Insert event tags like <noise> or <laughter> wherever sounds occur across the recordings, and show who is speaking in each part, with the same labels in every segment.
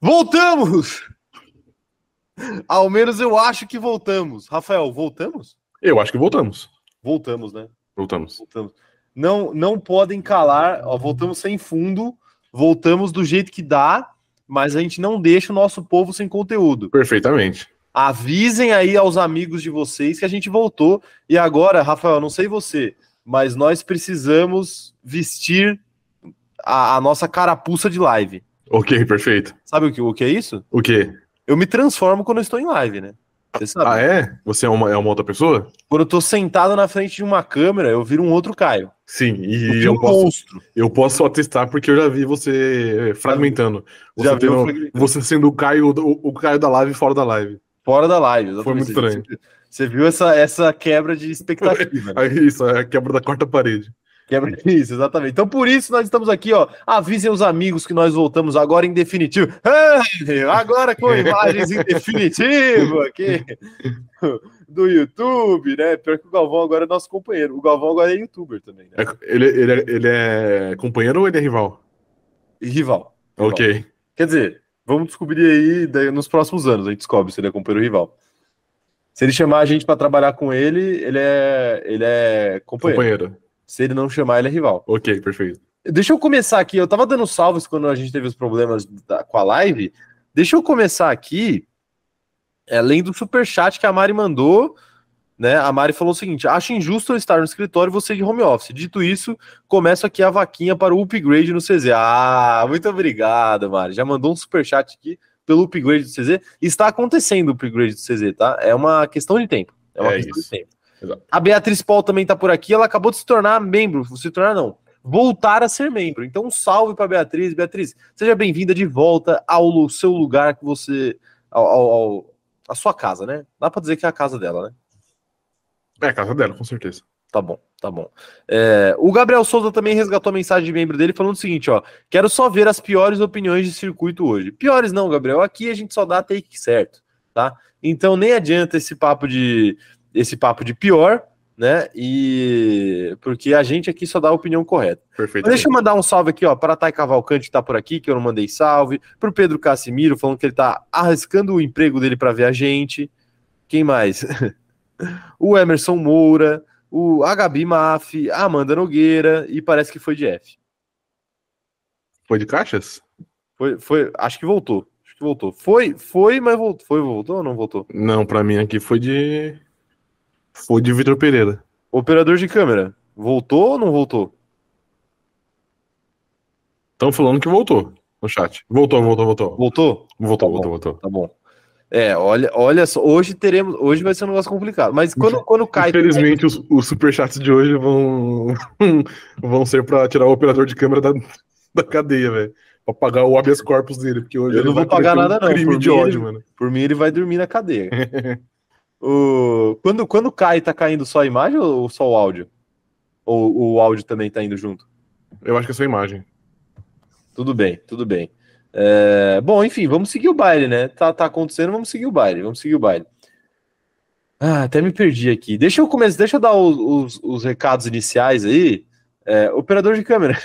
Speaker 1: Voltamos! Ao menos eu acho que voltamos. Rafael, voltamos?
Speaker 2: Eu acho que voltamos.
Speaker 1: Voltamos, né?
Speaker 2: Voltamos.
Speaker 1: Voltamos. Não, não podem calar. Ó, voltamos sem fundo, voltamos do jeito que dá, mas a gente não deixa o nosso povo sem conteúdo.
Speaker 2: Perfeitamente.
Speaker 1: Avisem aí aos amigos de vocês que a gente voltou. E agora, Rafael, não sei você, mas nós precisamos vestir a, a nossa carapuça de live.
Speaker 2: Ok, perfeito.
Speaker 1: Sabe o que, o que é isso?
Speaker 2: O quê?
Speaker 1: Eu me transformo quando eu estou em live, né? Você sabe?
Speaker 2: Ah, é? Você é uma, é uma outra pessoa?
Speaker 1: Quando eu tô sentado na frente de uma câmera, eu viro um outro Caio.
Speaker 2: Sim,
Speaker 1: Eu
Speaker 2: e
Speaker 1: viro
Speaker 2: eu
Speaker 1: um
Speaker 2: posso,
Speaker 1: monstro.
Speaker 2: eu posso atestar porque eu já vi você eh, fragmentando. Você,
Speaker 1: Já um viu?
Speaker 2: tendo-
Speaker 1: Foi-
Speaker 2: você sendo o Caio, do- o, Caio da live fora da live.
Speaker 1: Fora da live. exatamente.
Speaker 2: Foi muito
Speaker 1: Você-
Speaker 2: estranho.
Speaker 1: Você viu essa, essa quebra de expectativa. né?
Speaker 2: É isso, é a quebra da quarta parede.
Speaker 1: quebra isso, exatamente. Então, por isso, nós estamos aqui, ó. Avisem os amigos que nós voltamos agora em definitivo. Ei, Agora
Speaker 2: <laughs>
Speaker 1: com imagens em definitivo aqui do YouTube, né? Pior que o Galvão agora é nosso companheiro. O Galvão agora é youtuber também, né?
Speaker 2: É- ele, ele, é- ele é companheiro ou ele é rival?
Speaker 1: E rival. rival.
Speaker 2: Ok.
Speaker 1: Quer dizer, vamos descobrir aí daí, nos próximos anos, a gente descobre se ele é companheiro ou rival. Se ele chamar a gente para trabalhar com ele, ele é, ele é companheiro.
Speaker 2: Companheiro.
Speaker 1: Se ele não chamar, ele é rival.
Speaker 2: Ok, perfeito.
Speaker 1: Deixa eu começar aqui. Eu tava dando salves quando a gente teve os problemas da- com a live. Deixa eu começar aqui. é, Além do superchat que a Mari mandou, né? A Mari falou o seguinte: acho injusto eu estar no escritório e você de home office. Dito isso, começo aqui a vaquinha para o upgrade no CZ. Ah, muito obrigado, Mari. Já mandou um superchat aqui pelo upgrade do CZ. Está acontecendo o upgrade do CZ, tá? É uma questão de tempo. É uma
Speaker 2: É
Speaker 1: questão
Speaker 2: isso.
Speaker 1: de tempo.
Speaker 2: Exato.
Speaker 1: A Beatriz Paul também tá por aqui. Ela acabou de se tornar membro. Se tornar, não voltar a ser membro. Então, um salve para Beatriz. Beatriz, seja bem-vinda de volta ao lu- seu lugar que você. Ao, ao- ao- à sua casa, né? Dá para dizer que é a casa dela, né?
Speaker 2: É a casa dela, com certeza.
Speaker 1: Tá bom, tá bom. É, o Gabriel Souza também resgatou a mensagem de membro dele falando o seguinte: ó, quero só ver as piores opiniões de circuito hoje. Piores não, Gabriel. Aqui a gente só dá take certo, tá? Então nem adianta esse papo de esse papo de pior, né? E porque a gente aqui só dá a opinião correta.
Speaker 2: Perfeito.
Speaker 1: Mas Deixa eu mandar um salve aqui, ó, para Thay Cavalcante que tá por aqui, que eu não mandei salve, pro Pedro Casimiro falando que ele tá arriscando o emprego dele para ver a gente. Quem mais? <laughs> o Emerson Moura, o a Gabi Maff, a Amanda Nogueira e parece que foi de F.
Speaker 2: Foi de caixas?
Speaker 1: Foi, foi, acho que voltou. Acho que voltou. Foi, foi, mas voltou. Foi, voltou ou não voltou?
Speaker 2: Não, pra mim aqui foi de. Foi de Vitor Pereira.
Speaker 1: Operador de câmera, voltou ou não voltou?
Speaker 2: Estão falando que voltou no chat. Voltou, voltou, voltou.
Speaker 1: Voltou?
Speaker 2: Voltou,
Speaker 1: Tá
Speaker 2: voltou, voltou.
Speaker 1: Tá bom. É, olha, olha só, hoje teremos, hoje vai ser um negócio complicado, mas quando, quando cai...
Speaker 2: Infelizmente, os, os superchats de hoje vão, <laughs> vão ser pra tirar o operador de câmera da, da cadeia, velho. Pra pagar o habeas corpus dele, porque hoje
Speaker 1: Eu
Speaker 2: ele
Speaker 1: não
Speaker 2: vai
Speaker 1: vou pagar
Speaker 2: cometer um
Speaker 1: nada, não.
Speaker 2: Crime
Speaker 1: Por
Speaker 2: de
Speaker 1: mim,
Speaker 2: ódio,
Speaker 1: ele-
Speaker 2: mano.
Speaker 1: Por mim, ele vai dormir na cadeia. o... quando, quando cai, tá caindo só a imagem ou só o áudio? Ou o áudio também tá indo junto?
Speaker 2: Eu acho que é só a imagem.
Speaker 1: Tudo bem, tudo bem. É, Bom, enfim, vamos seguir o baile, né? Tá, tá acontecendo, vamos seguir o baile, vamos seguir o baile. Ah, até me perdi aqui. Deixa eu começar, deixa eu dar os, os- os recados iniciais aí. É, operador de câmera.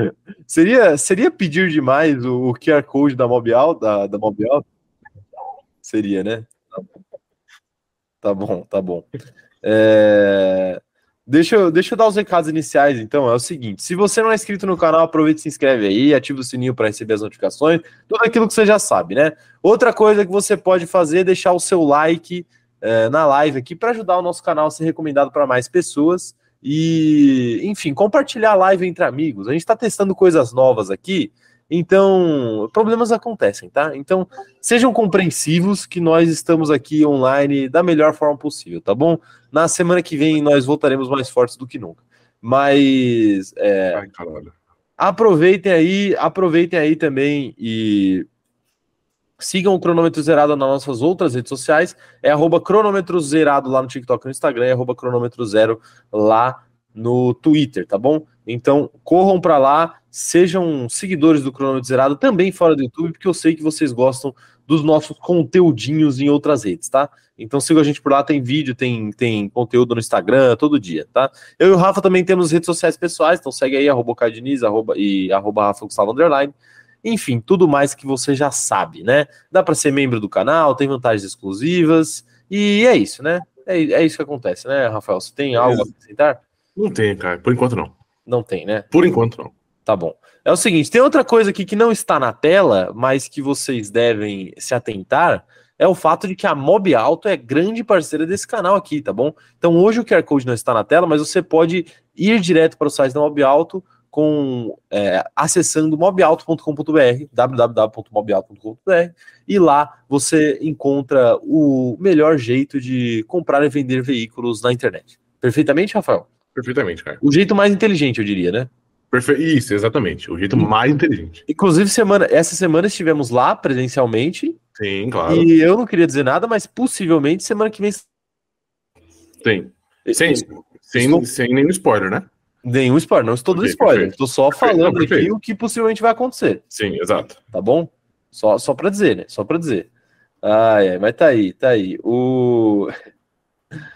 Speaker 1: <laughs> seria, seria pedir demais o, o QR Code da Mobial, da, da Mobial? Seria, né? Tá bom, tá bom. É... Deixa eu, deixa eu dar os recados iniciais, então. É o seguinte: se você não é inscrito no canal, aproveita e se inscreve aí, ativa o sininho para receber as notificações, tudo aquilo que você já sabe, né? Outra coisa que você pode fazer é deixar o seu like eh, na live aqui para ajudar o nosso canal a ser recomendado para mais pessoas. E, enfim, compartilhar a live entre amigos. A gente está testando coisas novas aqui, então problemas acontecem, tá? Então sejam compreensivos que nós estamos aqui online da melhor forma possível, tá bom? Na semana que vem nós voltaremos mais fortes do que nunca. Mas é,
Speaker 2: Ai, caralho.
Speaker 1: aproveitem aí, aproveitem aí também e sigam o cronômetro zerado nas nossas outras redes sociais. É arroba cronômetro zerado lá no TikTok e no Instagram, é arroba cronômetro zero lá no Twitter, tá bom? Então corram para lá, sejam seguidores do cronômetro zerado também fora do YouTube, porque eu sei que vocês gostam dos nossos conteúdinhos em outras redes, tá? Então sigam a gente por lá, tem vídeo, tem, tem conteúdo no Instagram todo dia, tá? Eu e o Rafa também temos redes sociais pessoais, então segue aí, arroba Cardiniz, arroba e arroba Rafa Gustavo Underline. enfim, tudo mais que você já sabe, né? Dá para ser membro do canal, tem vantagens exclusivas, e é isso, né? É, é isso que acontece, né, Rafael? Você tem algo a acrescentar?
Speaker 2: Não tem, cara. Por enquanto não.
Speaker 1: Não tem, né?
Speaker 2: Por enquanto não.
Speaker 1: Tá bom. É o seguinte, tem outra coisa aqui que não está na tela, mas que vocês devem se atentar, é o fato de que a Mob Alto é grande parceira desse canal aqui, tá bom? Então hoje o QR Code não está na tela, mas você pode ir direto para o site da Mob Alto com é, acessando mobalto.com.br, www.mobalto.com.br, e lá você encontra o melhor jeito de comprar e vender veículos na internet. Perfeitamente, Rafael?
Speaker 2: Perfeitamente, cara.
Speaker 1: O jeito mais inteligente, eu diria, né?
Speaker 2: Perfe... Isso, exatamente. O jeito mais inteligente.
Speaker 1: Inclusive, semana, essa semana estivemos lá presencialmente,
Speaker 2: Sim, claro.
Speaker 1: e eu não queria dizer nada, mas possivelmente semana que vem.
Speaker 2: Tem. Sem, sem, sem nenhum spoiler, né?
Speaker 1: Nenhum spoiler, não estou dando
Speaker 2: Perfeito,
Speaker 1: spoiler,
Speaker 2: perfeito.
Speaker 1: estou só
Speaker 2: Perfeito, não,
Speaker 1: falando aqui
Speaker 2: perfeito.
Speaker 1: o que possivelmente vai acontecer.
Speaker 2: Sim, exato.
Speaker 1: tá bom? Só, só pra dizer, né? Só pra dizer. Ai, ai, mas tá aí, tá aí. O... <laughs>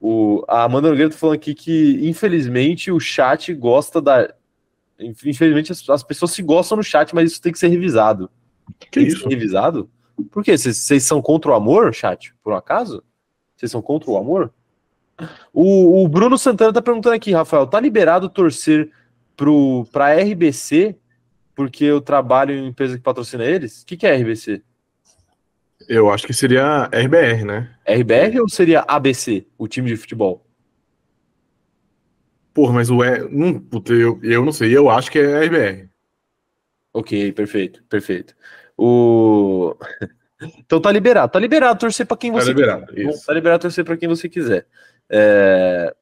Speaker 1: O... A Amanda Nogueira tá falando aqui que, infelizmente, o chat gosta da... Infelizmente, as, as pessoas se gostam no chat, mas isso tem que ser revisado.
Speaker 2: Que
Speaker 1: tem que
Speaker 2: isso?
Speaker 1: ser É revisado? Por quê? Vocês- Vocês são contra o amor, chat, por um acaso? Vocês são contra o amor? O, o Bruno Santana tá perguntando aqui, Rafael, tá liberado torcer pro, pra RBC porque eu trabalho em empresa que patrocina eles? O que, que é RBC?
Speaker 2: Eu acho que seria RBR, né?
Speaker 1: RBR ou seria ABC, o time de futebol?
Speaker 2: Porra, mas o E. Não, puta, eu, eu não sei. Eu acho que é RBR.
Speaker 1: Ok, perfeito, perfeito. O... <laughs> Então tá liberado, tá liberado torcer pra quem
Speaker 2: Tá
Speaker 1: você
Speaker 2: liberado.
Speaker 1: Bom,
Speaker 2: Isso.
Speaker 1: tá liberado torcer para quem você quiser. É...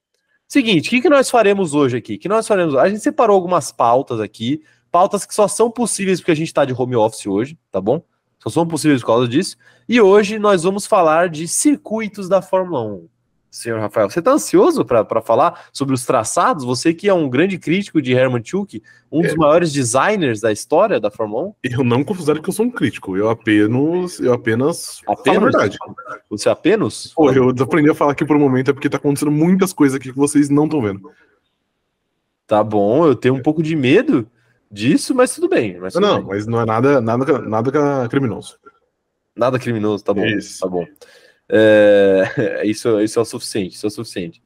Speaker 1: Seguinte, o que, que nós faremos hoje aqui? O que nós faremos? A gente separou algumas pautas aqui, pautas que só são possíveis porque a gente está de home office hoje, tá bom? Só são possíveis por causa disso. E hoje nós vamos falar de circuitos da Fórmula 1. Senhor Rafael, você está ansioso para falar sobre os traçados? Você que é um grande crítico de Herman Tilke, um dos
Speaker 2: É.
Speaker 1: maiores designers da história da Fórmula 1?
Speaker 2: Eu não considero que eu sou um crítico. Eu apenas. Eu apenas. Fala a
Speaker 1: Apenas?
Speaker 2: verdade.
Speaker 1: Você apenas?
Speaker 2: Porra, eu desaprendi a falar aqui por um momento é porque tá acontecendo muitas coisas aqui que vocês não estão vendo.
Speaker 1: Tá bom, eu tenho um pouco de medo disso, mas tudo bem. Mas tudo
Speaker 2: Não,
Speaker 1: bem.
Speaker 2: mas não é nada, nada, nada criminoso. Tá
Speaker 1: Nada criminoso, tá bom.
Speaker 2: Isso.
Speaker 1: Tá bom. É, <laughs> isso, isso é o suficiente, isso é o suficiente.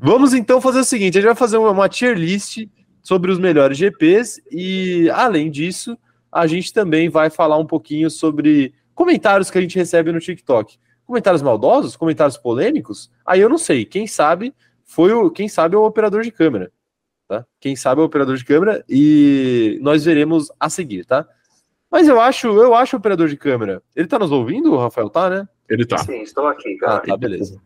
Speaker 1: Vamos então fazer o seguinte: a gente vai fazer uma, uma tier list sobre os melhores GPs e, além disso, a gente também vai falar um pouquinho sobre comentários que a gente recebe no TikTok. Comentários maldosos, comentários polêmicos? Aí eu não sei. Quem sabe foi o, quem sabe é o operador de câmera, tá? Quem sabe é o operador de câmera e nós veremos a seguir, tá? Mas eu acho, eu acho o operador de câmera. Ele tá nos ouvindo, Rafael? Tá, né?
Speaker 2: Ele tá.
Speaker 3: Sim, estou aqui,
Speaker 1: Ah,
Speaker 3: cara.
Speaker 1: tá, beleza.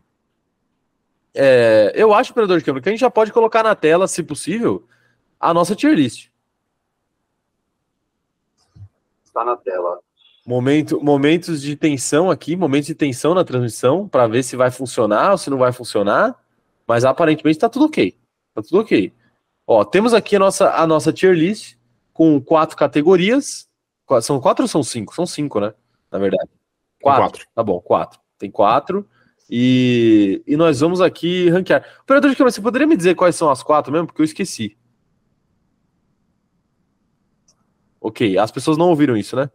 Speaker 1: É, eu acho, operador de câmera, que a gente já pode colocar na tela, se possível, a nossa tier list.
Speaker 3: Está na tela.
Speaker 1: Momento, momentos de tensão aqui, momentos de tensão na transmissão, para ver se vai funcionar ou se não vai funcionar. Mas aparentemente tá tudo ok. Tá tudo ok. Ó, temos aqui a nossa, a nossa tier list com quatro categorias. Qua- São quatro ou são cinco? São cinco, né? Na verdade. Quatro.
Speaker 2: Quatro.
Speaker 1: Tá bom, quatro. Tem quatro. E, e nós vamos aqui ranquear. Operador de câmera, você poderia me dizer quais são as quatro mesmo? Porque eu esqueci. Ok, as pessoas não ouviram isso, né?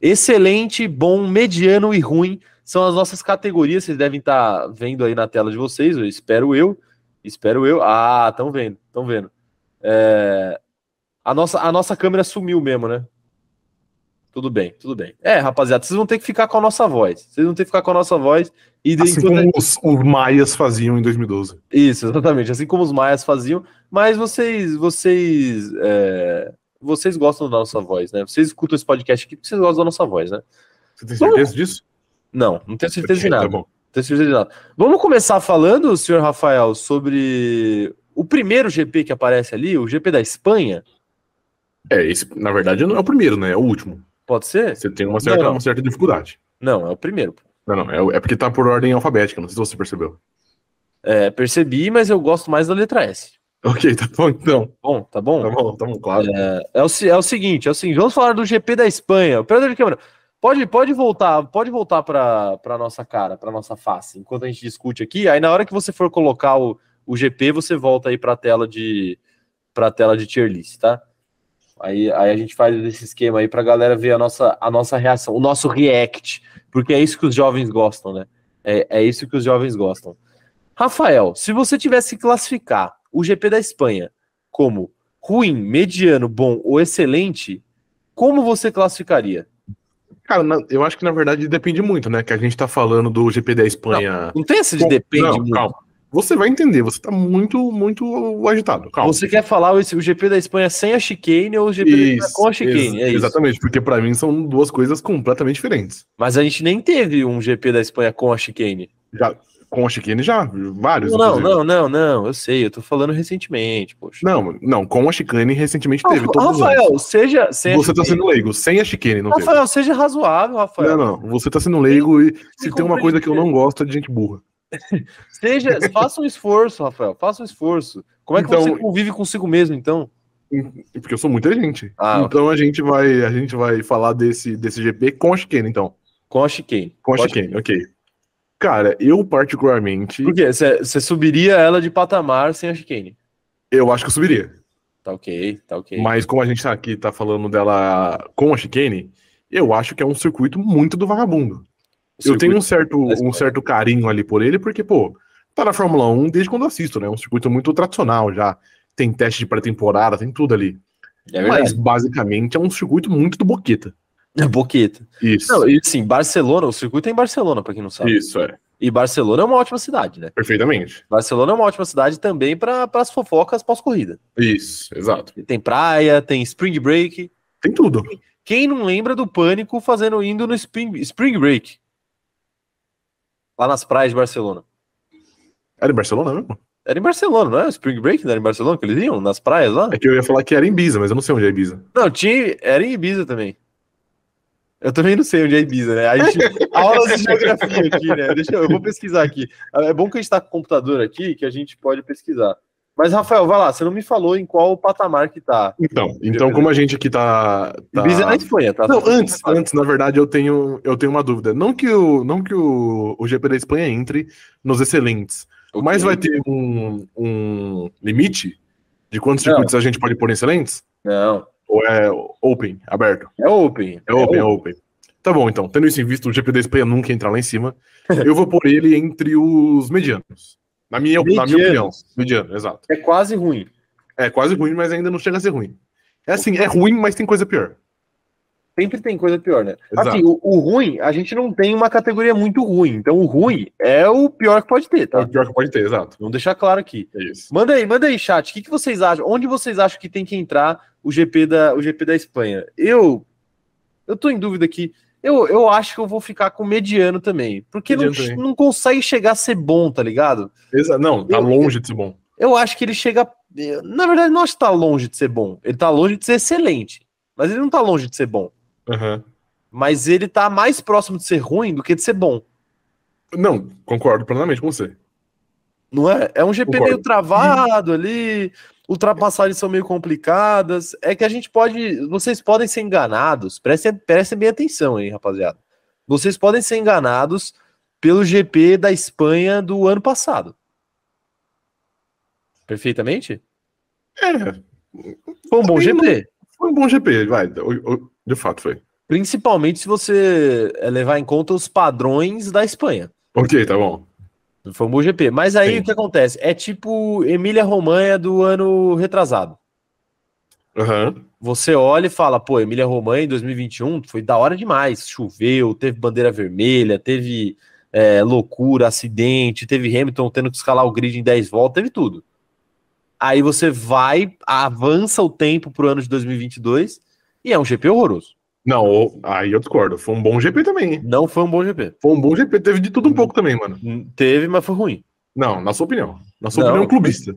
Speaker 1: Excelente, bom, mediano e ruim são as nossas categorias. Vocês devem estar vendo aí na tela de vocês, eu espero eu. Espero eu. Ah, estão vendo, estão vendo. É, A, nossa, a nossa câmera sumiu mesmo, né? Tudo bem, tudo bem. É, rapaziada, vocês vão ter que ficar com a nossa voz. Vocês vão ter que ficar com a nossa voz. E
Speaker 2: Assim
Speaker 1: dentro-
Speaker 2: como os, os maias faziam em 2012.
Speaker 1: isso, exatamente. Assim como os maias faziam. Mas vocês, vocês, é, vocês gostam da nossa voz, né? Vocês escutam esse podcast aqui porque vocês gostam da nossa voz, né?
Speaker 2: Você tem certeza disso?
Speaker 1: Não, não tenho certeza de
Speaker 2: Ok,
Speaker 1: nada.
Speaker 2: Tá bom.
Speaker 1: não tenho certeza de nada. Vamos começar falando, senhor Rafael, sobre o primeiro GP que aparece ali, o GP da Espanha.
Speaker 2: É, esse, na verdade, não é o primeiro, né? É o último.
Speaker 1: Pode ser?
Speaker 2: Você tem uma certa,
Speaker 1: Não, não.
Speaker 2: Uma certa dificuldade.
Speaker 1: Não, é o primeiro.
Speaker 2: Não, não. É, o- é porque tá por ordem alfabética, não sei se você percebeu.
Speaker 1: É, percebi, mas eu gosto mais da letra S.
Speaker 2: Ok, tá bom então.
Speaker 1: Bom, tá bom?
Speaker 2: Tá bom, tá bom, claro.
Speaker 1: É o, se- é o seguinte, é o seguinte, vamos falar do GP da Espanha. Operador de câmera, pode, pode voltar, pode voltar para a nossa cara, para nossa face, enquanto a gente discute aqui. Aí na hora que você for colocar o, o GP, você volta aí para a tela de para tela de tier list, tá? Aí, aí a gente faz esse esquema aí pra galera ver a nossa, a nossa reação, o nosso react, porque é isso que os jovens gostam, né? É, é isso que os jovens gostam. Rafael, se você tivesse que classificar o GP da Espanha como ruim, mediano, bom ou excelente, como você classificaria?
Speaker 2: Cara, na- eu acho que na verdade depende muito, né? Que a gente tá falando do GP da Espanha.
Speaker 1: Não tem essa de
Speaker 2: Bom,
Speaker 1: depende
Speaker 2: não,
Speaker 1: muito.
Speaker 2: calma. Você vai entender, você tá muito, muito agitado. Calma.
Speaker 1: Você quer falar esse- o GP da Espanha sem a chicane ou o GP da Espanha
Speaker 2: Isso,
Speaker 1: com a chicane?
Speaker 2: ex-
Speaker 1: é isso.
Speaker 2: Exatamente, porque pra mim são duas coisas completamente diferentes.
Speaker 1: Mas a gente nem teve um GP da Espanha com a chicane.
Speaker 2: Já, com a chicane já, vários.
Speaker 1: Não,
Speaker 2: inclusive.
Speaker 1: não, não, não, eu sei, eu tô falando recentemente, poxa.
Speaker 2: Não, não, com a chicane recentemente teve.
Speaker 1: Rafa-
Speaker 2: todos os anos.
Speaker 1: Rafael, seja. seja
Speaker 2: Você tá sendo leigo, sem a chicane, não teve.
Speaker 1: Rafael, seja razoável, Rafael.
Speaker 2: Não, não, você tá sendo leigo e se
Speaker 1: Me
Speaker 2: tem uma coisa que eu
Speaker 1: compreende.
Speaker 2: não gosto é de gente burra.
Speaker 1: Seja, faça um esforço, Rafael, faça um esforço. Como é que
Speaker 2: Então-
Speaker 1: você convive consigo mesmo, então?
Speaker 2: Porque eu sou muita gente.
Speaker 1: Ah,
Speaker 2: então a gente vai, a gente vai falar desse, desse GP com a chicane, então.
Speaker 1: Com a chicane.
Speaker 2: Com a
Speaker 1: Pode-
Speaker 2: chicane, ok. Cara, eu particularmente,
Speaker 1: Por quê? Você subiria ela de patamar sem a chicane.
Speaker 2: eu acho que eu subiria.
Speaker 1: Tá ok, tá ok.
Speaker 2: Mas como a gente tá aqui tá falando dela com a chicane, eu acho que é um circuito muito do vagabundo. eu tenho um certo,
Speaker 1: da Espanha.
Speaker 2: um certo carinho ali por ele, porque, pô, tá na Fórmula 1 desde quando eu assisto, né? É um circuito muito tradicional já. Tem teste de pré-temporada, tem tudo ali.
Speaker 1: É verdade.
Speaker 2: Mas basicamente é um circuito muito do Boqueta.
Speaker 1: É boqueta.
Speaker 2: Isso.
Speaker 1: Não, e sim, Barcelona, o circuito é em Barcelona, pra quem não sabe.
Speaker 2: Isso, é.
Speaker 1: E Barcelona é uma ótima cidade, né?
Speaker 2: Perfeitamente.
Speaker 1: Barcelona é uma ótima cidade também para as fofocas pós-corrida.
Speaker 2: Isso, exato.
Speaker 1: Tem praia, tem spring break.
Speaker 2: Tem tudo.
Speaker 1: Quem não lembra do pânico fazendo indo no spring, spring break? Lá nas praias de Barcelona.
Speaker 2: Era em Barcelona mesmo?
Speaker 1: Era em Barcelona, não é? O Spring Break não era em Barcelona que eles iam? Nas praias lá?
Speaker 2: É que eu ia falar que era em Ibiza, mas eu não sei onde é Ibiza.
Speaker 1: Não, tinha. Era em Ibiza também. Eu também não sei onde é Ibiza, né? A gente, aulas de geografia aqui, né? Deixa eu, eu vou pesquisar aqui. É bom que a gente tá com o computador aqui, que a gente pode pesquisar. Mas, Rafael, vai lá, você não me falou em qual patamar que tá.
Speaker 2: Então, então como a gente aqui tá... tá...
Speaker 1: Ibiza é na Espanha, tá?
Speaker 2: Não, antes, antes, na verdade, eu tenho, eu tenho uma dúvida. Não que o, não que o, o GP da Espanha entre nos excelentes,
Speaker 1: Ok.
Speaker 2: mas vai ter um, um limite de quantos
Speaker 1: Não.
Speaker 2: circuitos a gente pode pôr em excelentes?
Speaker 1: Não,
Speaker 2: Ou é open, aberto?
Speaker 1: é open.
Speaker 2: É open, é open. Tá bom, então. Tendo isso em vista, o GP da Espanha nunca entrar lá em cima. Eu vou pôr ele entre os medianos. Na minha, na minha opinião.
Speaker 1: Medianos.
Speaker 2: Mediano, exato.
Speaker 1: É quase ruim.
Speaker 2: É quase ruim, mas ainda não chega a ser ruim. É assim, é ruim, mas tem coisa pior.
Speaker 1: Sempre tem coisa pior, né?
Speaker 2: Exato.
Speaker 1: Assim, o, o ruim, a gente não tem uma categoria muito ruim. Então, o ruim é o pior que pode ter,
Speaker 2: É
Speaker 1: tá?
Speaker 2: o pior que pode ter, exato.
Speaker 1: Vamos deixar claro aqui.
Speaker 2: É isso.
Speaker 1: Manda aí, manda aí, chat. O que, que vocês acham? Onde vocês acham que tem que entrar o GP da, o GP da Espanha? Eu. Eu tô em dúvida aqui. Eu, eu acho que eu vou ficar com mediano também. Porque não,
Speaker 2: Mediano também.
Speaker 1: não consegue chegar a ser bom, tá ligado?
Speaker 2: Exa- Não, tá longe de ser bom.
Speaker 1: Eu acho que ele chega. eu- Na verdade, não acho que tá longe de ser bom. Ele tá longe de ser excelente. Mas ele não tá longe de ser bom.
Speaker 2: Aham.
Speaker 1: Mas ele tá mais próximo de ser ruim do que de ser bom.
Speaker 2: Não, concordo plenamente com você.
Speaker 1: Não é? É um GP
Speaker 2: Concordo.
Speaker 1: meio travado ali, ultrapassagens são meio complicadas. É que a gente pode. Vocês podem ser enganados. Prestem, prestem bem atenção aí, rapaziada. Vocês podem ser enganados pelo GP da Espanha do ano passado. Perfeitamente?
Speaker 2: É,
Speaker 1: Foi um bom
Speaker 2: Também não-
Speaker 1: GP.
Speaker 2: foi um bom GP, vai. o- o- De fato, foi.
Speaker 1: Principalmente se você eh, levar em conta os padrões da Espanha.
Speaker 2: Ok, tá bom.
Speaker 1: Foi um bom GP. Mas aí
Speaker 2: Sim.
Speaker 1: o que acontece? É tipo Emília Romanha do ano retrasado.
Speaker 2: Aham.
Speaker 1: Você olha e fala, pô, Emília Romanha em 2021 foi da hora demais. Choveu, teve bandeira vermelha, teve é, loucura, acidente, teve Hamilton tendo que escalar o grid em 10 voltas, teve tudo. Aí você vai, avança o tempo pro ano de 2022 e é um GP horroroso.
Speaker 2: Não, o- aí eu discordo. Foi um bom GP também. hein?
Speaker 1: Não foi um bom GP.
Speaker 2: Foi um bom GP, teve de tudo um pouco também, mano.
Speaker 1: Hum, Teve, mas foi ruim.
Speaker 2: Não, na sua opinião. Na sua
Speaker 1: Não.
Speaker 2: opinião, clubista.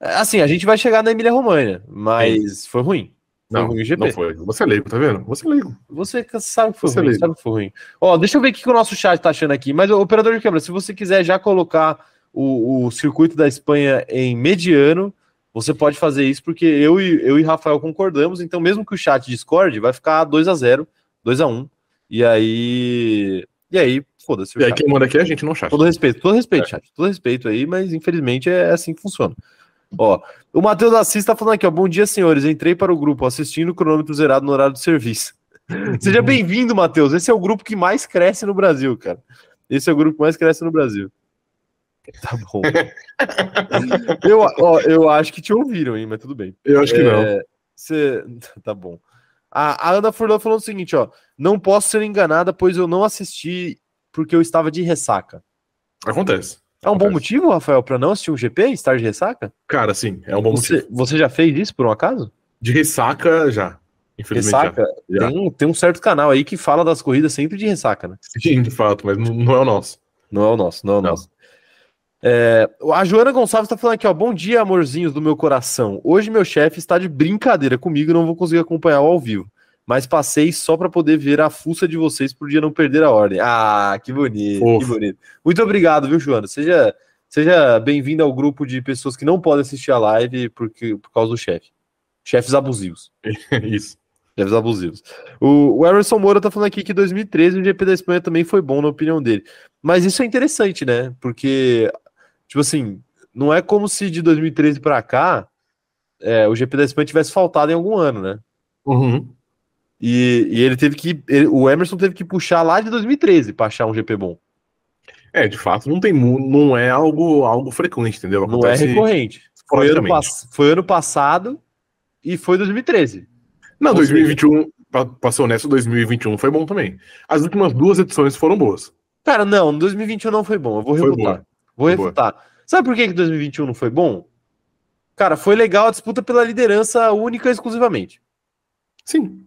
Speaker 1: É, Assim, a gente vai chegar na Emília Romanha, mas foi ruim. Foi
Speaker 2: Não,
Speaker 1: ruim o GP.
Speaker 2: não foi. Você é leigo, tá vendo? Você é leigo.
Speaker 1: Você que sabe que foi
Speaker 2: Você
Speaker 1: ruim,
Speaker 2: liga.
Speaker 1: sabe que foi ruim. Ó, deixa eu ver o que que o nosso chat tá achando aqui. Mas, ô, operador de câmera, se você quiser já colocar o, o circuito da Espanha em mediano, você pode fazer isso, porque eu e, eu e Rafael concordamos. Então, mesmo que o chat discorde, vai ficar 2 a 0 2 a 1 E aí. E aí, foda-se. o
Speaker 2: E aí
Speaker 1: chat.
Speaker 2: quem manda aqui é a gente, não o chat.
Speaker 1: Todo respeito, todo respeito, chat. Todo respeito aí, mas infelizmente é assim que funciona. Ó, o Matheus Assis tá falando aqui, ó. Bom dia, senhores. Entrei para o grupo assistindo o cronômetro zerado no horário de
Speaker 2: <laughs>
Speaker 1: serviço. Seja bem-vindo, Matheus. Esse é o grupo que mais cresce no Brasil, cara. Esse é o grupo que mais cresce no Brasil. Tá bom. <laughs> eu, ó, eu acho que te ouviram, hein, mas tudo bem.
Speaker 2: Eu acho que não.
Speaker 1: É, cê- <laughs> Tá bom. A, a Ana Furlan falou o seguinte, ó. Não posso ser enganada, pois eu não assisti porque eu estava de ressaca.
Speaker 2: Acontece.
Speaker 1: É um bom
Speaker 2: Acontece.
Speaker 1: motivo, Rafael, para não assistir um GP e estar de ressaca?
Speaker 2: Cara, sim, é um bom motivo.
Speaker 1: Você, você já fez isso por um acaso?
Speaker 2: De ressaca, já. Infelizmente,
Speaker 1: Ressaca?
Speaker 2: já. Já.
Speaker 1: Tem, tem um certo canal aí que fala das corridas sempre de ressaca, né?
Speaker 2: <laughs> Sim, de fato, mas não, não é o nosso. <laughs>
Speaker 1: Não é o nosso, não é o
Speaker 2: Não.
Speaker 1: nosso. É, a Joana Gonçalves tá falando aqui, ó. Bom dia, amorzinhos do meu coração. Hoje meu chefe está de brincadeira comigo e não vou conseguir acompanhar o ao vivo. Mas passei só para poder ver a fuça de vocês por dia não perder a ordem. Ah, que bonito, que
Speaker 2: Fofo.
Speaker 1: bonito. Muito obrigado, viu, Joana? Seja, seja bem-vindo ao grupo de pessoas que não podem assistir a live porque, por causa do chefe. Chefes abusivos.
Speaker 2: É Isso.
Speaker 1: Chefes abusivos. O, o Emerson Moura tá falando aqui que 2013 o GP da Espanha também foi bom, na opinião dele. Mas isso é interessante, né? Porque, tipo assim, não é como se de 2013 pra cá é, o GP da Espanha tivesse faltado em algum ano, né?
Speaker 2: Uhum.
Speaker 1: E, e ele teve que. ele- o Emerson teve que puxar lá de 2013 pra achar um GP bom.
Speaker 2: É, de fato, não tem mu- não é algo, algo frequente, entendeu?
Speaker 1: Não é recorrente. Foi ano,
Speaker 2: esporadicamente.
Speaker 1: pass- foi ano passado e foi 2013.
Speaker 2: Não,
Speaker 1: Ou seja-
Speaker 2: 2021, pa- passou nessa, 2021 foi bom também. As últimas duas edições foram boas.
Speaker 1: Cara, não, 2021 não foi bom. Eu vou
Speaker 2: Foi
Speaker 1: refutar.
Speaker 2: boa.
Speaker 1: Vou
Speaker 2: Foi boa.
Speaker 1: refutar. Sabe por que, que 2021 não foi bom? Cara, foi legal a disputa pela liderança única e exclusivamente.
Speaker 2: Sim.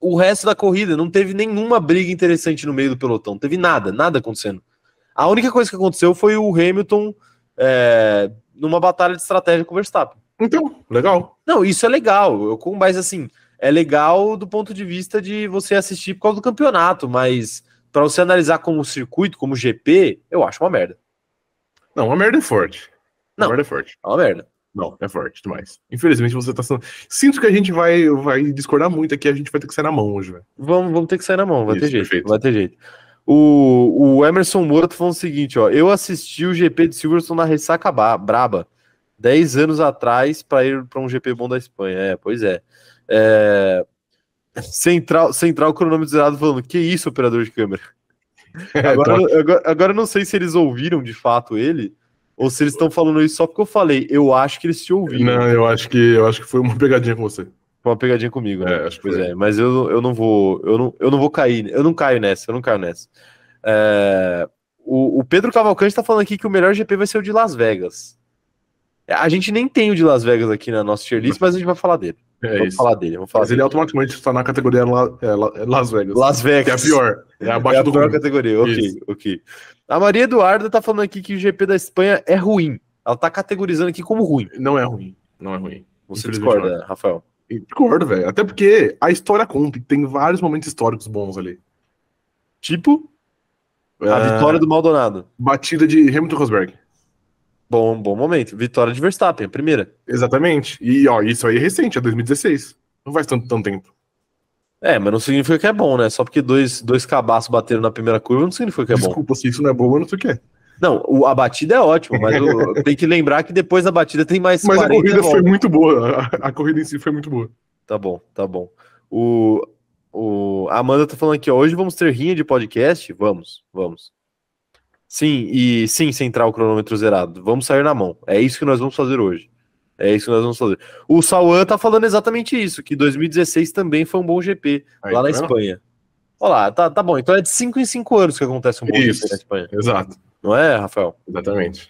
Speaker 1: O resto da corrida não teve nenhuma briga interessante no meio do pelotão. Teve nada, nada acontecendo. A única coisa que aconteceu foi o Hamilton é, numa batalha de estratégia com o Verstappen.
Speaker 2: Então, legal.
Speaker 1: Não, isso é legal. Eu, com- mas assim, é legal do ponto de vista de você assistir por causa do campeonato, mas pra você analisar como circuito, como GP, eu acho uma merda.
Speaker 2: Não, a merda é forte.
Speaker 1: Não.
Speaker 2: A merda é forte.
Speaker 1: É uma merda.
Speaker 2: Não, é forte demais. Infelizmente você tá sendo. Sinto que a gente vai, vai discordar muito aqui, a gente vai ter que sair na mão hoje, velho.
Speaker 1: Vamos, vamos ter que sair na mão, vai
Speaker 2: Isso,
Speaker 1: ter jeito.
Speaker 2: perfeito.
Speaker 1: Vai ter jeito. O, o Emerson Moura tá falando o seguinte, ó. Eu assisti o GP de Silverstone na Ressaca Ba- Braba 10 anos atrás para ir para um GP bom da Espanha. É, pois é. É, <laughs> Central, Central Cronômetro Zerado falando: Que isso, operador de câmera? Agora,
Speaker 2: Então,
Speaker 1: agora, agora eu não sei se eles ouviram de fato ele ou se eles estão falando isso só porque eu falei. Eu acho que eles te ouviram.
Speaker 2: <laughs> não, eu acho que eu acho que foi uma pegadinha com você.
Speaker 1: Foi uma pegadinha comigo, né?
Speaker 2: É, acho que
Speaker 1: pois
Speaker 2: foi.
Speaker 1: é, mas eu, eu não vou, eu não, eu não vou cair, eu não caio nessa, eu não caio nessa. É, o, o Pedro Cavalcante tá falando aqui que o melhor GP vai ser o de Las Vegas. A gente nem tem o de Las Vegas aqui na nossa tier list, mas a gente vai falar dele.
Speaker 2: É
Speaker 1: vamos
Speaker 2: isso.
Speaker 1: falar dele, vamos falar
Speaker 2: Mas
Speaker 1: dele.
Speaker 2: ele automaticamente está na categoria La- é, La- é Las Vegas.
Speaker 1: Las
Speaker 2: Que é a
Speaker 1: Vegas.
Speaker 2: pior. É
Speaker 1: <laughs>
Speaker 2: abaixo
Speaker 1: É a
Speaker 2: do
Speaker 1: pior
Speaker 2: ruim.
Speaker 1: categoria, ok,
Speaker 2: Isso.
Speaker 1: ok. A Maria Eduarda tá falando aqui que o GP da Espanha é ruim. Ela tá categorizando aqui como ruim.
Speaker 2: Não é ruim. Não é ruim.
Speaker 1: Você
Speaker 2: Infelizmente,
Speaker 1: discorda, Rafael?
Speaker 2: E Discordo, velho. Até porque a história conta e tem vários momentos históricos bons ali.
Speaker 1: Tipo, a
Speaker 2: É,
Speaker 1: vitória do Maldonado.
Speaker 2: Batida de Hamilton Rosberg.
Speaker 1: Bom, bom momento. Vitória de Verstappen, a primeira.
Speaker 2: Exatamente. E ó, isso aí é recente, é 2016. Não faz tanto, tanto tempo.
Speaker 1: É, mas não significa que é bom, né? Só porque dois, dois cabaços bateram na primeira curva não significa que é bom.
Speaker 2: Desculpa se isso não é bom, eu não sei o que é.
Speaker 1: Não, o- a batida é ótima, mas
Speaker 2: <laughs>
Speaker 1: o- tem que lembrar que depois da batida tem mais
Speaker 2: Mas a
Speaker 1: 40
Speaker 2: corrida foi
Speaker 1: voltas.
Speaker 2: muito boa. A, a corrida em si foi muito boa.
Speaker 1: Tá bom, tá bom. O, o a Amanda tá falando aqui, ó, hoje vamos ter rinha de podcast? Vamos, vamos. Sim, e sim, central cronômetro zerado. Vamos sair na mão. É isso que nós vamos fazer hoje. É isso que nós vamos fazer. O Sauan tá falando exatamente isso, que 2016 também foi um bom GP,
Speaker 2: Aí,
Speaker 1: lá na
Speaker 2: tá vendo?
Speaker 1: Espanha. Olha lá, tá, tá bom. Então é de 5 em 5 anos que acontece um bom
Speaker 2: Isso.
Speaker 1: GP na Espanha.
Speaker 2: Exato.
Speaker 1: Não é, Rafael?
Speaker 2: Exatamente.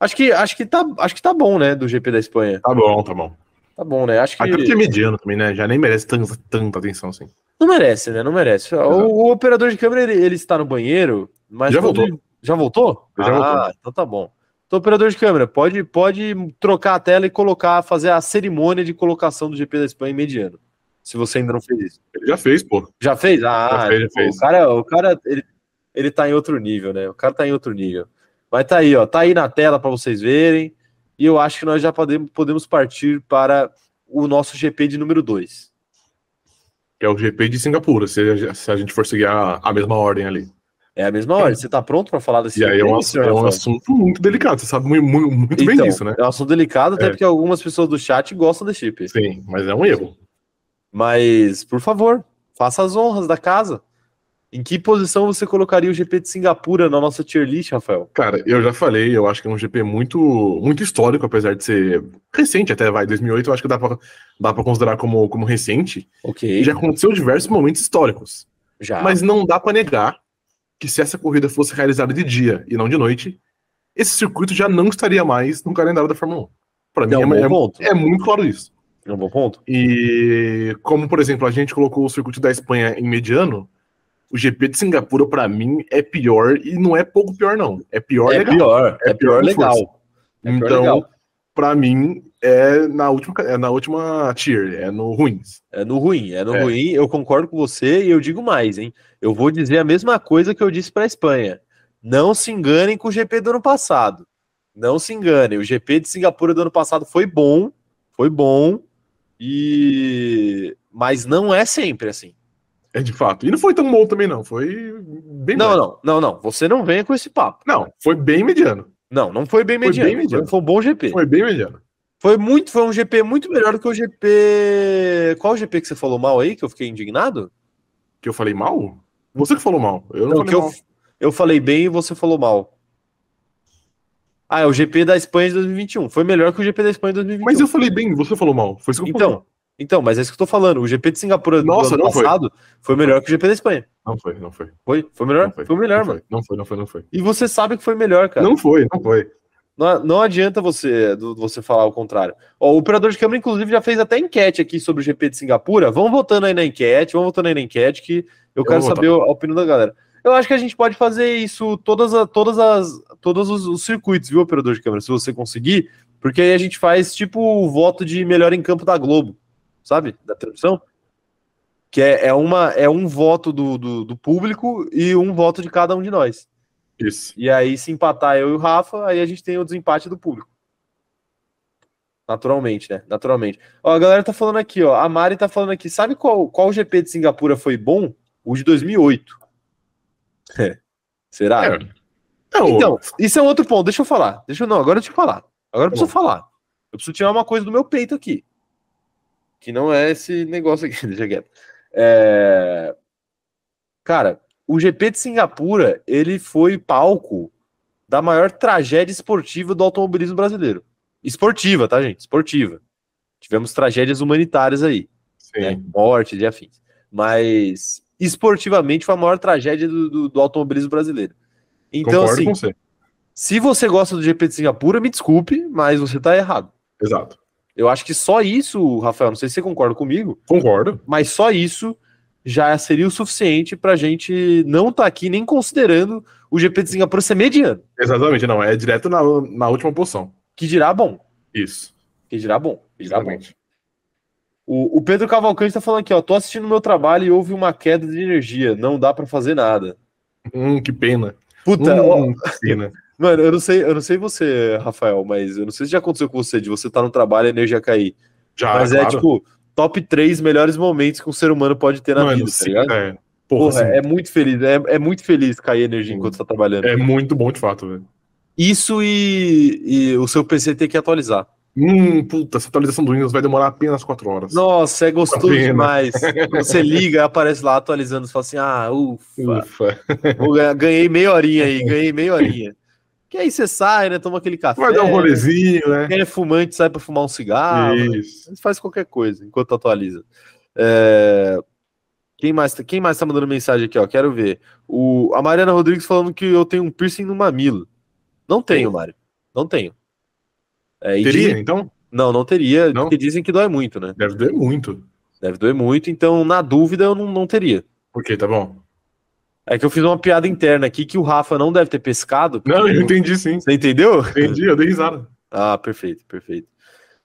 Speaker 1: Acho que, acho, que tá, acho que tá bom, né, do GP da Espanha.
Speaker 2: Tá bom, tá bom.
Speaker 1: Tá bom, né? Acho que...
Speaker 2: Até porque é mediano também, né? Já nem merece tanta, tanta atenção assim.
Speaker 1: Não merece, né? Não merece. O, o operador de câmera, ele, ele está no banheiro, mas.
Speaker 2: Já
Speaker 1: quando
Speaker 2: voltou.
Speaker 1: ele- Já voltou?
Speaker 2: Já
Speaker 1: ah,
Speaker 2: voltou.
Speaker 1: então tá bom. Então, operador de câmera, pode, pode trocar a tela e colocar, fazer a cerimônia de colocação do GP da Espanha em mediano. Se você ainda não fez isso.
Speaker 2: Ele já fez, pô.
Speaker 1: Já fez? Ah,
Speaker 2: Já fez, já
Speaker 1: pô,
Speaker 2: fez.
Speaker 1: o cara, o cara ele, ele tá em outro nível, né? O cara tá em outro nível. Mas tá aí, ó. Tá aí na tela para vocês verem. E eu acho que nós já podemos, podemos partir para o nosso GP de número 2.
Speaker 2: Que é o GP de Singapura, se a, se a gente for seguir a, a mesma ordem ali.
Speaker 1: É a mesma hora. Você tá pronto pra falar desse
Speaker 2: E aí é um,
Speaker 1: filme,
Speaker 2: assu-
Speaker 1: senhor
Speaker 2: é um
Speaker 1: Rafael?
Speaker 2: assunto muito delicado, você sabe muito, muito, muito bem
Speaker 1: Então,
Speaker 2: disso, né?
Speaker 1: É um assunto delicado, até
Speaker 2: É.
Speaker 1: porque algumas pessoas do chat gostam de chip.
Speaker 2: Sim, mas é um erro.
Speaker 1: Mas, por favor, faça as honras da casa. Em que posição você colocaria o GP de Singapura na nossa tier list, Rafael?
Speaker 2: Cara, eu já falei, eu acho que é um GP muito, muito histórico, apesar de ser recente até, vai, 2008, eu acho que dá pra, dá pra considerar como, como recente.
Speaker 1: Ok.
Speaker 2: E já aconteceu diversos momentos históricos.
Speaker 1: já.
Speaker 2: Mas não dá pra negar que se essa corrida fosse realizada de dia e não de noite, esse circuito já não estaria mais no calendário da Fórmula 1. Pra mim
Speaker 1: é um bom
Speaker 2: é,
Speaker 1: ponto.
Speaker 2: é- é muito claro isso.
Speaker 1: É um bom ponto.
Speaker 2: E como, por exemplo, a gente colocou o circuito da Espanha em mediano, o GP de Singapura, pra mim, é pior e não é pouco pior, não. É pior
Speaker 1: é
Speaker 2: legal.
Speaker 1: pior, é,
Speaker 2: É pior
Speaker 1: pior
Speaker 2: com
Speaker 1: legal. É pior
Speaker 2: Então,
Speaker 1: legal.
Speaker 2: pra mim, é na última, é na última tier, é no ruins.
Speaker 1: É no ruim, é no
Speaker 2: É.
Speaker 1: ruim. Eu concordo com você e eu digo mais, hein? Eu vou dizer a mesma coisa que eu disse para a Espanha. Não se enganem com o GP do ano passado. Não se enganem. O GP de Singapura do ano passado foi bom, foi bom e mas não é sempre assim.
Speaker 2: É de fato. E não foi tão bom também, não. Foi bem
Speaker 1: Não,
Speaker 2: médio.
Speaker 1: não, não, não. Você não venha com esse papo.
Speaker 2: Não, foi bem mediano.
Speaker 1: Não, não foi bem
Speaker 2: Foi
Speaker 1: mediano.
Speaker 2: bem mediano.
Speaker 1: Foi, um bom GP. Foi.
Speaker 2: Foi bem mediano.
Speaker 1: muito, foi um GP muito melhor do que o GP. Qual GP que você falou mal aí que eu fiquei indignado?
Speaker 2: Que eu falei mal? Você que falou mal. Eu não,
Speaker 1: Não, que
Speaker 2: falei mal.
Speaker 1: eu, eu falei bem e você falou mal. Ah, é o GP da Espanha de 2021. Foi melhor que o GP da Espanha de 2021.
Speaker 2: Mas eu falei bem, você falou mal. Foi isso que eu falei.
Speaker 1: Então, um. então, mas é isso que eu tô falando. O GP de Singapura
Speaker 2: Nossa,
Speaker 1: do ano
Speaker 2: não foi.
Speaker 1: passado foi. melhor que o GP da Espanha.
Speaker 2: Não foi, não foi.
Speaker 1: Foi? Foi
Speaker 2: Não
Speaker 1: melhor?
Speaker 2: foi,
Speaker 1: Foi, melhor,
Speaker 2: não
Speaker 1: mano.
Speaker 2: foi, não foi, não foi, não foi.
Speaker 1: E você sabe que foi melhor, cara.
Speaker 2: Não foi, não foi.
Speaker 1: Não, não adianta você do- você falar o contrário. Ó, o operador de câmera, inclusive, já fez até enquete aqui sobre o GP de Singapura. Vão votando aí na enquete, vão votando aí na enquete, que eu, quero
Speaker 2: vou
Speaker 1: saber a opinião da galera. Eu acho que a gente pode fazer isso todas, a- todas as todos os, os circuitos, viu, operador de câmera, se você conseguir, porque aí a gente faz tipo o voto de melhor em campo da Globo, sabe? Da transmissão. Que é, é, uma, é um voto do, do, do público e um voto de cada um de nós.
Speaker 2: Isso.
Speaker 1: E aí, se empatar eu e o Rafa, aí a gente tem o desempate do público. Naturalmente, né? Naturalmente. Ó, a galera tá falando aqui, ó. A Mari tá falando aqui. Sabe qual, qual GP de Singapura foi bom? O de 2008. <laughs> Será?
Speaker 2: É. Não,
Speaker 1: Então, isso é um outro ponto. Deixa eu falar. Deixa eu não, agora eu te falar. Agora eu preciso
Speaker 2: Tá
Speaker 1: falar. Eu preciso tirar uma coisa do meu peito aqui. Que não é esse negócio aqui, <laughs> deixa quieto. É... Cara, o GP de Singapura, ele foi palco da maior tragédia esportiva do automobilismo brasileiro. Esportiva, tá, gente? Esportiva. Tivemos tragédias humanitárias aí
Speaker 2: sim.
Speaker 1: né, mortes e afins. Mas esportivamente foi a maior tragédia do, do- do automobilismo brasileiro. Então,
Speaker 2: concordo com
Speaker 1: assim,
Speaker 2: você.
Speaker 1: se você gosta do GP de Singapura, me desculpe, mas você tá errado.
Speaker 2: Exato.
Speaker 1: Eu acho que só isso, Rafael, não sei se você concorda comigo,
Speaker 2: Concordo.
Speaker 1: mas só isso já seria o suficiente pra gente não estar aqui nem considerando o GP de Singapura ser mediano.
Speaker 2: Exatamente, não. É direto na, na última posição.
Speaker 1: Que dirá bom.
Speaker 2: Isso.
Speaker 1: Que dirá bom. Que dirá bom.
Speaker 2: Exatamente.
Speaker 1: O, o Pedro Cavalcante tá falando aqui, ó. Tô assistindo meu trabalho e houve uma queda de energia. Não dá pra fazer nada.
Speaker 2: Hum, que pena.
Speaker 1: Puta, Então, ó,
Speaker 2: Hum, que pena.
Speaker 1: Mano, eu não sei, eu não sei você, Rafael, mas eu não sei se já aconteceu com você, de você estar no trabalho e a energia cair.
Speaker 2: Já,
Speaker 1: mas é
Speaker 2: Ah, claro.
Speaker 1: tipo, top três melhores momentos que um ser humano pode ter na
Speaker 2: Mano,
Speaker 1: vida, tá
Speaker 2: sim,
Speaker 1: ligado?
Speaker 2: é. Porra,
Speaker 1: Porra,
Speaker 2: sim.
Speaker 1: é muito feliz, é, é muito feliz cair energia
Speaker 2: Sim.
Speaker 1: enquanto você tá trabalhando.
Speaker 2: é muito bom de fato, velho.
Speaker 1: Isso e, e o seu PC ter que atualizar.
Speaker 2: Hum, puta, essa atualização do Windows vai demorar apenas 4 horas.
Speaker 1: Nossa, é gostoso
Speaker 2: Pena.
Speaker 1: demais. Quando você liga, aparece lá atualizando, você fala assim, ah, ufa,
Speaker 2: Ufa.
Speaker 1: vou ganhar- ganhei meia horinha aí, ganhei meia horinha. Que aí você sai, né, toma aquele café,
Speaker 2: Vai dar um rolezinho, né?
Speaker 1: quem é fumante sai pra fumar um cigarro,
Speaker 2: Isso.
Speaker 1: Mas faz qualquer coisa enquanto atualiza. É, Quem, mais, quem mais tá mandando mensagem aqui, ó? Quero ver. O... A Mariana Rodrigues falando que eu tenho um piercing no mamilo. Não tenho, Mário. Não tenho. É, e
Speaker 2: Teria,
Speaker 1: dizem-
Speaker 2: então?
Speaker 1: Não, não teria,
Speaker 2: Não?
Speaker 1: porque dizem que dói muito, né?
Speaker 2: Deve doer muito.
Speaker 1: Deve doer muito, então, na dúvida, eu não, não teria.
Speaker 2: Ok, tá bom.
Speaker 1: É que eu fiz uma piada interna aqui que o Rafa não deve ter pescado. porque-
Speaker 2: Não, eu entendi sim.
Speaker 1: Você entendeu?
Speaker 2: Entendi, eu dei risada.
Speaker 1: Ah, perfeito, perfeito.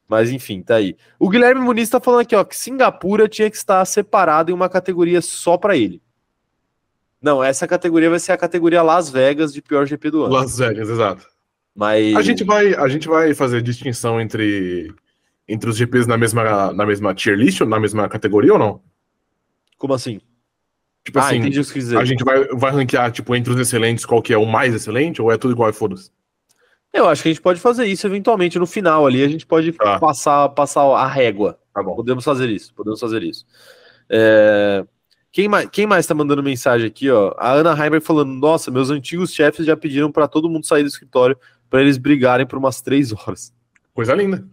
Speaker 1: Mas enfim, tá aí. O Guilherme Muniz tá falando aqui, ó, que Singapura tinha que estar separado em uma categoria só pra ele. Não, essa categoria vai ser a categoria Las Vegas de pior GP do ano.
Speaker 2: Las Vegas, exato.
Speaker 1: Mas
Speaker 2: A gente vai, a gente vai fazer distinção entre, entre os GPs na mesma, na mesma tier list, ou na mesma categoria ou não?
Speaker 1: como assim?
Speaker 2: Tipo
Speaker 1: ah,
Speaker 2: assim,
Speaker 1: entendi o que você quis dizer.
Speaker 2: a gente vai, vai ranquear, tipo, entre os excelentes, qual que é o mais excelente, ou é tudo igual e foda-se?
Speaker 1: Eu acho que a gente pode fazer isso eventualmente no final ali, a gente pode
Speaker 2: Tá.
Speaker 1: passar, passar a régua.
Speaker 2: Tá bom.
Speaker 1: Podemos fazer isso, podemos fazer isso. É, Quem, mais, quem mais tá mandando mensagem aqui, ó? A Ana Heimberg falando: Nossa, meus antigos chefes já pediram para todo mundo sair do escritório para eles brigarem por umas três horas.
Speaker 2: Coisa linda.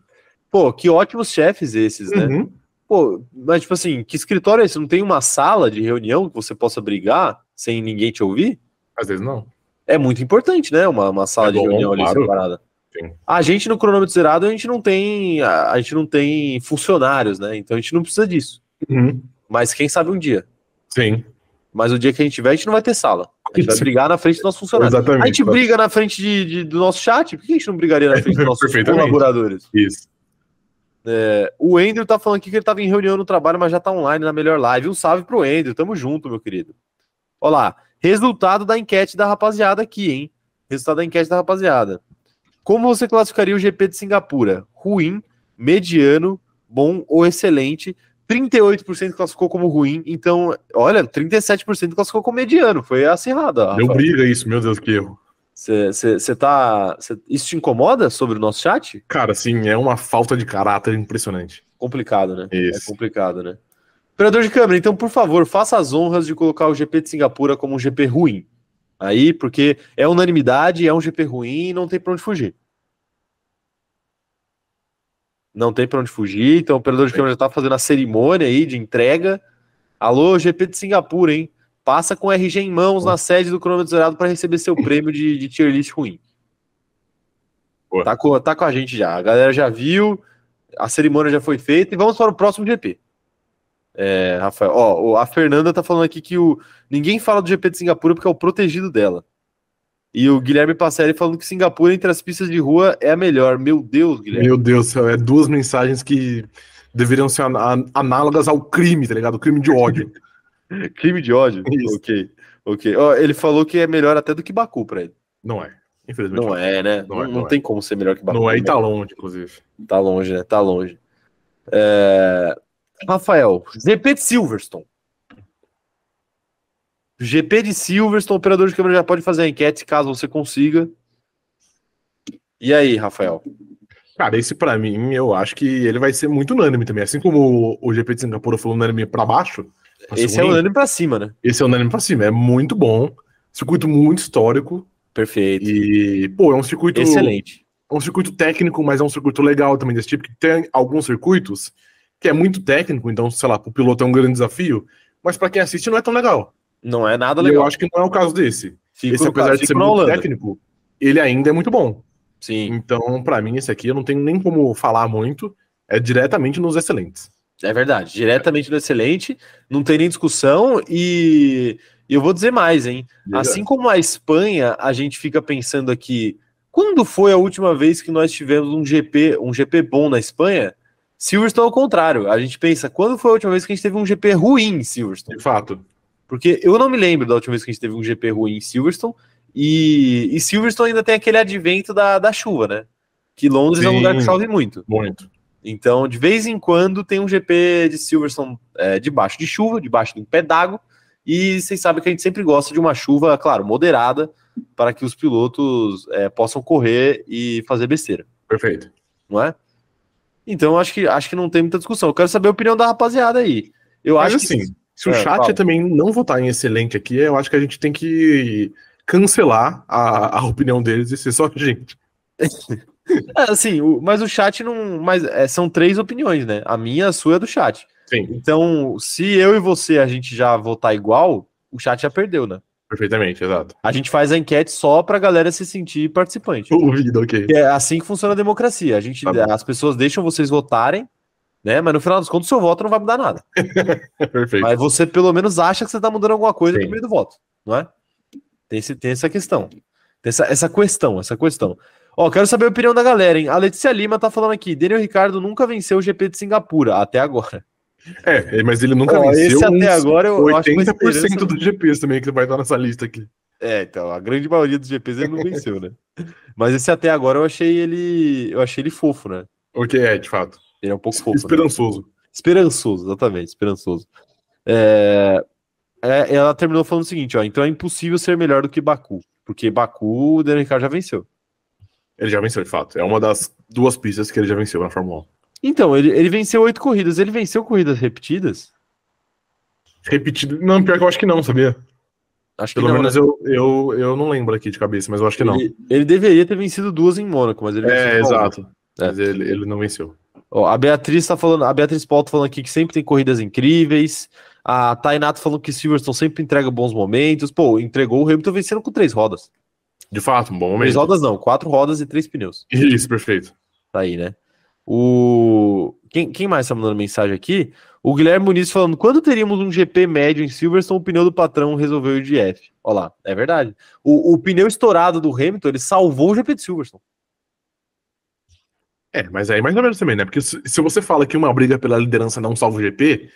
Speaker 1: Pô, que ótimos chefes esses, né?
Speaker 2: Uhum.
Speaker 1: Pô, mas tipo assim, que escritório é esse? Não tem uma sala de reunião que você possa brigar sem ninguém te ouvir?
Speaker 2: Às vezes não.
Speaker 1: É muito importante, né? Uma, uma sala
Speaker 2: É
Speaker 1: de
Speaker 2: bom,
Speaker 1: reunião ali
Speaker 2: claro.
Speaker 1: separada.
Speaker 2: Sim.
Speaker 1: A gente no cronômetro zerado, a gente não tem. A, a gente não tem funcionários, né? Então a gente não precisa disso. Mas quem sabe um dia.
Speaker 2: Sim.
Speaker 1: Mas o dia que a gente tiver, a gente não vai ter sala. A gente vai
Speaker 2: Sim.
Speaker 1: brigar na frente dos nossos funcionários.
Speaker 2: Exatamente.
Speaker 1: né? A gente briga na frente de, de- do nosso chat? Por que a gente não brigaria na
Speaker 2: <laughs>
Speaker 1: frente dos nossos
Speaker 2: Perfeitamente.
Speaker 1: colaboradores?
Speaker 2: Isso.
Speaker 1: O Andrew tá falando aqui que ele tava em reunião no trabalho, mas já tá online na melhor live. Um salve pro Andrew, tamo junto, meu querido. Ó lá, resultado da enquete da rapaziada aqui, hein? Resultado da enquete da rapaziada. Como você classificaria o GP de Singapura? Ruim, mediano, bom ou excelente? 38% classificou como ruim, então, olha, 37% classificou como mediano. Foi acirrado. ó,
Speaker 2: Deu
Speaker 1: Rafael.
Speaker 2: briga é isso, meu Deus, que erro.
Speaker 1: Cê- cê- cê tá. cê- isso te incomoda sobre o nosso chat?
Speaker 2: Cara, assim, é uma falta de caráter impressionante.
Speaker 1: Complicado, né? É
Speaker 2: Isso.
Speaker 1: complicado, né? Operador de câmera, então, por favor, faça as honras de colocar o GP de Singapura como um GP ruim. Aí, porque é unanimidade, é um GP ruim e não tem pra onde fugir. Não tem pra onde fugir, então o operador de
Speaker 2: Sim.
Speaker 1: câmera já tá fazendo a cerimônia aí de entrega. Alô, GP de Singapura, hein? Passa com RG em mãos na sede do cronômetro zerado para receber
Speaker 2: <laughs>
Speaker 1: seu prêmio de, de tier list ruim.
Speaker 2: Boa.
Speaker 1: Tá com, tá com a gente já. A galera já viu, a cerimônia já foi feita e vamos para o próximo GP. É, Rafael, ó, o- a Fernanda tá falando aqui que o, ninguém fala do GP de Singapura porque é o protegido dela. E o Guilherme Passelli falando que Singapura entre as pistas de rua é a melhor. Meu Deus, Guilherme.
Speaker 2: Meu Deus do céu, é duas mensagens que deveriam ser an- an- análogas ao crime, tá ligado? Crime de ódio.
Speaker 1: Crime de ódio.
Speaker 2: Isso.
Speaker 1: Ok, ok. Ó, ele falou que é melhor até do que Baku pra ele.
Speaker 2: <laughs> Não é. Infelizmente.
Speaker 1: Não é, né? Não,
Speaker 2: Não é,
Speaker 1: não
Speaker 2: não é.
Speaker 1: tem como ser melhor que Baku.
Speaker 2: Não é e
Speaker 1: né?
Speaker 2: tá longe, inclusive.
Speaker 1: Tá longe, né? Tá longe. É, Rafael, GP de Silverstone. GP de Silverstone, operador de câmera já pode fazer a enquete caso você consiga. E aí, Rafael?
Speaker 2: Cara, esse pra mim, eu acho que ele vai ser muito unânime também. Assim como o, o GP de Singapura foi unânime pra baixo, pra ser
Speaker 1: Esse é o
Speaker 2: ruim,
Speaker 1: unânime pra cima, né?
Speaker 2: esse é unânime pra cima. É muito bom, circuito muito histórico
Speaker 1: Perfeito.
Speaker 2: e, pô, é um circuito
Speaker 1: Excelente.
Speaker 2: é um circuito técnico, mas é um circuito legal também desse tipo, que tem alguns circuitos que é muito técnico, então, sei lá, pro piloto é um grande desafio, mas pra quem assiste não é tão legal.
Speaker 1: Não é nada
Speaker 2: E eu
Speaker 1: legal.
Speaker 2: acho que não é o caso desse.
Speaker 1: Fico,
Speaker 2: esse, é
Speaker 1: no-
Speaker 2: apesar de
Speaker 1: fico
Speaker 2: ser
Speaker 1: na
Speaker 2: muito
Speaker 1: Holanda.
Speaker 2: técnico, ele ainda é muito bom.
Speaker 1: Sim,
Speaker 2: Então, pra mim, esse aqui eu não tenho nem como falar muito, é diretamente nos excelentes.
Speaker 1: é verdade. Diretamente no excelente, não tem nem discussão e e eu vou dizer mais, hein? Assim como a Espanha, a gente fica pensando aqui, quando foi a última vez que nós tivemos um GP, um GP bom na Espanha? Silverstone ao contrário. A gente pensa, quando foi a última vez que a gente teve um GP ruim em Silverstone?
Speaker 2: De fato.
Speaker 1: Porque eu não me lembro da última vez que a gente teve um GP ruim em Silverstone. E, e Silverstone ainda tem aquele advento da, da chuva, né? Que Londres é um
Speaker 2: Sim.
Speaker 1: lugar que chove muito.
Speaker 2: Muito.
Speaker 1: Então, de vez em quando, tem um GP de Silverstone é, debaixo de chuva, debaixo de um pé d'água. E vocês sabem que a gente sempre gosta de uma chuva, claro, moderada, para que os pilotos é, possam correr e fazer besteira,
Speaker 2: Perfeito.
Speaker 1: não é? Então, acho que, acho que não tem muita discussão. Eu quero saber a opinião da rapaziada aí. Eu
Speaker 2: Mas
Speaker 1: acho que-
Speaker 2: assim, se o
Speaker 1: É,
Speaker 2: chat
Speaker 1: fala.
Speaker 2: também não votar em excelente aqui, eu acho que a gente tem que cancelar a, a opinião deles e ser só a gente.
Speaker 1: É, assim, o- mas o chat não. Mas é, são três opiniões, né? A minha, a sua e a do chat.
Speaker 2: Sim,
Speaker 1: Então, se eu e você a gente já votar igual, o chat já perdeu, né?
Speaker 2: perfeitamente, exato. <laughs>
Speaker 1: A gente faz a enquete só pra galera se sentir participante.
Speaker 2: Ouvido, ok.
Speaker 1: Porque É assim que funciona a democracia. A gente,
Speaker 2: Tá bom.
Speaker 1: as pessoas deixam vocês votarem, né? Mas no final dos contos, o seu voto não vai mudar nada.
Speaker 2: Perfeito.
Speaker 1: Mas você pelo menos acha que você tá mudando alguma coisa
Speaker 2: Sim.
Speaker 1: no meio do voto, não é? Tem, esse, tem essa questão. Tem essa, essa questão, essa questão. Ó, quero saber a opinião da galera, hein? A Letícia Lima tá falando aqui, Daniel Ricardo nunca venceu o GP de Singapura, até agora.
Speaker 2: É, mas ele nunca
Speaker 1: Ó,
Speaker 2: venceu um
Speaker 1: esse até
Speaker 2: uns
Speaker 1: agora eu, eu acho uma
Speaker 2: 80%
Speaker 1: esperança-
Speaker 2: dos GPs também que vai estar nessa lista aqui.
Speaker 1: É, então, a grande maioria dos GPs ele não venceu, né? Mas esse até agora eu achei ele. Eu achei ele fofo, né?
Speaker 2: Ok, é, de fato.
Speaker 1: Ele é um pouco fofo. né?
Speaker 2: Esperançoso.
Speaker 1: Esperançoso, exatamente, esperançoso. É, é, ela terminou falando o seguinte, ó. Então é impossível ser melhor do que Baku. Porque Baku, o Daniel Ricciardo já venceu.
Speaker 2: Ele já venceu, de fato. É uma das duas pistas que ele já venceu na Fórmula um.
Speaker 1: Então, ele, ele venceu oito corridas. Ele venceu corridas repetidas?
Speaker 2: 1. Repetido. Não, pior que eu acho que não, sabia?
Speaker 1: Acho que
Speaker 2: Pelo
Speaker 1: não,
Speaker 2: menos
Speaker 1: né?
Speaker 2: eu, eu, eu não lembro aqui de cabeça, mas eu acho que não.
Speaker 1: Ele, ele deveria ter vencido duas em Mônaco, mas ele
Speaker 2: É,
Speaker 1: só uma.
Speaker 2: exato.
Speaker 1: É.
Speaker 2: Mas ele, ele não venceu.
Speaker 1: Ó, a Beatriz tá falando, a Beatriz Paulo tá falando aqui que sempre tem corridas incríveis. A Tainato falando que Silverstone sempre entrega bons momentos. Pô, entregou o Hamilton vencendo com três rodas.
Speaker 2: De fato, um bom
Speaker 1: Três
Speaker 2: momento.
Speaker 1: rodas não, quatro rodas e três pneus.
Speaker 2: Isso, perfeito.
Speaker 1: Tá aí, né? O. Quem, quem mais tá mandando mensagem aqui? O Guilherme Muniz falando: quando teríamos um GP médio em Silverstone, o pneu do patrão resolveu ir de F. Olha lá, é verdade. O, o pneu estourado do Hamilton, ele salvou o GP de Silverstone.
Speaker 2: É, mas aí mais ou menos também, né? Porque se, se você fala que uma briga pela liderança não salva o GP,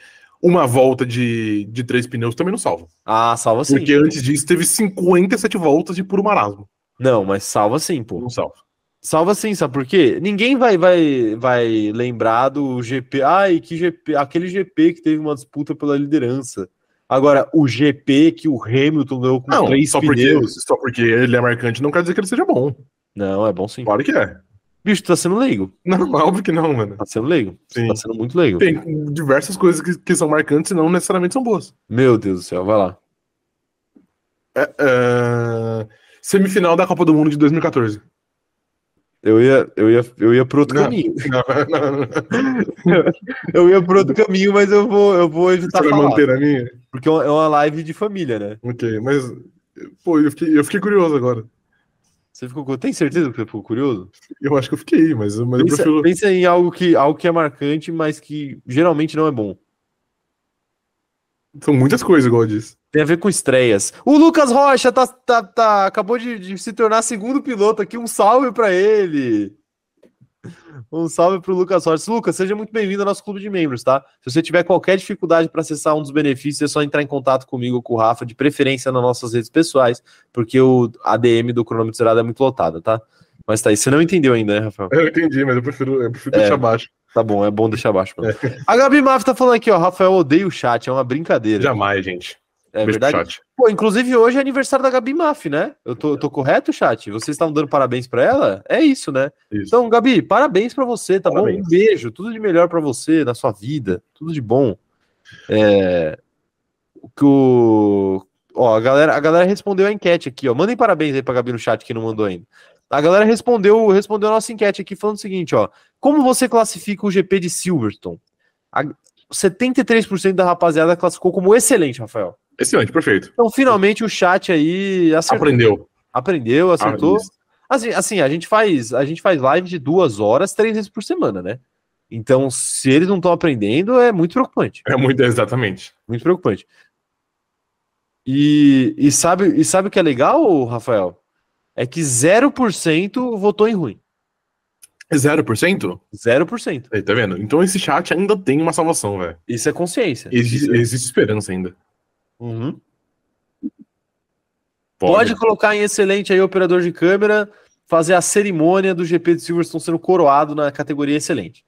Speaker 2: uma volta de, de três pneus também não salva.
Speaker 1: Ah, salva sim.
Speaker 2: Porque antes disso teve 57 voltas de puro marasmo.
Speaker 1: Não, mas salva sim, pô.
Speaker 2: Não salva.
Speaker 1: Salva sim, sabe por quê? Ninguém vai, vai, vai lembrar do GP. Ai, que GP. Aquele GP que teve uma disputa pela liderança. Agora, o GP que o Hamilton ganhou com
Speaker 2: Não,
Speaker 1: três
Speaker 2: só porque,
Speaker 1: pneus.
Speaker 2: só porque ele é marcante não quer dizer que ele seja bom.
Speaker 1: Não, é bom sim.
Speaker 2: Claro que é.
Speaker 1: Bicho, tá sendo leigo.
Speaker 2: Não, óbvio que não, mano.
Speaker 1: Tá sendo leigo.
Speaker 2: Sim.
Speaker 1: Tá sendo muito leigo.
Speaker 2: Tem diversas coisas que, que são marcantes e não necessariamente são boas.
Speaker 1: Meu Deus do céu, vai lá.
Speaker 2: É, é, Semifinal da Copa do Mundo de
Speaker 1: <laughs>
Speaker 2: 2014.
Speaker 1: Eu ia, eu ia, eu ia pro outro
Speaker 2: Não.
Speaker 1: caminho. <laughs>
Speaker 2: Não, não, não.
Speaker 1: Eu ia pro outro caminho, mas eu vou, eu vou evitar
Speaker 2: Você vai
Speaker 1: falar.
Speaker 2: manter a minha?
Speaker 1: Porque é uma live de família, né?
Speaker 2: Ok, mas. Pô, eu fiquei, eu fiquei curioso agora.
Speaker 1: Você ficou. cu- Tem certeza que você ficou curioso?
Speaker 2: Eu acho que eu fiquei, mas, mas eu
Speaker 1: Pensa,
Speaker 2: prefiro.
Speaker 1: pensa em algo que, algo que é marcante, mas que geralmente não é bom.
Speaker 2: São muitas coisas, igual eu disse. <laughs>
Speaker 1: Tem a ver com estreias. O Lucas Rocha tá, tá, tá- acabou de, de se tornar segundo piloto aqui. Um salve pra ele. Um salve pro Lucas Rocha. Lucas, seja muito bem-vindo ao nosso clube de membros, tá? Se você tiver qualquer dificuldade para acessar um dos benefícios, é só entrar em contato comigo ou com o Rafa, de preferência nas nossas redes pessoais, porque o ADM do cronômetro zerado é muito lotada, tá? Mas tá aí. Você não entendeu ainda, né, Rafael?
Speaker 2: Eu entendi, mas eu prefiro, eu prefiro
Speaker 1: É.
Speaker 2: deixar baixo.
Speaker 1: Tá bom, é bom deixar abaixo. mano. A Gabi Maf tá falando aqui, ó. Rafael odeia o chat, é uma brincadeira.
Speaker 2: Jamais, gente.
Speaker 1: é
Speaker 2: Beijo pro
Speaker 1: verdade.
Speaker 2: chat.
Speaker 1: Pô, inclusive hoje é aniversário da Gabi Maf, né? Eu tô, tô correto, chat? Vocês estavam dando parabéns pra ela? É isso, né?
Speaker 2: Isso.
Speaker 1: Então, Gabi, parabéns pra você, tá bom?
Speaker 2: Parabéns.
Speaker 1: Um beijo, tudo de melhor pra você na sua vida, tudo de bom. É. o que O. Ó, a galera, a galera respondeu a enquete aqui, ó. Mandem parabéns aí pra Gabi no chat que não mandou ainda. A galera respondeu, respondeu a nossa enquete aqui falando o seguinte, ó. Como você classifica o GP de Silverstone? A- 73% da rapaziada classificou como excelente, Rafael.
Speaker 2: Excelente, perfeito.
Speaker 1: Então, finalmente, o chat aí acertou.
Speaker 2: Aprendeu.
Speaker 1: Aprendeu, acertou.
Speaker 2: Ah, isso.
Speaker 1: Assim, assim, a gente faz a gente faz live de duas horas, três vezes por semana, né? Então, se eles não estão aprendendo, é muito preocupante.
Speaker 2: É muito, exatamente.
Speaker 1: Muito preocupante. E, e, sabe, e sabe o que é legal, Rafael? É que 0% votou em ruim.
Speaker 2: 0%?
Speaker 1: 0%.
Speaker 2: Aí, tá vendo? Então esse chat ainda tem uma salvação, velho.
Speaker 1: Isso é consciência.
Speaker 2: Existe, existe esperança ainda.
Speaker 1: Uhum. Pode colocar em excelente aí, operador de câmera, fazer a cerimônia do GP de Silverstone sendo coroado na categoria excelente.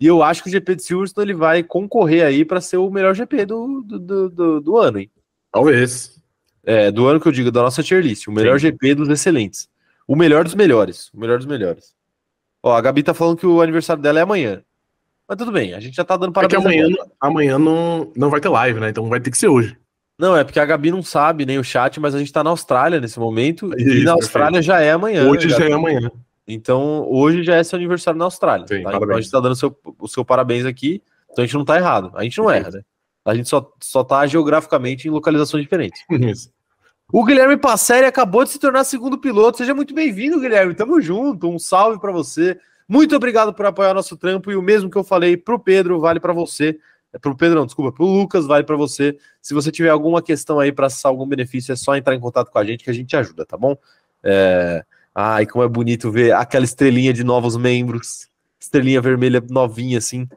Speaker 1: E eu acho que o GP de Silverstone ele vai concorrer aí para ser o melhor GP do, do, do, do- do ano, hein?
Speaker 2: Talvez.
Speaker 1: É, do ano que eu digo, da nossa tier list. O melhor GP dos excelentes. O melhor dos melhores. O melhor dos melhores. Ó, a Gabi tá falando que o aniversário dela é amanhã. Mas tudo bem, a gente já tá dando
Speaker 2: Porque
Speaker 1: parabéns
Speaker 2: É amanhã,
Speaker 1: agora.
Speaker 2: amanhã não, não vai ter live, né? Então vai ter que ser hoje.
Speaker 1: Não, é porque a Gabi não sabe, nem o chat, mas a gente tá na Austrália nesse momento. e
Speaker 2: Isso,
Speaker 1: na Austrália já é amanhã.
Speaker 2: hoje
Speaker 1: né,
Speaker 2: já
Speaker 1: Gabi?
Speaker 2: é amanhã. <laughs>
Speaker 1: Então, hoje já é seu aniversário na Austrália.
Speaker 2: Sim,
Speaker 1: tá? Então,
Speaker 2: parabéns.
Speaker 1: a gente está dando seu, o seu parabéns aqui. Então, a gente não está errado. A gente não erra, né? A gente só, só tá geograficamente em localizações diferentes.
Speaker 2: Isso.
Speaker 1: O Guilherme Passeri acabou de se tornar segundo piloto. Seja muito bem-vindo, Guilherme. Tamo junto. Um salve para você. Muito obrigado por apoiar nosso trampo. E o mesmo que eu falei pro Pedro, vale para você. É, Pro Pedro, não, desculpa, pro Lucas, vale para você. Se você tiver alguma questão aí para acessar algum benefício, é só entrar em contato com a gente que a gente te ajuda, tá bom? É... Ai, como é bonito ver aquela estrelinha de novos membros. Estrelinha vermelha novinha, assim.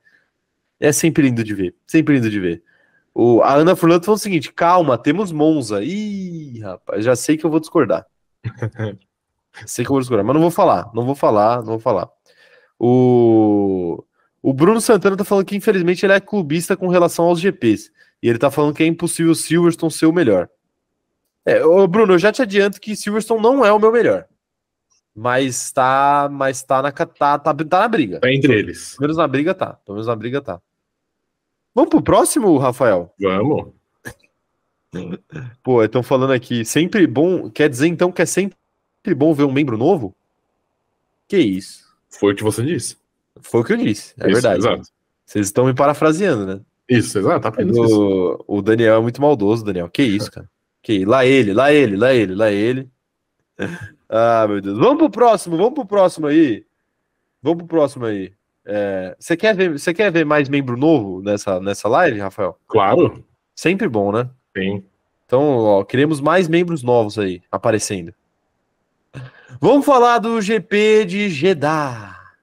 Speaker 1: É sempre lindo de ver. Sempre lindo de ver. O, a Ana Furlan falou o seguinte: calma, temos Monza. Ih, rapaz, já sei que eu vou discordar. sei que eu vou discordar, mas não vou falar, não vou falar, não vou falar. O, o Bruno Santana tá falando que infelizmente ele é clubista com relação aos GPs. E ele tá falando que é impossível Silverstone ser o melhor. É, ô, Bruno, eu já te adianto que Silverstone não é o meu melhor. Mas tá, mas tá na, ca- tá, tá, tá na briga.
Speaker 2: Tá entre eles.
Speaker 1: Pelo menos na briga tá. Pelo menos na briga tá. Vamos pro próximo, Rafael?
Speaker 2: Vamos.
Speaker 1: Pô, estão falando aqui, sempre bom. Quer dizer então que é sempre bom ver um membro novo? Que isso?
Speaker 2: Foi o que você disse.
Speaker 1: Foi o que eu disse. É
Speaker 2: Isso,
Speaker 1: verdade.
Speaker 2: Exato.
Speaker 1: Vocês estão me parafraseando, né?
Speaker 2: Isso, exato. Tá apenas isso.
Speaker 1: O, o Daniel é muito maldoso, Daniel. Que isso, cara. Que, lá ele, lá ele, lá ele, lá ele. <laughs> Ah, meu Deus. Vamos pro próximo, vamos pro próximo aí. Vamos pro próximo aí. É, Você quer, ver- você quer ver mais membro novo nessa, nessa live, Rafael?
Speaker 2: Claro.
Speaker 1: Sempre bom, né?
Speaker 2: Tem.
Speaker 1: Então, ó, queremos mais membros novos aí aparecendo. Vamos falar do GP de Jeddah,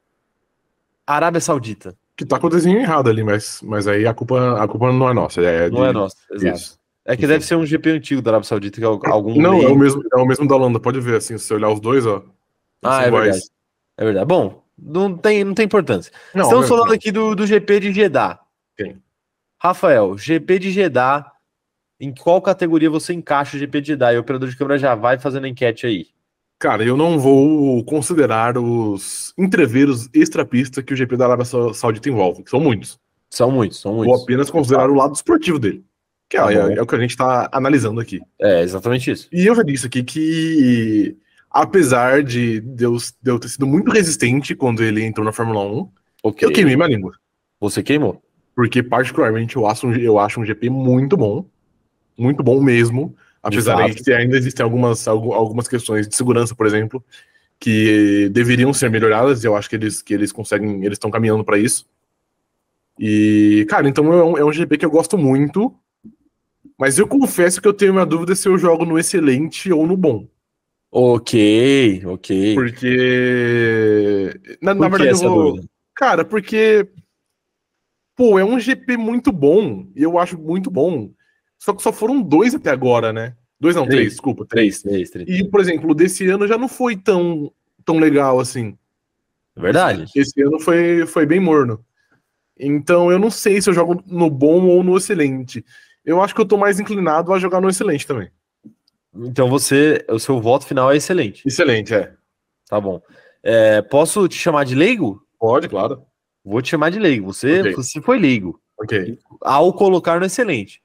Speaker 1: Arábia Saudita.
Speaker 2: Que tá com o desenho errado ali, mas, mas aí a culpa, a culpa não é nossa. É
Speaker 1: Não
Speaker 2: de-
Speaker 1: é nosso, exato.
Speaker 2: Isso.
Speaker 1: É que deve ser um GP antigo da Arábia Saudita, que al- algum
Speaker 2: Não,
Speaker 1: lei-
Speaker 2: é o, mesmo, é o mesmo da Holanda. Pode ver, assim, se você olhar os dois, ó. eles
Speaker 1: Ah,
Speaker 2: são
Speaker 1: é verdade. É verdade. Bom, não tem, não tem importância.
Speaker 2: Não, é
Speaker 1: Estamos
Speaker 2: mesmo.
Speaker 1: falando aqui do, do GP de Jeddah.
Speaker 2: Sim.
Speaker 1: Rafael, GP de Jeddah, em qual categoria você encaixa o GP de Jeddah? E o operador de câmera já vai fazendo a enquete aí.
Speaker 2: Cara, eu não vou considerar os entreveros extrapistas que o GP da Arábia Sa- Saudita envolve, que são muitos.
Speaker 1: São muitos, são
Speaker 2: Vou
Speaker 1: muitos.
Speaker 2: apenas considerar o lado esportivo dele, que é,
Speaker 1: Tá bom.
Speaker 2: é- é o que a gente tá analisando aqui.
Speaker 1: É, exatamente isso.
Speaker 2: E eu já disse aqui que, apesar de Deus, de eu ter sido muito resistente quando ele entrou na Fórmula 1,
Speaker 1: Ok.
Speaker 2: eu queimei minha língua.
Speaker 1: Você queimou?
Speaker 2: Porque, particularmente, eu acho, um, eu acho um GP muito bom. Muito bom mesmo. Apesar
Speaker 1: fato.
Speaker 2: de que ainda existem algumas, algu- algumas questões de segurança, por exemplo, que deveriam ser melhoradas, e eu acho que eles, que eles conseguem, eles estão caminhando para isso. E, cara, então é um, é um GP que eu gosto muito. Mas eu confesso que eu tenho minha dúvida se eu jogo no excelente ou no bom.
Speaker 1: Ok, ok.
Speaker 2: Porque. Na, na
Speaker 1: Por que
Speaker 2: verdade, eu
Speaker 1: essa
Speaker 2: vou.
Speaker 1: dúvida?
Speaker 2: Cara, porque. Pô, é um GP muito bom. E eu acho muito bom. Só que só foram dois até agora, né? Dois não, três,
Speaker 1: Três.
Speaker 2: desculpa, três.
Speaker 1: Três, três, três.
Speaker 2: E, por exemplo, desse ano já não foi tão, tão legal assim.
Speaker 1: É Verdade.
Speaker 2: Esse ano foi, foi bem morno. Então eu não sei se eu jogo no bom ou no excelente. Eu acho que eu tô mais inclinado a jogar no excelente também.
Speaker 1: Então você, o seu voto final é excelente.
Speaker 2: Excelente, é.
Speaker 1: Tá bom. É, posso te chamar de leigo?
Speaker 2: Pode, claro.
Speaker 1: Vou te chamar de leigo. Você,
Speaker 2: Ok.
Speaker 1: você foi leigo.
Speaker 2: Ok.
Speaker 1: Ao colocar no excelente.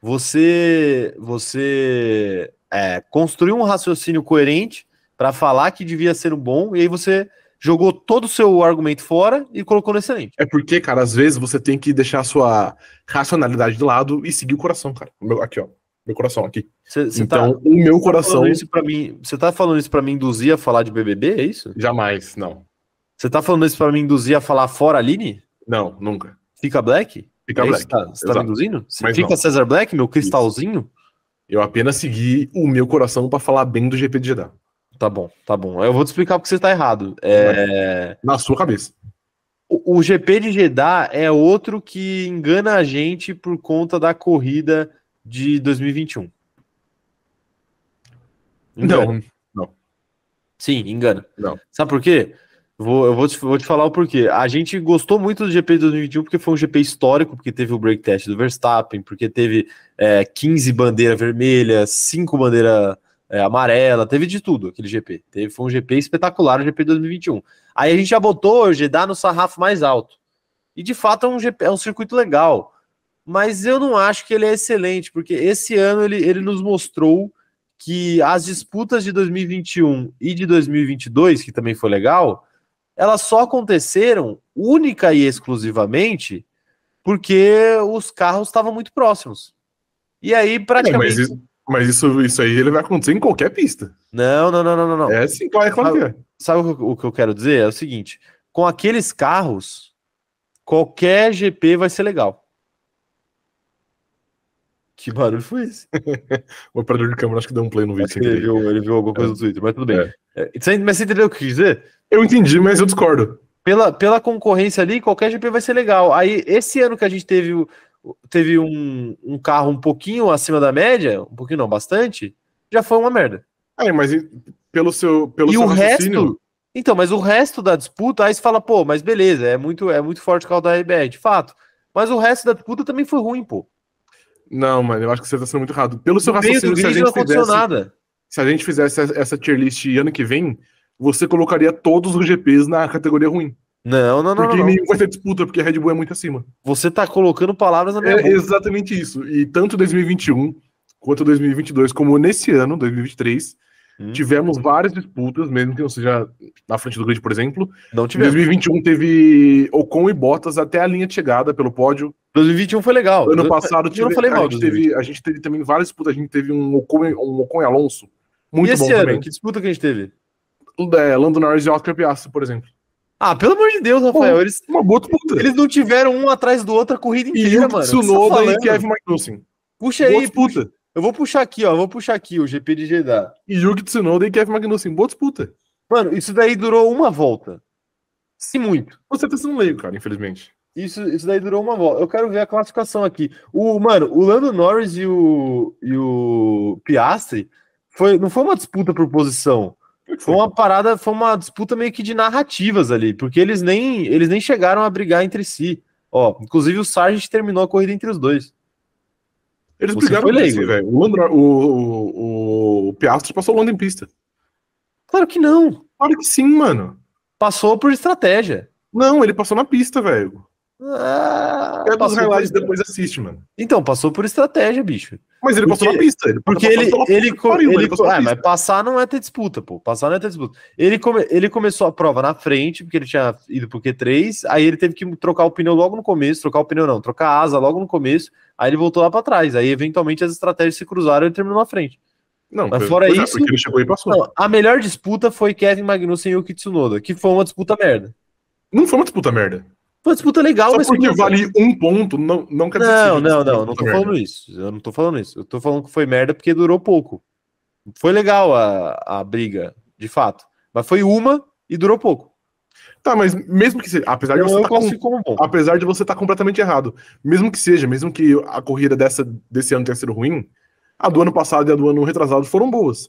Speaker 1: Você, você é, construiu um raciocínio coerente para falar que devia ser um bom, e aí você jogou todo o seu argumento fora e colocou no excelente.
Speaker 2: É porque, cara, às vezes você tem que deixar a sua racionalidade de lado e seguir o coração, cara. O meu- aqui, ó. Meu coração aqui.
Speaker 1: Você, você tá
Speaker 2: então, o meu coração.
Speaker 1: falando isso para mim. Você tá falando isso para me induzir a falar de BBB, é isso?
Speaker 2: Jamais, não.
Speaker 1: Você tá falando isso pra me induzir a falar fora Aline?
Speaker 2: Não, nunca.
Speaker 1: Fica Black?
Speaker 2: Fica
Speaker 1: É isso
Speaker 2: black.
Speaker 1: que tá- Você tá,
Speaker 2: Exato.
Speaker 1: me induzindo? Você
Speaker 2: Mas
Speaker 1: fica
Speaker 2: não.
Speaker 1: Cesar Black, meu cristalzinho?
Speaker 2: Eu apenas segui o meu coração pra falar bem do GP de Jeddah.
Speaker 1: Tá bom, tá bom. Eu vou te explicar porque você tá errado. É,
Speaker 2: Na sua cabeça.
Speaker 1: O, o GP de Jeddah é outro que engana a gente por conta da corrida de 2021. Engana.
Speaker 2: Não.
Speaker 1: Sim, engana.
Speaker 2: Não.
Speaker 1: Sabe por quê? Vou, eu vou te, vou te falar o porquê. A gente gostou muito do GP de 2021 porque foi um GP histórico, porque teve o break test do Verstappen, porque teve é, 15 bandeira vermelha, 5 bandeira é, amarela, teve de tudo aquele GP. Teve, foi um GP espetacular, o GP de 2021. Aí a gente já botou o Jeddah no sarrafo mais alto. E de fato é um, GP, é um circuito legal. Mas eu não acho que ele é excelente, porque esse ano ele, ele nos mostrou que as disputas de 2021 e de 2022, que também foi legal, elas só aconteceram única e exclusivamente porque os carros estavam muito próximos. E aí
Speaker 2: É, mas
Speaker 1: praticamente.
Speaker 2: isso, mas isso, isso aí ele vai acontecer em qualquer pista.
Speaker 1: Não, não, não, não, não. não.
Speaker 2: É sim, claro, é claro que é.
Speaker 1: Sabe o que eu- o que eu quero dizer? É o seguinte: com aqueles carros, qualquer GP vai ser legal. Que barulho foi esse?
Speaker 2: O operador de câmera acho que deu um play no vídeo.
Speaker 1: Acho
Speaker 2: sem
Speaker 1: que ele,
Speaker 2: querer.
Speaker 1: viu, ele viu alguma coisa no Twitter, mas tudo bem.
Speaker 2: É.
Speaker 1: É, você- mas você entendeu o que eu quis dizer?
Speaker 2: Eu entendi, mas eu discordo.
Speaker 1: Pela, pela concorrência ali, qualquer GP vai ser legal. Aí, esse ano que a gente teve, o- teve um, um carro um pouquinho acima da média, um pouquinho não, bastante, já foi uma merda.
Speaker 2: É, mas e- pelo seu, pelo
Speaker 1: e
Speaker 2: seu
Speaker 1: o
Speaker 2: raciocínio-
Speaker 1: resto. Então, mas o resto da disputa, aí você fala, pô, mas beleza, é muito, é muito forte o carro da RBR, de fato. Mas o resto da disputa também foi ruim, pô.
Speaker 2: Não, mano, eu acho que você tá sendo muito errado. Pelo seu
Speaker 1: No meio do
Speaker 2: raciocínio, se a,
Speaker 1: grid não
Speaker 2: gente
Speaker 1: aconteceu
Speaker 2: fizesse,
Speaker 1: nada.
Speaker 2: se a gente fizesse essa- essa tier list ano que vem, você colocaria todos os GPs na categoria ruim.
Speaker 1: Não, não, não.
Speaker 2: porque
Speaker 1: não, não.
Speaker 2: nenhum vai ter disputa, porque a Red Bull é muito acima.
Speaker 1: Você tá colocando palavras na minha
Speaker 2: É
Speaker 1: boca.
Speaker 2: exatamente isso. E tanto 2021 quanto 2022, como nesse ano, 2023,
Speaker 1: Hum.
Speaker 2: tivemos várias disputas, mesmo que não seja na frente do grid, por exemplo.
Speaker 1: Não
Speaker 2: Em
Speaker 1: tivemos.
Speaker 2: 2021 teve Ocon e Bottas até a linha de chegada pelo pódio.
Speaker 1: 2021 foi legal.
Speaker 2: ano passado
Speaker 1: eu não
Speaker 2: tive- ah,
Speaker 1: falei mal
Speaker 2: a,
Speaker 1: de
Speaker 2: gente teve, a gente teve também várias disputas. A gente teve um Ocon, e- um Ocon e Alonso.
Speaker 1: E
Speaker 2: Muito
Speaker 1: esse
Speaker 2: bom
Speaker 1: ano?
Speaker 2: também.
Speaker 1: Que disputa que a gente teve?
Speaker 2: É, Lando Norris e Oscar Piastri, por exemplo.
Speaker 1: Ah, pelo amor de Deus, Rafael. Eles,
Speaker 2: Uma boa disputa.
Speaker 1: eles não tiveram um atrás do outro a corrida
Speaker 2: E
Speaker 1: inteira,
Speaker 2: o
Speaker 1: mano.
Speaker 2: Tsunoda né?
Speaker 1: Você
Speaker 2: e
Speaker 1: tá falando?
Speaker 2: Kevin Magnussen.
Speaker 1: Puxa
Speaker 2: Boa
Speaker 1: aí.
Speaker 2: disputa.
Speaker 1: Eu vou puxar aqui, ó. eu Vou puxar aqui o GP de Jeddah.
Speaker 2: E Yuki Tsunoda e Kevin Magnussen. assim, Boa disputa.
Speaker 1: Mano, isso daí durou uma volta. Se muito.
Speaker 2: Você tá sendo leigo, cara, infelizmente.
Speaker 1: Isso, isso daí durou uma volta. Eu quero ver a classificação aqui. O, mano, o Lando Norris e o, e o Piastri foi, não foi uma disputa por posição. Foi uma parada, foi uma disputa meio que de narrativas ali, porque eles nem, eles nem chegaram a brigar entre si. Ó, inclusive o Sargent terminou a corrida entre os dois.
Speaker 2: Eles
Speaker 1: Você
Speaker 2: brigaram
Speaker 1: foi
Speaker 2: por
Speaker 1: leigo.
Speaker 2: isso, velho. O, Landro- o, o, o Piastri passou o Lando em pista.
Speaker 1: Claro que não.
Speaker 2: Claro que sim, mano.
Speaker 1: Passou por estratégia.
Speaker 2: Não, ele passou na pista, velho.
Speaker 1: Ah,
Speaker 2: É dos
Speaker 1: passou
Speaker 2: highlights,
Speaker 1: por-
Speaker 2: depois assiste, mano.
Speaker 1: Então, passou por estratégia, bicho.
Speaker 2: Mas ele passou
Speaker 1: Porque-
Speaker 2: na pista. Ele
Speaker 1: Porque
Speaker 2: passou
Speaker 1: ele,
Speaker 2: Tá pela-
Speaker 1: ele,
Speaker 2: que
Speaker 1: co-
Speaker 2: pariu,
Speaker 1: ele
Speaker 2: ele passou
Speaker 1: co-
Speaker 2: na
Speaker 1: ah, mas
Speaker 2: pista.
Speaker 1: passar não é ter disputa, pô. Passar não é ter disputa. Ele, come- ele começou a prova na frente, porque ele tinha ido pro Q3, aí ele teve que trocar o pneu logo no começo, trocar o pneu não, trocar a asa logo no começo, aí ele voltou lá pra trás. Aí, eventualmente, as estratégias se cruzaram e ele terminou na frente.
Speaker 2: Não,
Speaker 1: mas
Speaker 2: foi-
Speaker 1: fora
Speaker 2: pois é,
Speaker 1: isso-
Speaker 2: porque ele chegou e passou. Não,
Speaker 1: Não, a melhor disputa foi Kevin Magnussen e Yuki Tsunoda, que foi uma disputa merda.
Speaker 2: foi uma disputa merda.
Speaker 1: Foi uma disputa legal,
Speaker 2: Só
Speaker 1: Ah, mas...
Speaker 2: porque
Speaker 1: foi-
Speaker 2: vale um ponto, não, não quer dizer que
Speaker 1: Não,
Speaker 2: seja
Speaker 1: não,
Speaker 2: uma
Speaker 1: não, não
Speaker 2: disputa
Speaker 1: tô
Speaker 2: merda.
Speaker 1: falando isso. Eu não tô falando isso. Eu tô falando que foi merda porque durou pouco. Foi legal a, a briga, de fato. Mas foi uma e durou pouco.
Speaker 2: Tá, mas mesmo que seja. Apesar de
Speaker 1: Então
Speaker 2: você
Speaker 1: eu
Speaker 2: tá com-
Speaker 1: classifico como bom.
Speaker 2: apesar de você estar completamente errado. Mesmo que seja, mesmo que a corrida dessa, desse ano tenha sido ruim, a do ano passado e a do ano retrasado foram boas.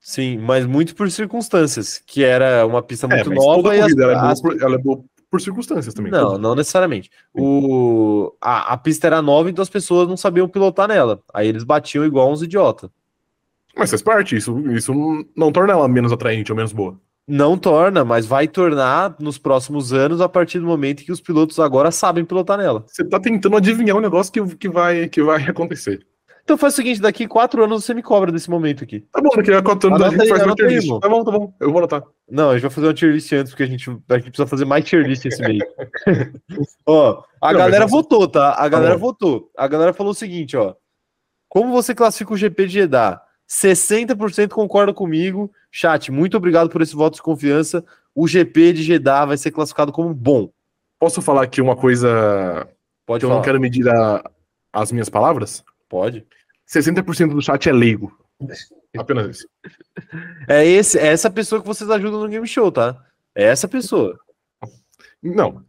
Speaker 1: Sim, mas muito por circunstâncias, que era uma pista
Speaker 2: É,
Speaker 1: muito
Speaker 2: mas
Speaker 1: nova
Speaker 2: toda
Speaker 1: e as,
Speaker 2: corrida ela é, boa
Speaker 1: as-
Speaker 2: por, ela é boa por circunstâncias também.
Speaker 1: Não,
Speaker 2: Toda.
Speaker 1: não necessariamente. O, a, a pista era nova, então as pessoas não sabiam pilotar nela. Aí eles batiam igual uns idiota.
Speaker 2: Mas faz parte, isso, isso não torna ela menos atraente ou menos boa.
Speaker 1: Não torna, mas vai tornar nos próximos anos a partir do momento que os pilotos agora sabem pilotar nela.
Speaker 2: Você tá tentando adivinhar um negócio que, que, vai, que vai acontecer.
Speaker 1: Então faz o seguinte, daqui quatro anos você me cobra desse momento aqui.
Speaker 2: Tá bom, daqui a quatro anos a
Speaker 1: Anota
Speaker 2: gente
Speaker 1: aí,
Speaker 2: faz uma
Speaker 1: anota
Speaker 2: tier
Speaker 1: aí,
Speaker 2: list.
Speaker 1: irmão.
Speaker 2: Tá bom, tá bom. Eu vou anotar.
Speaker 1: Não, a gente vai fazer uma tier list antes, porque a gente, a gente precisa fazer mais tier list esse
Speaker 2: <laughs>
Speaker 1: mês. ó, a
Speaker 2: Não,
Speaker 1: galera
Speaker 2: mas- é assim.
Speaker 1: votou, tá? A galera
Speaker 2: bom.
Speaker 1: votou. A galera falou o seguinte, ó. Como você classifica o GP de Jeddah? 60% concorda comigo. Chat, muito obrigado por esse voto de confiança. O GP de Jeddah vai ser classificado como bom.
Speaker 2: Posso falar aqui uma coisa
Speaker 1: Pode
Speaker 2: que eu
Speaker 1: falar.
Speaker 2: não quero medir a- as minhas palavras?
Speaker 1: Pode.
Speaker 2: 60% do chat
Speaker 1: <laughs>
Speaker 2: é leigo. Apenas isso.
Speaker 1: É, esse, é essa pessoa que vocês ajudam no game show, tá? É essa pessoa.
Speaker 2: Não.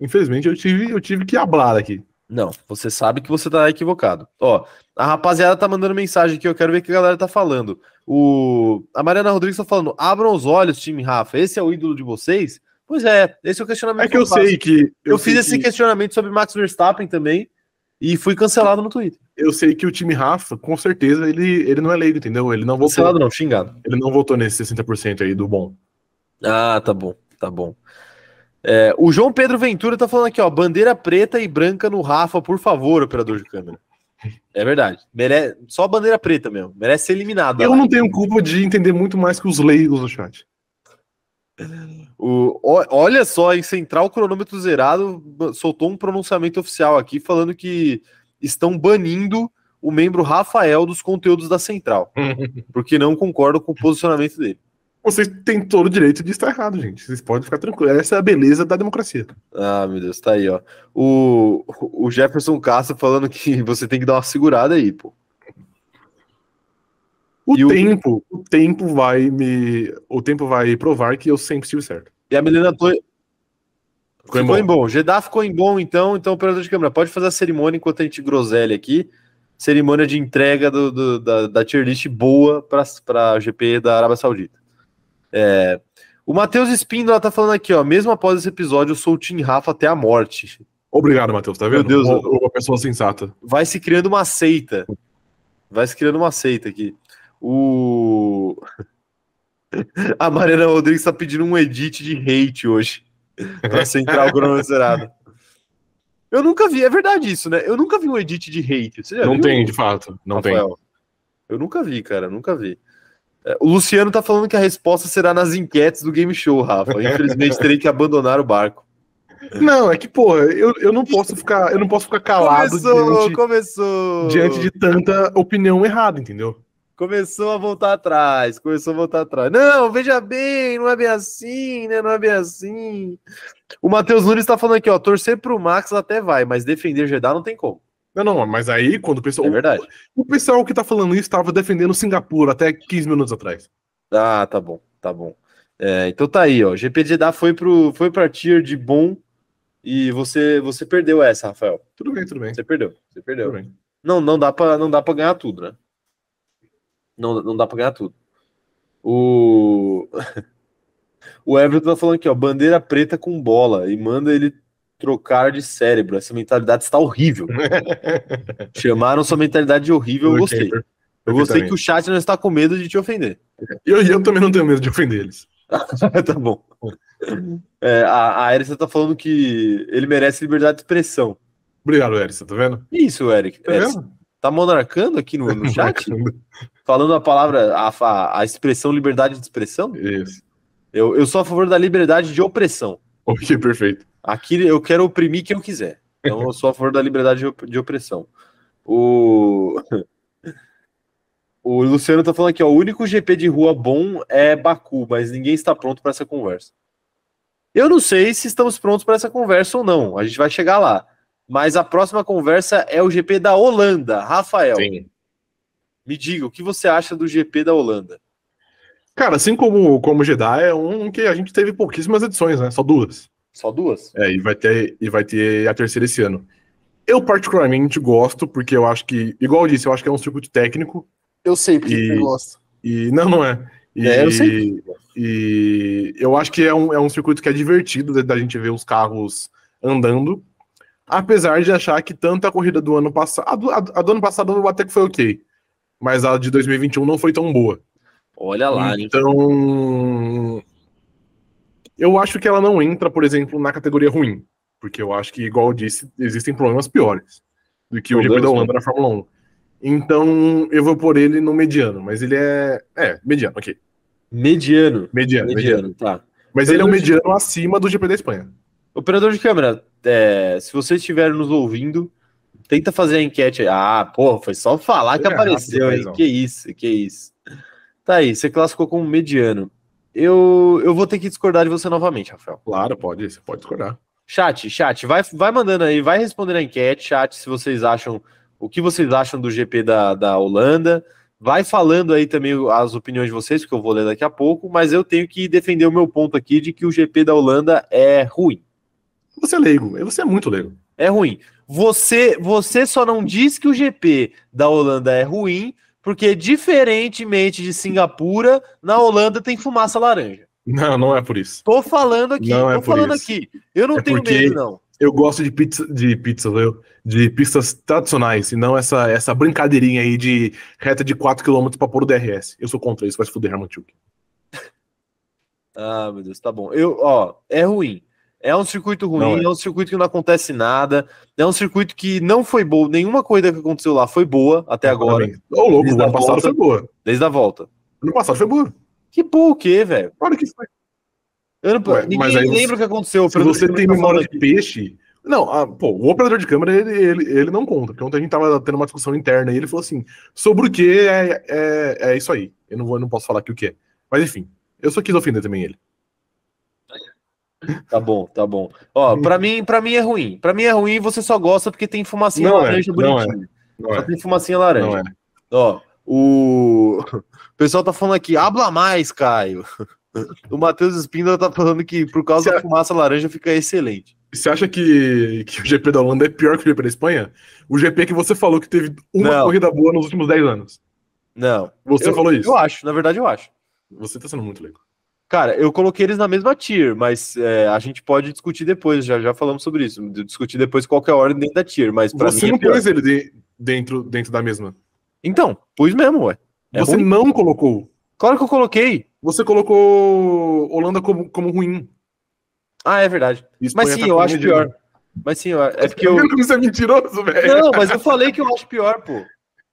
Speaker 2: Infelizmente eu tive, eu tive que hablar aqui.
Speaker 1: Não, você sabe que você tá equivocado. Ó, a rapaziada tá mandando mensagem aqui, eu quero ver o que a galera tá falando. O... A Mariana Rodrigues tá falando, abram os olhos, time Rafa, esse é o ídolo de vocês? Pois é, esse é o questionamento
Speaker 2: É que eu
Speaker 1: faço.
Speaker 2: sei que
Speaker 1: Eu,
Speaker 2: sei
Speaker 1: fiz esse
Speaker 2: que,
Speaker 1: questionamento sobre Max Verstappen também e fui cancelado no Twitter.
Speaker 2: eu sei que o time Rafa, com certeza ele, ele não é leigo, entendeu? Ele não votou,
Speaker 1: Cancelado não, xingado.
Speaker 2: ele não votou nesse 60% aí do bom.
Speaker 1: Ah, tá bom, tá bom. É, o João Pedro Ventura tá falando aqui, ó, bandeira preta e branca no Rafa, por favor, operador de câmera. É verdade. Mere... Só bandeira preta mesmo. Merece ser eliminado. da
Speaker 2: Eu não tenho culpa de entender muito mais que os leigos do chat.
Speaker 1: O- ó- olha só, em Central Cronômetro Zerado ba- soltou um pronunciamento oficial aqui falando que estão banindo o membro Rafael dos conteúdos da Central, porque não concordam com o posicionamento dele.
Speaker 2: Vocês têm todo o direito de estar errado, gente. Vocês podem ficar tranquilos. Essa é a beleza da democracia.
Speaker 1: Ah, meu Deus, tá aí, ó. O, o Jefferson Castro falando que <laughs> você tem que dar uma segurada aí, pô.
Speaker 2: O
Speaker 1: E o-
Speaker 2: tempo, o... tempo vai me, o tempo vai provar que eu sempre estive certo.
Speaker 1: E a Milena Toi
Speaker 2: Ficou em
Speaker 1: ficou em
Speaker 2: bom.
Speaker 1: bom. Jeddah ficou em bom, então, então, operador de câmera, pode fazer a cerimônia enquanto a gente groselha aqui. Cerimônia de entrega do- do- da, da tier list boa para a GP da Arábia Saudita. É, o Matheus Espíndola tá falando aqui, ó. Mesmo após esse episódio, eu sou o Tim Rafa até a morte.
Speaker 2: Obrigado, Matheus, tá
Speaker 1: Meu
Speaker 2: vendo?
Speaker 1: Deus,
Speaker 2: uma, uma pessoa sensata.
Speaker 1: Vai se criando uma seita. Vai se criando uma seita aqui. O. <laughs> A Mariana Rodrigues tá pedindo um edit de hate hoje. <laughs> Pra central cronometrado. Eu nunca vi, é verdade isso, né? Eu nunca vi um edit de hate. Você já
Speaker 2: Não
Speaker 1: É, viu,
Speaker 2: tem, de fato. Não tem.
Speaker 1: Rafael? Eu nunca vi, cara, nunca vi. É, O Luciano tá falando que a resposta será nas enquetes do game show, Rafa. Infelizmente terei que abandonar o barco.
Speaker 2: Não, é que, porra, eu, eu não posso ficar, eu não posso ficar calado
Speaker 1: Começou,
Speaker 2: diante,
Speaker 1: começou.
Speaker 2: diante de tanta opinião errada, entendeu?
Speaker 1: Começou a voltar atrás, começou a voltar atrás. Não, veja bem, não é bem assim, né? Não é bem assim. O Matheus Nunes tá falando aqui, ó, torcer pro Max até vai, mas defender Jeddah não tem como.
Speaker 2: Não, não, mas aí quando o pessoal.
Speaker 1: É verdade.
Speaker 2: O pessoal que tá falando isso estava defendendo Singapura até 15 minutos atrás.
Speaker 1: Ah, tá bom, tá bom. É, então tá aí, ó. GP de Jeddah foi pro foi pra tier de bom e você você perdeu essa, Rafael.
Speaker 2: Tudo bem, tudo bem.
Speaker 1: Você perdeu, você
Speaker 2: Tudo
Speaker 1: perdeu.
Speaker 2: bem.
Speaker 1: Não, não dá para não dá para ganhar tudo, né? Não, não dá para ganhar tudo. O <laughs> O Everton tá falando aqui, ó, bandeira preta com bola e manda ele trocar de cérebro. Essa mentalidade está horrível. Chamaram sua mentalidade de horrível, eu gostei. Eu gostei que o chat não está com medo de te ofender. <laughs>
Speaker 2: Eu, eu também não tenho medo de ofender eles.
Speaker 1: tá bom. É, a a Erissa tá falando que ele merece liberdade de expressão.
Speaker 2: Obrigado, Erissa, tá vendo?
Speaker 1: Que isso, Eric?
Speaker 2: Tá
Speaker 1: Erissa,
Speaker 2: vendo?
Speaker 1: tá monarcando aqui no, no chat? falando a palavra, a, a, a expressão liberdade de expressão,
Speaker 2: Isso.
Speaker 1: eu, eu sou a favor da liberdade de opressão.
Speaker 2: Ok, perfeito.
Speaker 1: Aqui eu quero oprimir quem eu quiser. Então eu sou a favor da liberdade de, op- de opressão. O. <laughs> O Luciano tá falando aqui, ó, o único GP de rua bom é Baku, mas ninguém está pronto para essa conversa. Eu não sei se estamos prontos para essa conversa ou não, a gente vai chegar lá. Mas a próxima conversa é o GP da Holanda. Rafael,
Speaker 2: Sim.
Speaker 1: me diga, o que você acha do GP da Holanda?
Speaker 2: Cara, assim como, como Jedi, é um que a gente teve pouquíssimas edições, né? Só duas.
Speaker 1: Só duas?
Speaker 2: É, e vai ter, e vai ter a terceira esse ano. Eu particularmente gosto, porque eu acho que, igual eu disse, eu acho que é um circuito técnico
Speaker 1: Eu sei
Speaker 2: porque E- você e <laughs> não, não é. E,
Speaker 1: É, eu sei.
Speaker 2: E eu acho que é um, é um circuito que é divertido da, da gente ver os carros andando. Apesar de achar que tanto a corrida do ano passado. A do, a do- a do ano passado até que foi ok. Mas a de 2021 não foi tão boa.
Speaker 1: Olha lá, hein?
Speaker 2: Então. Eu acho que ela não entra, por exemplo, na categoria ruim. Porque eu acho que, igual eu disse, existem problemas piores do que o GP da
Speaker 1: Problemas,
Speaker 2: Holanda na Fórmula 1. Então, eu vou pôr ele no mediano, mas ele é. É, mediano, ok.
Speaker 1: Mediano.
Speaker 2: Mediano, mediano.
Speaker 1: Mediano, tá.
Speaker 2: Mas ele é um mediano acima do GP da Espanha.
Speaker 1: Operador de câmera, é, se vocês estiverem nos ouvindo, tenta fazer a enquete. aí. Ah, porra, foi só falar que
Speaker 2: Foi rápido,
Speaker 1: apareceu, hein?
Speaker 2: paizão.
Speaker 1: Que isso, que isso. Tá aí, você classificou como mediano. Eu, eu vou ter que discordar de você novamente, Rafael.
Speaker 2: Claro, pode, você pode discordar.
Speaker 1: Chat, chat, vai, vai mandando aí, vai respondendo a enquete, chat, se vocês acham o que vocês acham do GP da, da Holanda. Vai falando aí também as opiniões de vocês, que eu vou ler daqui a pouco, mas eu tenho que defender o meu ponto aqui de que o GP da Holanda é ruim.
Speaker 2: Você é leigo, você é muito leigo. <laughs>
Speaker 1: É ruim. Você, você só não diz que o GP da Holanda é ruim, porque diferentemente de Singapura, na Holanda tem fumaça laranja.
Speaker 2: Não, não é por isso.
Speaker 1: Tô falando aqui,
Speaker 2: Não é
Speaker 1: tô
Speaker 2: por
Speaker 1: falando
Speaker 2: isso.
Speaker 1: aqui. Eu não
Speaker 2: É
Speaker 1: tenho
Speaker 2: porque-
Speaker 1: medo, não.
Speaker 2: Eu gosto de pizza, de pizzas, eu, de pistas tradicionais, e não essa, essa brincadeirinha aí de reta de 4km pra pôr o DRS. Eu sou contra isso, vai se fuder, Hermanchuk.
Speaker 1: Ah, meu Deus, tá bom. Eu, ó, é ruim. É um circuito
Speaker 2: Não
Speaker 1: ruim,
Speaker 2: é.
Speaker 1: é. um circuito que não acontece nada, é um circuito que não foi bom, nenhuma corrida que aconteceu lá foi boa até agora,
Speaker 2: Ô, louco,
Speaker 1: Desde
Speaker 2: o
Speaker 1: a
Speaker 2: ano passado
Speaker 1: volta.
Speaker 2: foi boa.
Speaker 1: desde a volta.
Speaker 2: Ano passado foi boa.
Speaker 1: Que boa o quê, velho?
Speaker 2: Olha que foi.
Speaker 1: Eu não-
Speaker 2: Ué, mas
Speaker 1: Ninguém
Speaker 2: aí você-
Speaker 1: lembra o que aconteceu.
Speaker 2: Se você
Speaker 1: Fernando
Speaker 2: tem
Speaker 1: tá
Speaker 2: memória
Speaker 1: falando
Speaker 2: de peixe. Não, ah, pô, o operador de câmera, ele, ele, ele não conta. Porque ontem a gente tava tendo uma discussão interna e ele falou assim: sobre o que é, é, é isso aí. Eu não, vou, eu não posso falar aqui o que é. Mas enfim, eu só quis ofender também ele.
Speaker 1: Tá bom, tá bom. Ó, pra mim, pra mim é ruim. Pra mim é ruim você só gosta porque tem fumacinha
Speaker 2: Não é,
Speaker 1: laranja
Speaker 2: não
Speaker 1: bonitinha.
Speaker 2: Não
Speaker 1: Só
Speaker 2: é,
Speaker 1: tem fumacinha laranja.
Speaker 2: não é.
Speaker 1: Ó, o... <laughs> o pessoal tá falando aqui, habla mais, Caio. <laughs> O Matheus Espíndola tá falando que por causa
Speaker 2: <laughs> Será-
Speaker 1: da fumaça laranja fica excelente.
Speaker 2: Você acha que, que o GP da Holanda é pior que o GP da Espanha? O GP que você falou que teve uma
Speaker 1: Não.
Speaker 2: corrida boa nos últimos 10 anos.
Speaker 1: Não,
Speaker 2: Você
Speaker 1: Eu-
Speaker 2: falou isso.
Speaker 1: eu acho, na verdade eu acho.
Speaker 2: Você tá sendo muito leigo.
Speaker 1: Cara, eu coloquei eles na mesma tier, mas é, a gente pode discutir depois, já, já falamos sobre isso. Discutir depois qual que é a ordem dentro da tier, mas pra
Speaker 2: Você
Speaker 1: mim. é
Speaker 2: não
Speaker 1: pior.
Speaker 2: pôs ele de- dentro, dentro da mesma.
Speaker 1: Então, pus mesmo, ué. É
Speaker 2: Você
Speaker 1: ruim?
Speaker 2: não colocou.
Speaker 1: Claro que eu coloquei.
Speaker 2: Você colocou Holanda como, como ruim.
Speaker 1: Ah, é verdade.
Speaker 2: E Espanha
Speaker 1: Mas sim,
Speaker 2: tá
Speaker 1: eu
Speaker 2: como
Speaker 1: acho
Speaker 2: medíocre.
Speaker 1: pior. Mas sim, eu- é porque
Speaker 2: Tá
Speaker 1: eu.
Speaker 2: vendo como <laughs> você é mentiroso, velho.
Speaker 1: Não, mas eu falei que eu acho pior, pô.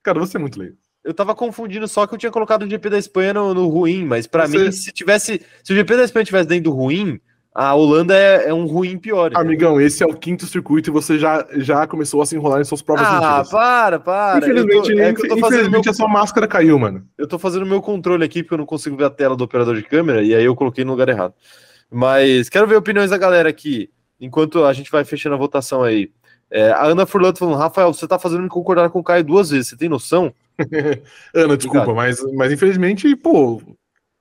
Speaker 2: Cara, você é muito leigo.
Speaker 1: Eu tava confundindo só que eu tinha colocado o GP da Espanha no, no ruim, mas pra
Speaker 2: Você-
Speaker 1: mim, se tivesse. Se o GP da Espanha tivesse dentro do ruim, a Holanda é, é um ruim pior. entendeu?
Speaker 2: Amigão, esse é o quinto circuito e você já, já começou a se enrolar em suas próprias
Speaker 1: Ah,
Speaker 2: mentiras.
Speaker 1: para, para.
Speaker 2: Infelizmente,
Speaker 1: eu tô, é que eu tô fazendo meu,
Speaker 2: infelizmente a sua máscara caiu, mano.
Speaker 1: eu tô fazendo meu controle aqui porque eu não consigo ver a tela do operador de câmera e aí eu coloquei no lugar errado. Mas quero ver opiniões da galera aqui, enquanto a gente vai fechando a votação aí. É, a Ana Furlato falando, Rafael, você tá fazendo me concordar com o Caio duas vezes, você tem noção?
Speaker 2: Ana, desculpa, mas, mas infelizmente, pô,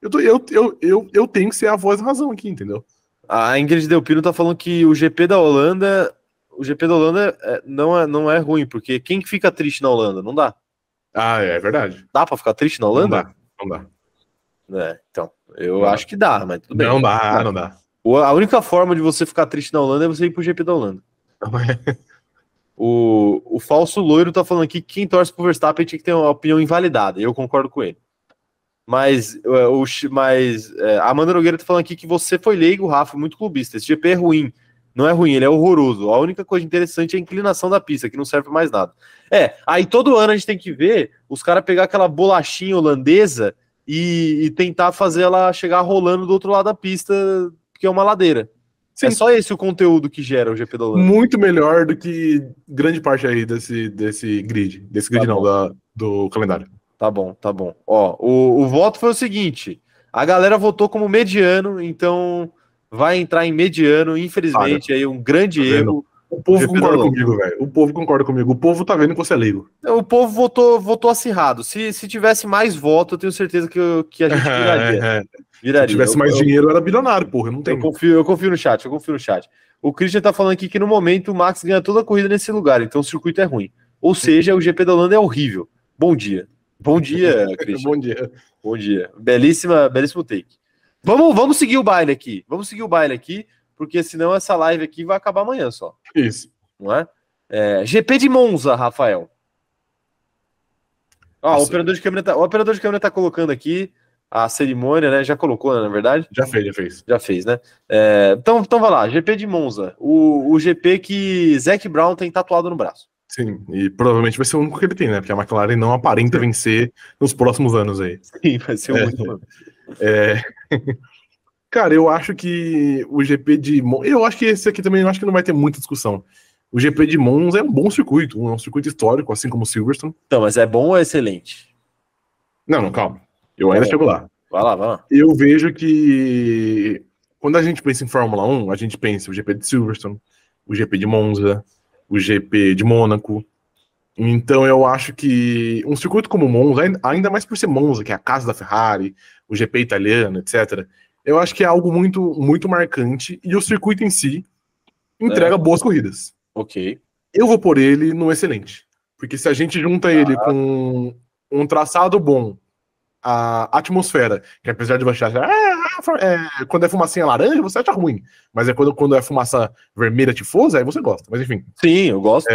Speaker 2: eu, tô- eu, eu, eu, eu tenho que ser a voz da razão aqui, entendeu?
Speaker 1: A Ingrid Delpino tá falando que o GP da Holanda, o GP da Holanda é, não, é, não é ruim, porque quem que fica triste na Holanda? Não dá.
Speaker 2: Ah, é verdade.
Speaker 1: Dá pra ficar triste na
Speaker 2: Não
Speaker 1: Holanda?
Speaker 2: dá, não dá.
Speaker 1: É, então, eu
Speaker 2: Não dá.
Speaker 1: acho que dá, mas tudo bem. Tá.
Speaker 2: Não dá, não dá.
Speaker 1: O- A única forma de você ficar triste na Holanda é você ir pro GP da Holanda.
Speaker 2: Então, é
Speaker 1: O, o falso loiro tá falando aqui que quem torce pro Verstappen tinha que ter uma opinião invalidada, e eu concordo com ele. Mas, é, o, Chi- mas é, a Amanda Nogueira tá falando aqui que você foi leigo, Rafa, muito clubista. Esse GP é ruim. Não é ruim, ele é horroroso. A única coisa interessante é a inclinação da pista, que não serve pra mais nada. É, aí todo ano a gente tem que ver os caras pegar aquela bolachinha holandesa e, e tentar fazer ela chegar rolando do outro lado da pista, que é uma ladeira.
Speaker 2: Sim.
Speaker 1: É só esse o conteúdo que gera o GP da Holanda.
Speaker 2: Muito melhor do que grande parte aí desse, desse grid. Desse grid
Speaker 1: Tá bom.
Speaker 2: não, da- do calendário.
Speaker 1: Tá bom, tá bom. Ó, o, o voto foi o seguinte: a galera votou como mediano, então vai entrar em mediano, infelizmente, aí um grande
Speaker 2: Tá vendo?
Speaker 1: erro.
Speaker 2: O povo
Speaker 1: GP
Speaker 2: concorda
Speaker 1: da Holanda.
Speaker 2: comigo, velho. O povo concorda comigo. O povo tá vendo que você
Speaker 1: <laughs>
Speaker 2: é leigo.
Speaker 1: O povo votou, votou acirrado. Se, se tivesse mais voto, eu tenho certeza que, eu- que a gente viraria.
Speaker 2: <laughs> É, é. Se
Speaker 1: viraria.
Speaker 2: tivesse
Speaker 1: Eu-
Speaker 2: mais um.
Speaker 1: eu-
Speaker 2: dinheiro, eu era bilionário, porra. Não
Speaker 1: Eu
Speaker 2: tem.
Speaker 1: confio, eu confio no chat, eu confio no chat. O Christian tá falando aqui que no momento o Max ganha toda a corrida nesse lugar, então o circuito é ruim. Ou seja, o GP da Holanda é horrível. Bom dia. Bom
Speaker 2: <laughs>
Speaker 1: dia, Christian.
Speaker 2: Bom dia.
Speaker 1: Bom dia. Belíssima, belíssimo take. Vamos, vamos seguir o baile aqui. Vamos seguir o baile aqui, porque senão essa live aqui vai acabar amanhã só,
Speaker 2: Isso.
Speaker 1: não é? É, GP de Monza, Rafael. Ó, o
Speaker 2: Nossa.
Speaker 1: operador de câmera tá, o operador de câmera tá colocando aqui a cerimônia, né? Já colocou, né, na verdade?
Speaker 2: Já fez, já fez.
Speaker 1: Já fez, né? É, então, então vai lá, GP de Monza. O, o GP que Zac Brown tem tatuado no braço.
Speaker 2: Sim. E provavelmente vai ser o único que ele tem, né? Porque a McLaren não aparenta vencer nos próximos anos aí.
Speaker 1: Sim, vai ser
Speaker 2: É.
Speaker 1: muito.
Speaker 2: É. <laughs> Cara, eu acho que o GP de Mon- eu acho que esse aqui também eu acho que não vai ter muita discussão. O GP de Monza é um bom circuito, é um circuito histórico, assim como o Silverstone.
Speaker 1: Então, mas é bom ou é excelente?
Speaker 2: Não, não, calma. Eu ainda
Speaker 1: É.
Speaker 2: chego lá.
Speaker 1: Vai lá, vai lá.
Speaker 2: Eu vejo que quando a gente pensa em Fórmula 1, a gente pensa o GP de Silverstone, o GP de Monza, o GP de Mônaco. Então eu acho que um circuito como Monza, ain- ainda mais por ser Monza, que é a casa da Ferrari, o GP italiano, etc. Eu acho que é algo muito muito marcante e o circuito em si entrega boas corridas.
Speaker 1: Ok.
Speaker 2: Eu vou pôr ele no excelente. Porque se a gente
Speaker 1: Ah.
Speaker 2: junta ele com um traçado bom, a atmosfera, que apesar de você achar, "Ah, fu- é, quando é fumacinha laranja, você acha ruim. Mas é quando, quando é fumaça vermelha tifosa, aí você gosta. Mas enfim,
Speaker 1: Sim, eu gosto.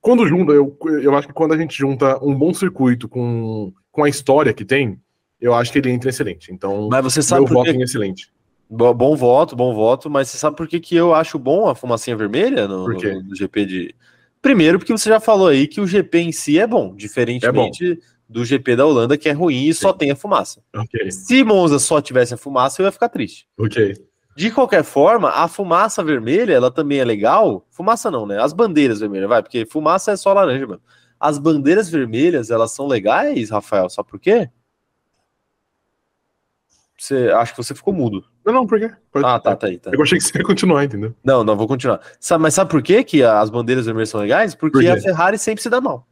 Speaker 2: quando junta, eu, eu acho que quando a gente junta um bom circuito com, com a história que tem, eu acho que ele entra excelente. Então,
Speaker 1: Mas você
Speaker 2: meu
Speaker 1: sabe por
Speaker 2: voto
Speaker 1: que...
Speaker 2: em excelente.
Speaker 1: Bo- Bom voto, bom voto, mas você sabe por que, que eu acho bom a fumacinha vermelha no,
Speaker 2: Por quê?
Speaker 1: no- no GP de. Primeiro, porque você já falou aí que o GP em si é bom, diferentemente
Speaker 2: É
Speaker 1: do GP da Holanda, que é ruim e só tem a fumaça.
Speaker 2: Ok,
Speaker 1: Se Monza só tivesse a fumaça, eu ia ficar triste.
Speaker 2: ok.
Speaker 1: De qualquer forma, a fumaça vermelha, ela também é legal. Fumaça não, né? As bandeiras vermelhas, vai, porque fumaça é só laranja, mano. As bandeiras vermelhas, elas são legais, Rafael, sabe por quê? Você, acho que você ficou mudo.
Speaker 2: Não, não, por quê? Pode-
Speaker 1: Ah, tá, tá aí, tá.
Speaker 2: Eu achei que você ia continuar, entendeu?
Speaker 1: Não, não, vou continuar. Sabe- mas sabe por quê que as bandeiras vermelhas são legais? Porque
Speaker 2: Por quê?
Speaker 1: a Ferrari sempre se dá mal.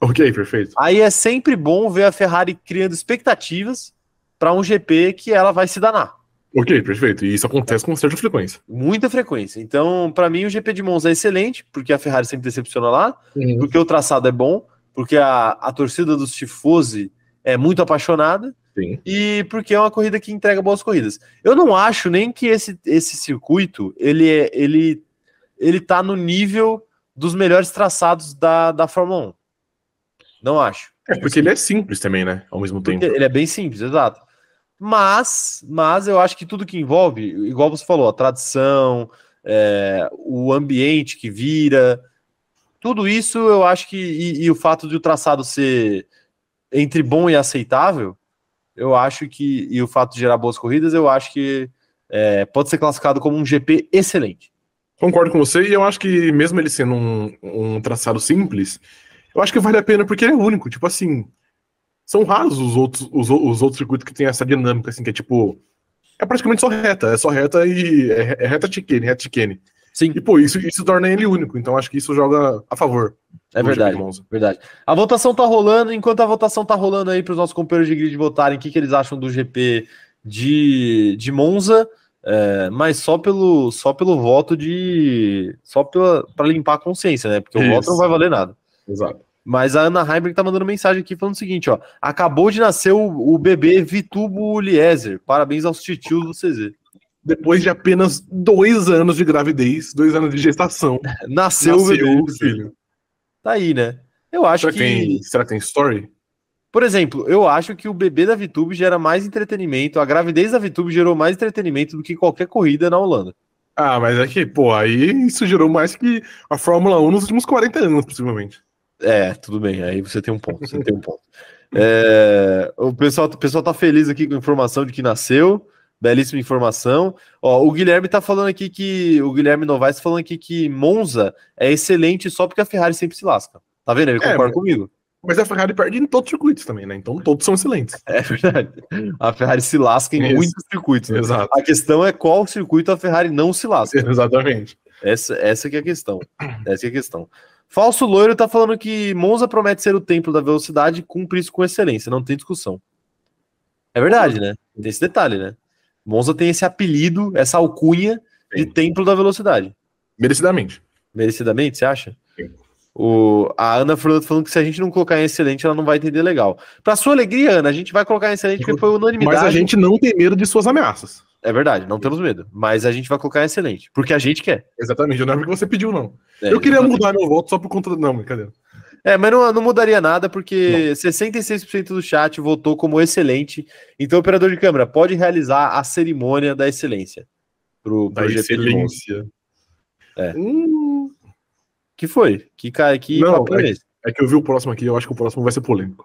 Speaker 2: Ok, perfeito.
Speaker 1: Aí é sempre bom ver a Ferrari criando expectativas para um GP que ela vai se danar.
Speaker 2: Ok, perfeito. E isso acontece com certa frequência.
Speaker 1: Muita frequência. Então, para mim, o GP de Monza é excelente, porque a Ferrari sempre decepciona lá,
Speaker 2: Uhum.
Speaker 1: porque o traçado é bom, porque a, a torcida dos tifosi é muito apaixonada,
Speaker 2: Sim.
Speaker 1: e porque é uma corrida que entrega boas corridas. Eu não acho nem que esse, esse circuito ele é- ele ele tá no nível dos melhores traçados da, da Fórmula 1. Não acho.
Speaker 2: É porque ele é simples também, né? Ao mesmo
Speaker 1: Porque
Speaker 2: tempo.
Speaker 1: ele é bem simples, exato. Mas, mas eu acho que tudo que envolve, igual você falou, a tradição, é, o ambiente que vira, tudo isso eu acho que. E, e o fato de o traçado ser entre bom e aceitável, eu acho que. E o fato de gerar boas corridas, eu acho que é, pode ser classificado como um GP excelente.
Speaker 2: Concordo com você, e eu acho que mesmo ele sendo um, um traçado simples, eu acho que vale a pena porque ele é único. Tipo assim, são raros os outros, os, ou- os outros circuitos que tem essa dinâmica, assim, que é tipo. É praticamente só reta, é só reta e é, é reta chicane, reta chicane.
Speaker 1: Sim,
Speaker 2: E pô, isso, isso torna ele único, então acho que isso joga a favor.
Speaker 1: é
Speaker 2: do GP de
Speaker 1: verdade.
Speaker 2: Monza.
Speaker 1: Verdade. A votação tá rolando. Enquanto a votação tá rolando aí para os nossos companheiros de grid votarem o que, que eles acham do GP de, de Monza, é, mas só pelo, só pelo voto de. Só para limpar a consciência, né? Porque o
Speaker 2: Isso.
Speaker 1: voto não vai valer nada.
Speaker 2: Exato.
Speaker 1: Mas a Ana Heimberg tá mandando mensagem aqui falando o seguinte: ó. Acabou de nascer o, o bebê Vitubo Eliezer. Parabéns aos titios do CZ.
Speaker 2: Depois de apenas dois anos de gravidez, dois anos de gestação,
Speaker 1: Nasceu,
Speaker 2: seu
Speaker 1: o bebê.
Speaker 2: filho.
Speaker 1: Tá aí, né? Eu acho
Speaker 2: Será que
Speaker 1: que.
Speaker 2: tem, será que tem story?
Speaker 1: Por exemplo, eu acho que o bebê da VTube gera mais entretenimento, a gravidez da VTube gerou mais entretenimento do que qualquer corrida na Holanda.
Speaker 2: Ah, mas é que, pô, aí isso gerou mais que a Fórmula 1 nos últimos 40 anos, possivelmente.
Speaker 1: É, tudo bem, aí você tem um ponto, você tem um
Speaker 2: <laughs>
Speaker 1: ponto. É, o, pessoal, o pessoal tá feliz aqui com a informação de que nasceu, belíssima informação. Ó, o Guilherme tá falando aqui que, o Guilherme Novaes tá falando aqui que Monza é excelente só porque a Ferrari sempre se lasca. Tá vendo? Ele
Speaker 2: É,
Speaker 1: concorda
Speaker 2: mas-
Speaker 1: comigo.
Speaker 2: <laughs> Mas a Ferrari perde em todos os circuitos também, né? Então todos são excelentes.
Speaker 1: É verdade. A Ferrari se lasca em
Speaker 2: Isso.
Speaker 1: muitos circuitos. né?
Speaker 2: Exato.
Speaker 1: A questão é qual circuito a Ferrari não se lasca.
Speaker 2: <laughs> Exatamente.
Speaker 1: Essa, essa que é a questão. Essa que é a questão. Falso Loiro tá falando que Monza promete ser o templo da velocidade e cumpre isso com excelência, não tem discussão. É verdade, né? Tem esse detalhe, né? Monza tem esse apelido, essa alcunha de
Speaker 2: Sim.
Speaker 1: templo da velocidade.
Speaker 2: Merecidamente.
Speaker 1: Merecidamente, você acha?
Speaker 2: Sim.
Speaker 1: O, a Ana Frodo falando que se a gente não colocar em excelente, ela não vai entender legal. Pra sua alegria, Ana, a gente vai colocar em excelente porque foi unanimidade.
Speaker 2: Mas a gente não tem medo de suas ameaças.
Speaker 1: É verdade, não temos medo. Mas a gente vai colocar em excelente. Porque a gente quer.
Speaker 2: Exatamente. Não é porque você pediu, não.
Speaker 1: É,
Speaker 2: eu queria
Speaker 1: exatamente.
Speaker 2: mudar meu voto só por conta. Não, brincadeira.
Speaker 1: É, mas não, não mudaria nada, porque 66% do chat votou como excelente. Então, operador de câmera, pode realizar a cerimônia da excelência. Pro,
Speaker 2: Da
Speaker 1: pro GP de Monza.
Speaker 2: excelência.
Speaker 1: É.
Speaker 2: Hum,
Speaker 1: Que foi? Que, ca- que
Speaker 2: Não,
Speaker 1: papel é esse?
Speaker 2: é que eu vi o próximo aqui, eu acho que o próximo vai ser polêmico.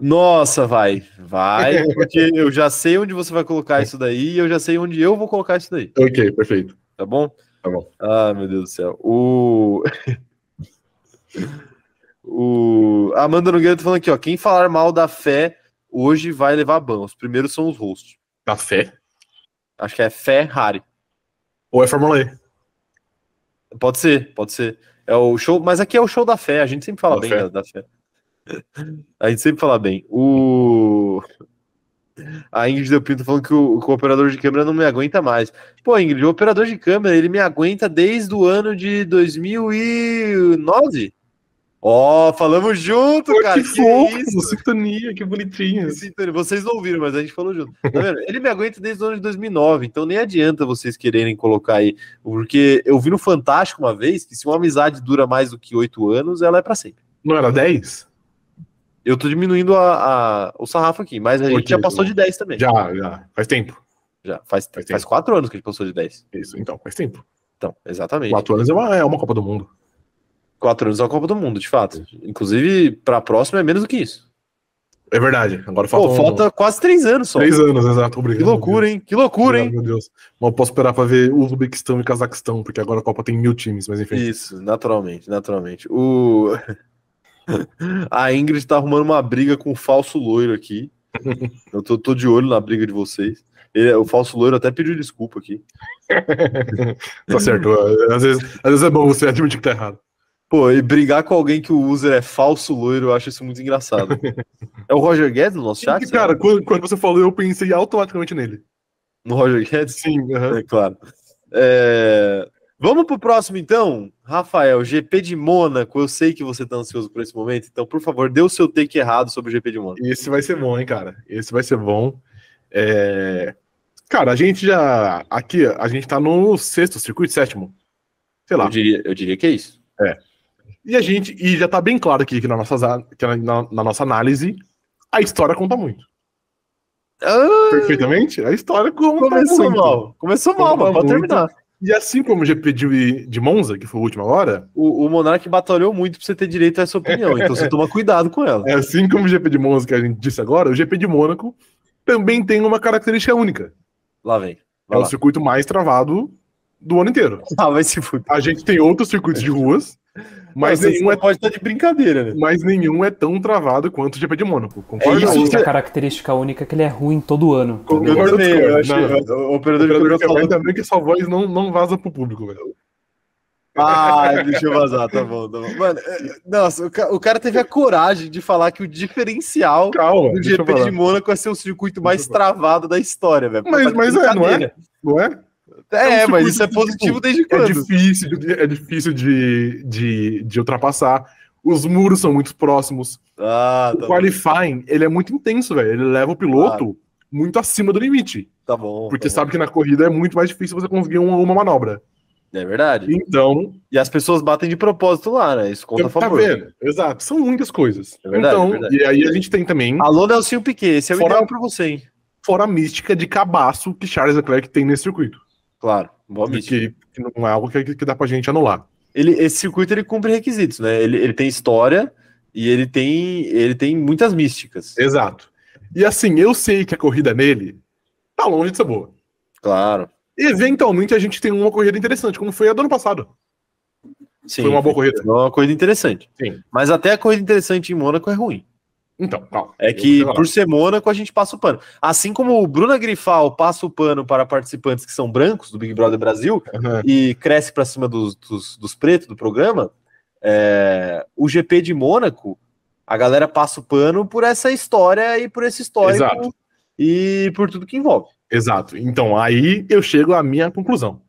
Speaker 1: Nossa, vai.
Speaker 2: <laughs>
Speaker 1: Vai, porque eu já sei onde você vai colocar isso daí e eu já sei onde eu vou colocar isso daí.
Speaker 2: Ok, perfeito.
Speaker 1: Tá bom?
Speaker 2: Tá bom.
Speaker 1: Ah, meu Deus do céu. O. <laughs> o... a Amanda Nogueira tá falando aqui, ó. Quem falar mal da fé hoje vai levar ban. Os primeiros são os hosts.
Speaker 2: Café?
Speaker 1: Acho que é Ferrari.
Speaker 2: Ou é Fórmula E?
Speaker 1: Pode ser, pode ser. É o show, mas aqui é o show da fé. A gente sempre fala
Speaker 2: Da
Speaker 1: bem
Speaker 2: fé.
Speaker 1: Da, da fé. <laughs> A gente sempre fala bem. O. A Ingrid Del Pinto falando que o, que o operador de câmera não me aguenta mais. Pô, Ingrid, o operador de câmera, ele me aguenta desde o ano de 2009? Ó, falamos junto, cara.
Speaker 2: que fofo,
Speaker 1: isso?
Speaker 2: sintonia, que bonitinho.
Speaker 1: Esse Tony, Vocês não ouviram, mas a gente falou junto. Tá vendo? Ele me aguenta desde o ano de 2009, então nem adianta vocês quererem colocar aí. Porque eu vi no Fantástico uma vez que se uma amizade dura mais do que oito anos, ela é pra sempre.
Speaker 2: Não era 10?
Speaker 1: Eu tô diminuindo a, a- o sarrafo aqui, mas a gente
Speaker 2: Ok,
Speaker 1: já passou de 10 também. Já,
Speaker 2: Já, já. Faz tempo.
Speaker 1: faz,
Speaker 2: Faz
Speaker 1: faz
Speaker 2: tempo.
Speaker 1: quatro anos que a gente passou de 10.
Speaker 2: Isso, então, faz tempo.
Speaker 1: Então, exatamente. Quatro.
Speaker 2: Quatro anos é uma, é uma Copa do Mundo.
Speaker 1: anos é a Copa do Mundo, de fato. Inclusive, pra próxima é menos do que isso.
Speaker 2: É verdade. Agora
Speaker 1: Pô,
Speaker 2: faltam
Speaker 1: falta quase três anos só.
Speaker 2: três anos, exato. Obrigado.
Speaker 1: Que loucura, hein? Que loucura, hein?
Speaker 2: Obrigado, Meu Deus. Mas eu posso esperar pra ver o Uzbequistão e Cazaquistão, porque agora a Copa tem mil times, mas enfim.
Speaker 1: Isso, naturalmente, naturalmente. O... <laughs> A Ingrid tá arrumando uma briga com o falso loiro aqui. Eu tô, tô de olho na briga de vocês. Ele- o falso loiro até pediu desculpa aqui.
Speaker 2: <laughs> Tá certo. Às vezes, às vezes é bom você admitir que tá errado.
Speaker 1: Pô, e brigar com alguém que o user é falso loiro, eu acho isso muito engraçado. É o Roger Guedes no nosso chat?
Speaker 2: E, cara, quando, quando você falou, eu pensei automaticamente nele.
Speaker 1: No Roger Guedes?
Speaker 2: Sim, aham.
Speaker 1: É claro. É, Vamos pro próximo, então? Rafael, GP de Mônaco. Eu sei que você tá ansioso por esse momento, então, por favor, dê o seu take errado sobre o GP de Mônaco.
Speaker 2: Esse vai ser bom, hein, cara? Esse vai ser bom. É, Cara, a gente já. Aqui, a gente tá no sexto circuito, sétimo. Sei lá.
Speaker 1: Eu diria, eu diria que é isso.
Speaker 2: E a gente, e já tá bem claro aqui que na nossa, que na, na- na nossa análise, a história conta muito.
Speaker 1: Ah,
Speaker 2: Perfeitamente? A história conta
Speaker 1: começou
Speaker 2: muito.
Speaker 1: mal. Começou mal,
Speaker 2: Conta
Speaker 1: mas pode
Speaker 2: muito.
Speaker 1: terminar.
Speaker 2: E assim como o GP de, de Monza, que foi o último agora,
Speaker 1: O, o Monark batalhou muito pra você ter direito a essa opinião, então você toma cuidado com ela.
Speaker 2: é assim como o GP de Monza que a gente disse agora, o GP de Mônaco também tem uma característica única.
Speaker 1: Lá vem.
Speaker 2: É
Speaker 1: Vai
Speaker 2: o
Speaker 1: lá.
Speaker 2: circuito mais travado do ano inteiro.
Speaker 1: Ah, vai se fuder.
Speaker 2: A gente tem outros circuitos de ruas, mas
Speaker 1: Não, você
Speaker 2: nenhum é,
Speaker 1: pode estar de brincadeira, né?
Speaker 2: mas nenhum é tão travado quanto o GP de Mônaco.
Speaker 1: É
Speaker 2: Concorda?
Speaker 1: isso
Speaker 4: a
Speaker 1: que-
Speaker 4: única característica única é que ele é ruim todo ano.
Speaker 2: Com-
Speaker 1: Eu
Speaker 2: Eu
Speaker 1: também,
Speaker 2: discordo.
Speaker 1: eu achei-
Speaker 2: Não.
Speaker 1: o operador de
Speaker 2: Ainda
Speaker 1: câmera falou.
Speaker 2: bem- ainda bem que sua voz não, não vaza pro público, velho.
Speaker 1: Ah, deixa eu vazar, tá bom, tá bom. Mano, é- nossa, o, ca- o cara teve a coragem de falar que o diferencial
Speaker 2: Calma,
Speaker 1: do
Speaker 2: deixa eu
Speaker 1: GP
Speaker 2: falar.
Speaker 1: de Mônaco é ser o circuito
Speaker 2: Deixa
Speaker 1: mais
Speaker 2: eu falar.
Speaker 1: travado da história, velho. Pô,
Speaker 2: Mas-
Speaker 1: tá de
Speaker 2: mas é, não é?
Speaker 1: brincadeira.
Speaker 2: Não é?
Speaker 1: É,
Speaker 2: É um
Speaker 1: mas
Speaker 2: circuito
Speaker 1: isso é
Speaker 2: que,
Speaker 1: positivo
Speaker 2: tipo,
Speaker 1: desde
Speaker 2: É
Speaker 1: quando?
Speaker 2: difícil, de- é difícil de, de, de ultrapassar. Os muros são muito próximos.
Speaker 1: Ah,
Speaker 2: o
Speaker 1: tá, bom,
Speaker 2: qualifying, ele é muito intenso, velho. Ele leva o piloto muito acima do limite.
Speaker 1: tá bom.
Speaker 2: Porque
Speaker 1: tá bom.
Speaker 2: sabe que na corrida é muito mais difícil você conseguir uma, uma manobra.
Speaker 1: É verdade.
Speaker 2: Então,
Speaker 1: E as pessoas batem de propósito lá, né? Isso conta a
Speaker 2: tá
Speaker 1: favor.
Speaker 2: vendo? Exato. São muitas coisas.
Speaker 1: verdade, é
Speaker 2: então,
Speaker 1: verdade.
Speaker 2: e aí a gente tem também
Speaker 1: Alô, Nelsinho Piquet, esse é o
Speaker 2: Fora-
Speaker 1: ideal pra você, hein?
Speaker 2: fora a mística de cabaço que Charles Leclerc tem nesse circuito.
Speaker 1: Claro, boa mídia.
Speaker 2: Que, que não é algo que, que dá pra gente anular.
Speaker 1: ele, esse circuito ele cumpre requisitos, né? Ele, ele tem história e ele tem, ele tem muitas místicas.
Speaker 2: Exato. E assim, eu sei que a corrida nele tá longe de ser boa.
Speaker 1: Claro.
Speaker 2: Eventualmente a gente tem uma corrida interessante, como foi a do ano passado.
Speaker 1: Sim,
Speaker 2: foi uma boa corrida.
Speaker 1: foi uma corrida interessante.
Speaker 2: Sim.
Speaker 1: Mas até a corrida interessante em Mônaco é ruim.
Speaker 2: Então, calma.
Speaker 1: É
Speaker 2: Eu
Speaker 1: que
Speaker 2: vou chegar lá.
Speaker 1: por ser Mônaco a gente passa o pano. Assim como o Bruna Grifal passa o pano para participantes que são brancos do Big Brother Brasil
Speaker 2: Aham.
Speaker 1: <laughs> e cresce para cima dos, dos, dos pretos do programa, é, o GP de Mônaco, a galera passa o pano por essa história e por esse histórico
Speaker 2: Exato.
Speaker 1: e por tudo que envolve.
Speaker 2: Exato. Então, aí eu chego à minha conclusão.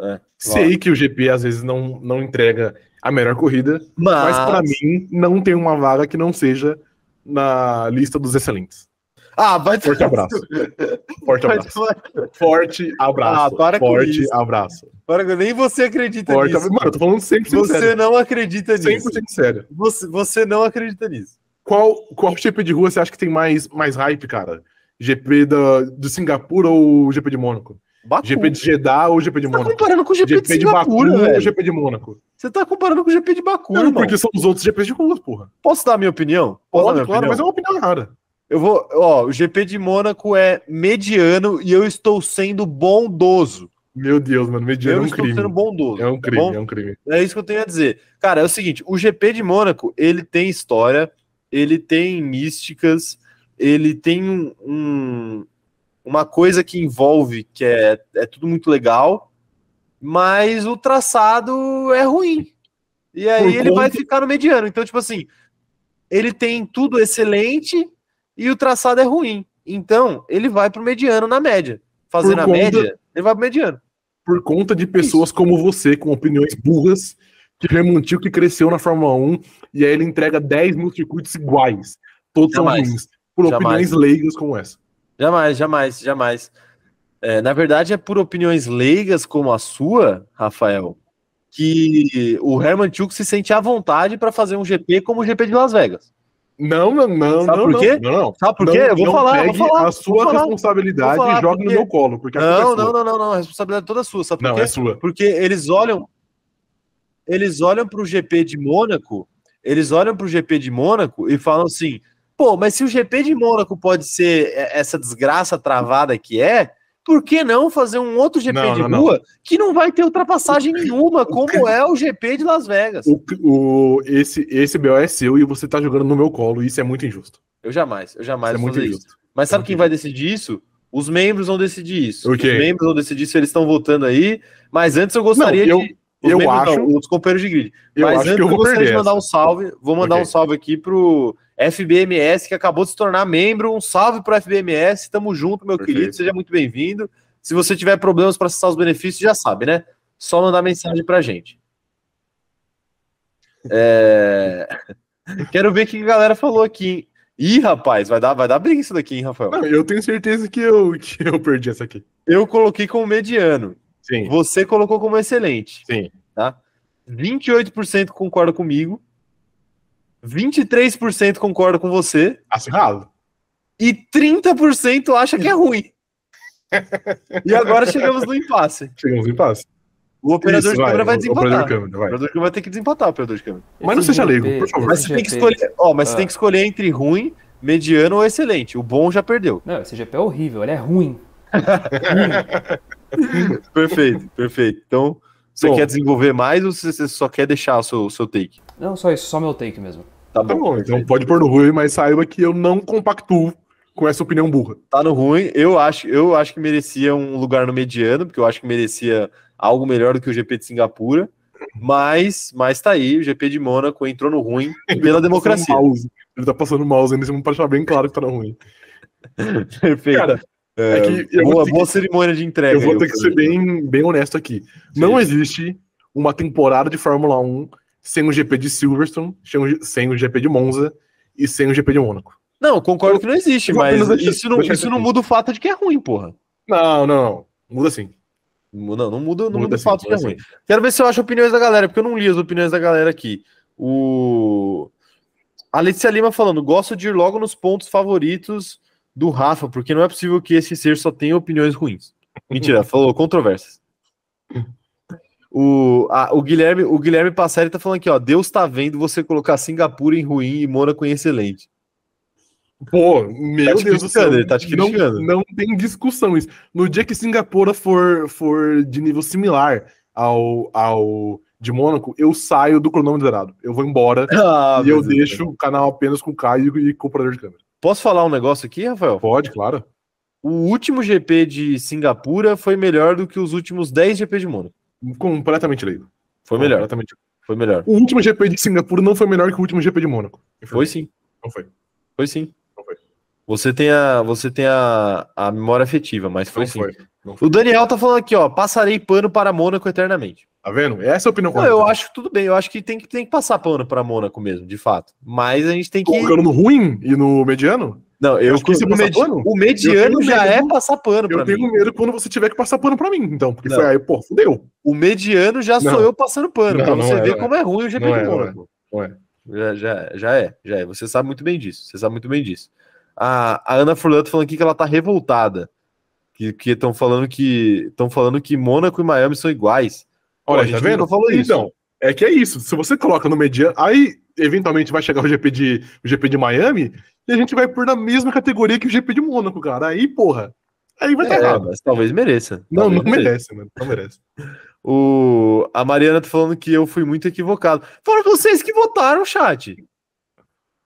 Speaker 1: É,
Speaker 2: Sei que o GP às vezes não, não entrega a melhor corrida, mas
Speaker 1: Ah,
Speaker 2: pra mim não tem uma vaga que não seja na lista dos excelentes.
Speaker 1: Ah, vai <laughs>
Speaker 2: Forte abraço. <laughs> Forte
Speaker 1: Vai
Speaker 2: abraço.
Speaker 1: tomar-
Speaker 2: Forte abraço.
Speaker 1: Ah, para com
Speaker 2: Forte
Speaker 1: isso.
Speaker 2: abraço.
Speaker 1: Para que nem você acredita
Speaker 2: Forte
Speaker 1: nisso.
Speaker 2: abraço. Mano, eu tô falando 100%
Speaker 1: Você
Speaker 2: sério.
Speaker 1: não acredita
Speaker 2: 100%
Speaker 1: nisso.
Speaker 2: sério.
Speaker 1: Você, você não acredita nisso.
Speaker 2: Qual, qual GP de rua você acha que tem mais, mais hype, cara? GP da, do Singapura ou GP de Mônaco?
Speaker 1: Baku.
Speaker 2: GP de Jeddah ou GP de
Speaker 1: Você tá
Speaker 2: Mônaco?
Speaker 1: comparando com o GP, de
Speaker 2: GP de Baku
Speaker 1: Singapura,
Speaker 2: ou
Speaker 1: velho.
Speaker 2: GP de Mônaco?
Speaker 1: Você tá comparando com o GP de Baku,
Speaker 2: Não,
Speaker 1: irmão.
Speaker 2: porque são os outros GPs de rua, porra.
Speaker 1: Posso dar a minha opinião? Posso dar a
Speaker 2: Pode,
Speaker 1: minha
Speaker 2: claro, mas é
Speaker 1: opinião?
Speaker 2: uma opinião rara.
Speaker 1: Eu vou... Ó, o GP de Mônaco é mediano e eu estou sendo bondoso.
Speaker 2: Meu Deus, mano, mediano
Speaker 1: Eu
Speaker 2: é um
Speaker 1: estou
Speaker 2: crime.
Speaker 1: sendo bondoso.
Speaker 2: É um
Speaker 1: tá
Speaker 2: crime,
Speaker 1: bom?
Speaker 2: é um crime.
Speaker 1: É isso que eu tenho a dizer. Cara, é o seguinte, o GP de Mônaco, ele tem história, ele tem místicas, ele tem um, um- uma coisa que envolve, que é, é tudo muito legal, mas o traçado é ruim. E aí
Speaker 2: Por
Speaker 1: ele vai
Speaker 2: conta-
Speaker 1: ficar no mediano. Então, tipo assim, ele tem tudo excelente e o traçado é ruim. Então, ele vai pro mediano na média. Fazendo a
Speaker 2: conta-
Speaker 1: média, ele vai pro mediano.
Speaker 2: Por conta de pessoas como você, com opiniões burras, que remontiu que cresceu na Fórmula 1 e aí ele entrega 10 mil circuitos iguais. Todos
Speaker 1: Jamais.
Speaker 2: são ruins. Por
Speaker 1: Jamais.
Speaker 2: opiniões leigas como essa.
Speaker 1: Jamais, jamais, jamais. É, na verdade, é por opiniões leigas como a sua, Rafael, que o Herman Tchuk se sente à vontade para fazer um GP como o GP de Las Vegas.
Speaker 2: Não, não, não,
Speaker 1: Sabe
Speaker 2: não,
Speaker 1: por
Speaker 2: não,
Speaker 1: quê?
Speaker 2: não, não.
Speaker 1: Sabe por
Speaker 2: Não-
Speaker 1: quê? Eu
Speaker 2: não
Speaker 1: vou falar, eu
Speaker 2: pegue
Speaker 1: vou falar.
Speaker 2: a sua
Speaker 1: vou falar.
Speaker 2: responsabilidade
Speaker 1: Vou falar
Speaker 2: e joga
Speaker 1: porque-
Speaker 2: no meu colo, porque a
Speaker 1: Não,
Speaker 2: culpa é
Speaker 1: não,
Speaker 2: sua.
Speaker 1: não, não, não. A responsabilidade é toda sua. Sabe por
Speaker 2: Não,
Speaker 1: quê?
Speaker 2: é sua.
Speaker 1: Porque eles olham, eles olham para o GP de Mônaco, eles olham para o GP de Mônaco e falam assim: pô, mas se o GP de Mônaco pode ser e- essa desgraça travada que é, por que não fazer um outro GP
Speaker 2: Não,
Speaker 1: de
Speaker 2: não, não.
Speaker 1: rua que não vai ter
Speaker 2: <laughs>
Speaker 1: ultrapassagem nenhuma, como é o GP de Las Vegas?
Speaker 2: O, o- esse, esse BO é seu e você tá jogando no meu colo, e isso é muito injusto.
Speaker 1: Eu jamais, eu
Speaker 2: Isso
Speaker 1: jamais
Speaker 2: é
Speaker 1: vou
Speaker 2: muito
Speaker 1: fazer isso.
Speaker 2: injusto.
Speaker 1: Mas sabe
Speaker 2: Entendi.
Speaker 1: quem vai decidir isso? Os membros vão decidir isso.
Speaker 2: Ok.
Speaker 1: Os membros vão decidir se eles estão votando aí. Mas antes eu gostaria
Speaker 2: Não, eu-
Speaker 1: de. os
Speaker 2: eu
Speaker 1: membros
Speaker 2: acho-
Speaker 1: os companheiros de grid.
Speaker 2: Eu
Speaker 1: mas
Speaker 2: acho
Speaker 1: antes
Speaker 2: que eu vou
Speaker 1: gostaria
Speaker 2: perder.
Speaker 1: de mandar
Speaker 2: essa.
Speaker 1: um salve. Vou mandar
Speaker 2: Ok.
Speaker 1: um salve aqui pro FBMS, que acabou de se tornar membro. Um salve pro FBMS. Tamo junto, meu
Speaker 2: Perfeito.
Speaker 1: querido. Seja muito bem-vindo. Se você tiver problemas para acessar os benefícios, já sabe, né? só mandar mensagem pra gente. É, <laughs> Quero ver o que a galera falou aqui. hein? Ih, rapaz, vai dar, vai dar briga isso daqui, hein, Rafael?
Speaker 2: Não, eu tenho certeza que eu, <laughs> que eu perdi essa aqui.
Speaker 1: Eu coloquei como mediano.
Speaker 2: Sim,
Speaker 1: Você colocou como excelente. Tá?
Speaker 2: sim.
Speaker 1: 28% concorda comigo. 23% concorda com você.
Speaker 2: Acirrado.
Speaker 1: e 30% acha que é ruim. e agora chegamos no impasse.
Speaker 2: Chegamos em paz.
Speaker 1: O operador de câmera vai
Speaker 2: o- o operador de
Speaker 1: desempatar.
Speaker 2: câmera,
Speaker 1: O
Speaker 2: vai.
Speaker 1: operador de câmera vai ter que desempatar o operador de câmera.
Speaker 2: Mas não seja leigo, por favor.
Speaker 1: Mas você tem que escolher, ó, mas você
Speaker 4: Ah.
Speaker 1: tem que escolher entre ruim, mediano ou excelente. O bom já perdeu.
Speaker 4: Não, esse GP é horrível, ele é ruim.
Speaker 1: <laughs> Perfeito, perfeito. Então, você
Speaker 2: Bom.
Speaker 1: quer desenvolver mais ou você você só quer deixar o seu, o seu take?
Speaker 4: Não, só isso, só meu take mesmo.
Speaker 1: Tá
Speaker 2: Tá
Speaker 1: bom.
Speaker 2: bom, então pode pôr no ruim, mas saiba que eu não compactuo com essa opinião burra.
Speaker 1: Tá no ruim. Eu acho, eu acho que merecia um lugar no mediano, porque eu acho que merecia algo melhor do que o GP de Singapura. Mas, mas tá aí, o GP de Mônaco entrou no
Speaker 2: <laughs>
Speaker 1: ruim pela democracia.
Speaker 2: Passando mouse. Ele tá passando mouse ainda, pra deixar bem claro que tá no ruim.
Speaker 1: <laughs> Perfeito.
Speaker 2: Cara,
Speaker 1: É,
Speaker 2: é que eu vou
Speaker 1: boa,
Speaker 2: ter que-
Speaker 1: boa cerimônia de entrega.
Speaker 2: eu vou
Speaker 1: aí,
Speaker 2: ter que ser
Speaker 1: Fernando.
Speaker 2: bem, bem honesto aqui. Não existe uma temporada de Fórmula 1 sem o GP de Silverstone, sem o- sem o GP de Monza e sem o GP de Mônaco.
Speaker 1: Não, eu concordo que não existe,
Speaker 2: eu vou
Speaker 1: mas
Speaker 2: apenas deixar-
Speaker 1: isso, não,
Speaker 2: deixar
Speaker 1: isso
Speaker 2: isso
Speaker 1: não
Speaker 2: aqui.
Speaker 1: muda o fato de que é ruim, porra.
Speaker 2: Não, não, não. Muda sim.
Speaker 1: Mu- Não, não muda, não muda, o
Speaker 2: sim,
Speaker 1: fato de que é
Speaker 2: muda
Speaker 1: ruim.
Speaker 2: sim.
Speaker 1: Quero ver se eu acho opiniões da galera, porque eu não li as opiniões da galera aqui. O... A Letícia Lima falando, gosto de ir logo nos pontos favoritos do Rafa, porque não é possível que esse ser só tenha opiniões ruins. Mentira, falou controvérsias. O, a- o Guilherme, o Guilherme Passari tá falando aqui, ó, Deus tá vendo você colocar Singapura em ruim e Mônaco em excelente.
Speaker 2: Pô, meu
Speaker 1: Tá te
Speaker 2: Deus do
Speaker 1: criticando,
Speaker 2: céu.
Speaker 1: ele tá te
Speaker 2: não,
Speaker 1: criticando.
Speaker 2: não tem discussão isso. No dia que Singapura for, for de nível similar ao, ao de Mônaco, eu saio do cronômetro zerado. Eu vou embora
Speaker 1: Ah,
Speaker 2: e eu
Speaker 1: meu Deus.
Speaker 2: deixo o canal apenas com o Caio e com o operador de câmera.
Speaker 1: Posso falar um negócio aqui, Rafael?
Speaker 2: Pode, claro.
Speaker 1: O último GP de Singapura foi melhor do que os últimos 10 GP de Mônaco.
Speaker 2: Completamente leigo.
Speaker 1: Foi melhor,
Speaker 2: Completamente.
Speaker 1: foi melhor.
Speaker 2: O último GP de Singapura não foi melhor que o último GP de Mônaco.
Speaker 1: Foi sim,
Speaker 2: Não foi.
Speaker 1: foi sim.
Speaker 2: Não foi.
Speaker 1: Você tem a, você tem a, a memória afetiva, mas foi
Speaker 2: Não
Speaker 1: sim.
Speaker 2: foi. Não foi.
Speaker 1: O Daniel tá falando aqui, ó, passarei pano para Mônaco eternamente.
Speaker 2: Tá vendo? Essa é a opinião
Speaker 1: Não, eu acho que tudo bem, eu acho que tem que, tem que passar pano para Mônaco mesmo, de fato. Mas a gente tem que...
Speaker 2: Colocando no ruim e no mediano,
Speaker 1: Não, eu,
Speaker 2: acho que se
Speaker 1: o,
Speaker 2: passar
Speaker 1: é medi-
Speaker 2: pano,
Speaker 1: o mediano
Speaker 2: tenho
Speaker 1: já
Speaker 2: medo.
Speaker 1: é passar pano
Speaker 2: eu
Speaker 1: para mim.
Speaker 2: tenho medo quando você tiver que passar pano pra mim, então. Porque
Speaker 1: Não.
Speaker 2: foi aí, pô, fudeu.
Speaker 1: O mediano já sou
Speaker 2: Não.
Speaker 1: eu passando pano,
Speaker 2: Não,
Speaker 1: pra
Speaker 2: não
Speaker 1: você
Speaker 2: é,
Speaker 1: ver
Speaker 2: não é.
Speaker 1: como é ruim o GP
Speaker 2: Não
Speaker 1: de
Speaker 2: é, não
Speaker 1: Mônaco.
Speaker 2: Não é.
Speaker 1: Já, já, já é, já é. Você sabe muito bem disso. Você sabe muito bem disso. A, a Ana Furlan tá falando aqui que ela tá revoltada. Que estão falando que estão falando que Mônaco e Miami são iguais. Pô, a
Speaker 2: Olha,
Speaker 1: gente
Speaker 2: tá vendo?
Speaker 1: nunca falou isso.
Speaker 2: Então, é que é isso. Se você coloca no mediano, aí eventualmente vai chegar o GP de o GP de Miami e a gente vai pôr na mesma categoria que o GP de Mônaco, cara. Aí, porra. Aí vai estar
Speaker 1: É,
Speaker 2: errado.
Speaker 1: mas talvez mereça.
Speaker 2: Não,
Speaker 1: Talvez
Speaker 2: não merece, mano. Não merece.
Speaker 1: O, a Mariana tá falando que eu fui muito equivocado. Foram vocês que votaram, chat.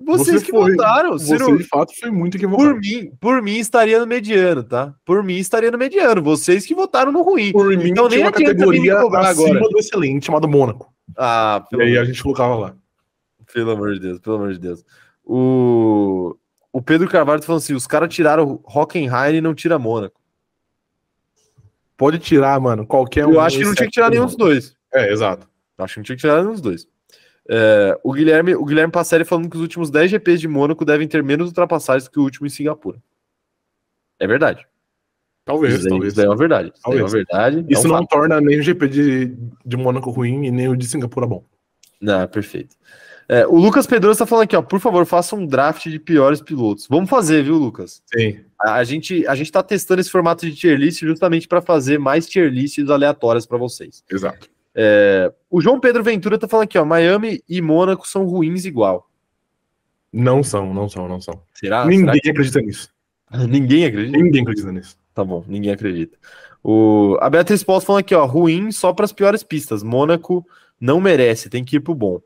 Speaker 1: Vocês
Speaker 2: Você
Speaker 1: que
Speaker 2: foi-
Speaker 1: votaram.
Speaker 2: Você,
Speaker 1: Ciro,
Speaker 2: de fato, foi muito
Speaker 1: por
Speaker 2: equivocado.
Speaker 1: mim, por mim estaria no mediano, tá? Por mim estaria no mediano. Vocês que votaram no ruim.
Speaker 2: Por mim,
Speaker 1: Então nem
Speaker 2: tinha uma
Speaker 1: adianta
Speaker 2: categoria
Speaker 1: me cobrar
Speaker 2: acima
Speaker 1: agora.
Speaker 2: do excelente, chamado Mônaco.
Speaker 1: Ah,
Speaker 2: E aí a gente colocava lá.
Speaker 1: Pelo amor de Deus, pelo amor de Deus. O, o Pedro Carvalho tá falando assim: os caras tiraram Hockenheim e não tira Mônaco.
Speaker 2: Pode tirar, mano, qualquer um
Speaker 1: Eu acho que não tinha que tirar nenhum dos dois.
Speaker 2: É, exato.
Speaker 1: Acho que não tinha que tirar nenhum dos dois. É, o Guilherme, o Guilherme Passeri falando que os últimos 10 GPs de Mônaco devem ter menos ultrapassagens que o último em Singapura. É verdade.
Speaker 2: Talvez,
Speaker 1: isso, daí,
Speaker 2: talvez.
Speaker 1: isso daí é uma verdade. Isso daí é uma
Speaker 2: Talvez.
Speaker 1: verdade. é
Speaker 2: Isso
Speaker 1: um
Speaker 2: não
Speaker 1: fato.
Speaker 2: torna nem o GP de, de Mônaco ruim e nem o de Singapura bom.
Speaker 1: Não, perfeito. É, o Lucas Pedroso tá falando aqui, ó. Por favor, faça um draft de piores pilotos. Vamos fazer, viu, Lucas?
Speaker 2: Sim.
Speaker 1: A a gente, a gente tá testando esse formato de tier list justamente para fazer mais tier lists aleatórias para vocês. É,
Speaker 2: Exato.
Speaker 1: O João Pedro Ventura tá falando aqui, ó, Miami e Mônaco são ruins igual.
Speaker 2: Não são, não são, não são.
Speaker 1: Ah, Será?
Speaker 2: Ninguém acredita nisso.
Speaker 1: Será que- <laughs> Ninguém acredita.
Speaker 2: Ninguém acredita nisso.
Speaker 1: Tá bom, ninguém acredita. O... A Beatriz Paus falando aqui, ó, ruim só para as piores pistas. Mônaco não merece, tem que ir pro bom.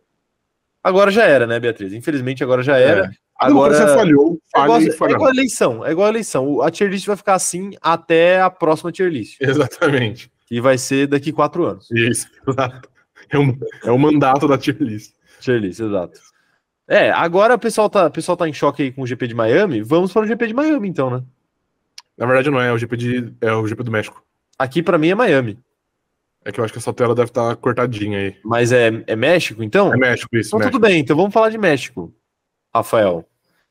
Speaker 1: Agora já era, né, Beatriz? Infelizmente agora já era.
Speaker 2: É.
Speaker 1: Agora
Speaker 2: Você falhou,
Speaker 1: é igual,
Speaker 2: falha e
Speaker 1: é
Speaker 2: falha.
Speaker 1: igual a eleição, é igual a eleição. O- A tier list vai ficar assim até a próxima tier list,
Speaker 2: Exatamente.
Speaker 1: que vai ser daqui quatro anos.
Speaker 2: Isso, exato. É, um- é o mandato da tier list.
Speaker 1: Tier list, exato. É, agora o pessoal tá, o pessoal tá em choque aí com o GP de Miami. Vamos para o GP de Miami, então, né?
Speaker 2: Na verdade, não é, é o GP de. É o GP do México.
Speaker 1: Aqui pra mim é Miami.
Speaker 2: É que eu acho que essa tela deve estar cortadinha aí.
Speaker 1: Mas é, é México, então?
Speaker 2: É México isso,
Speaker 1: então
Speaker 2: México.
Speaker 1: tudo bem, então vamos falar de México. Rafael,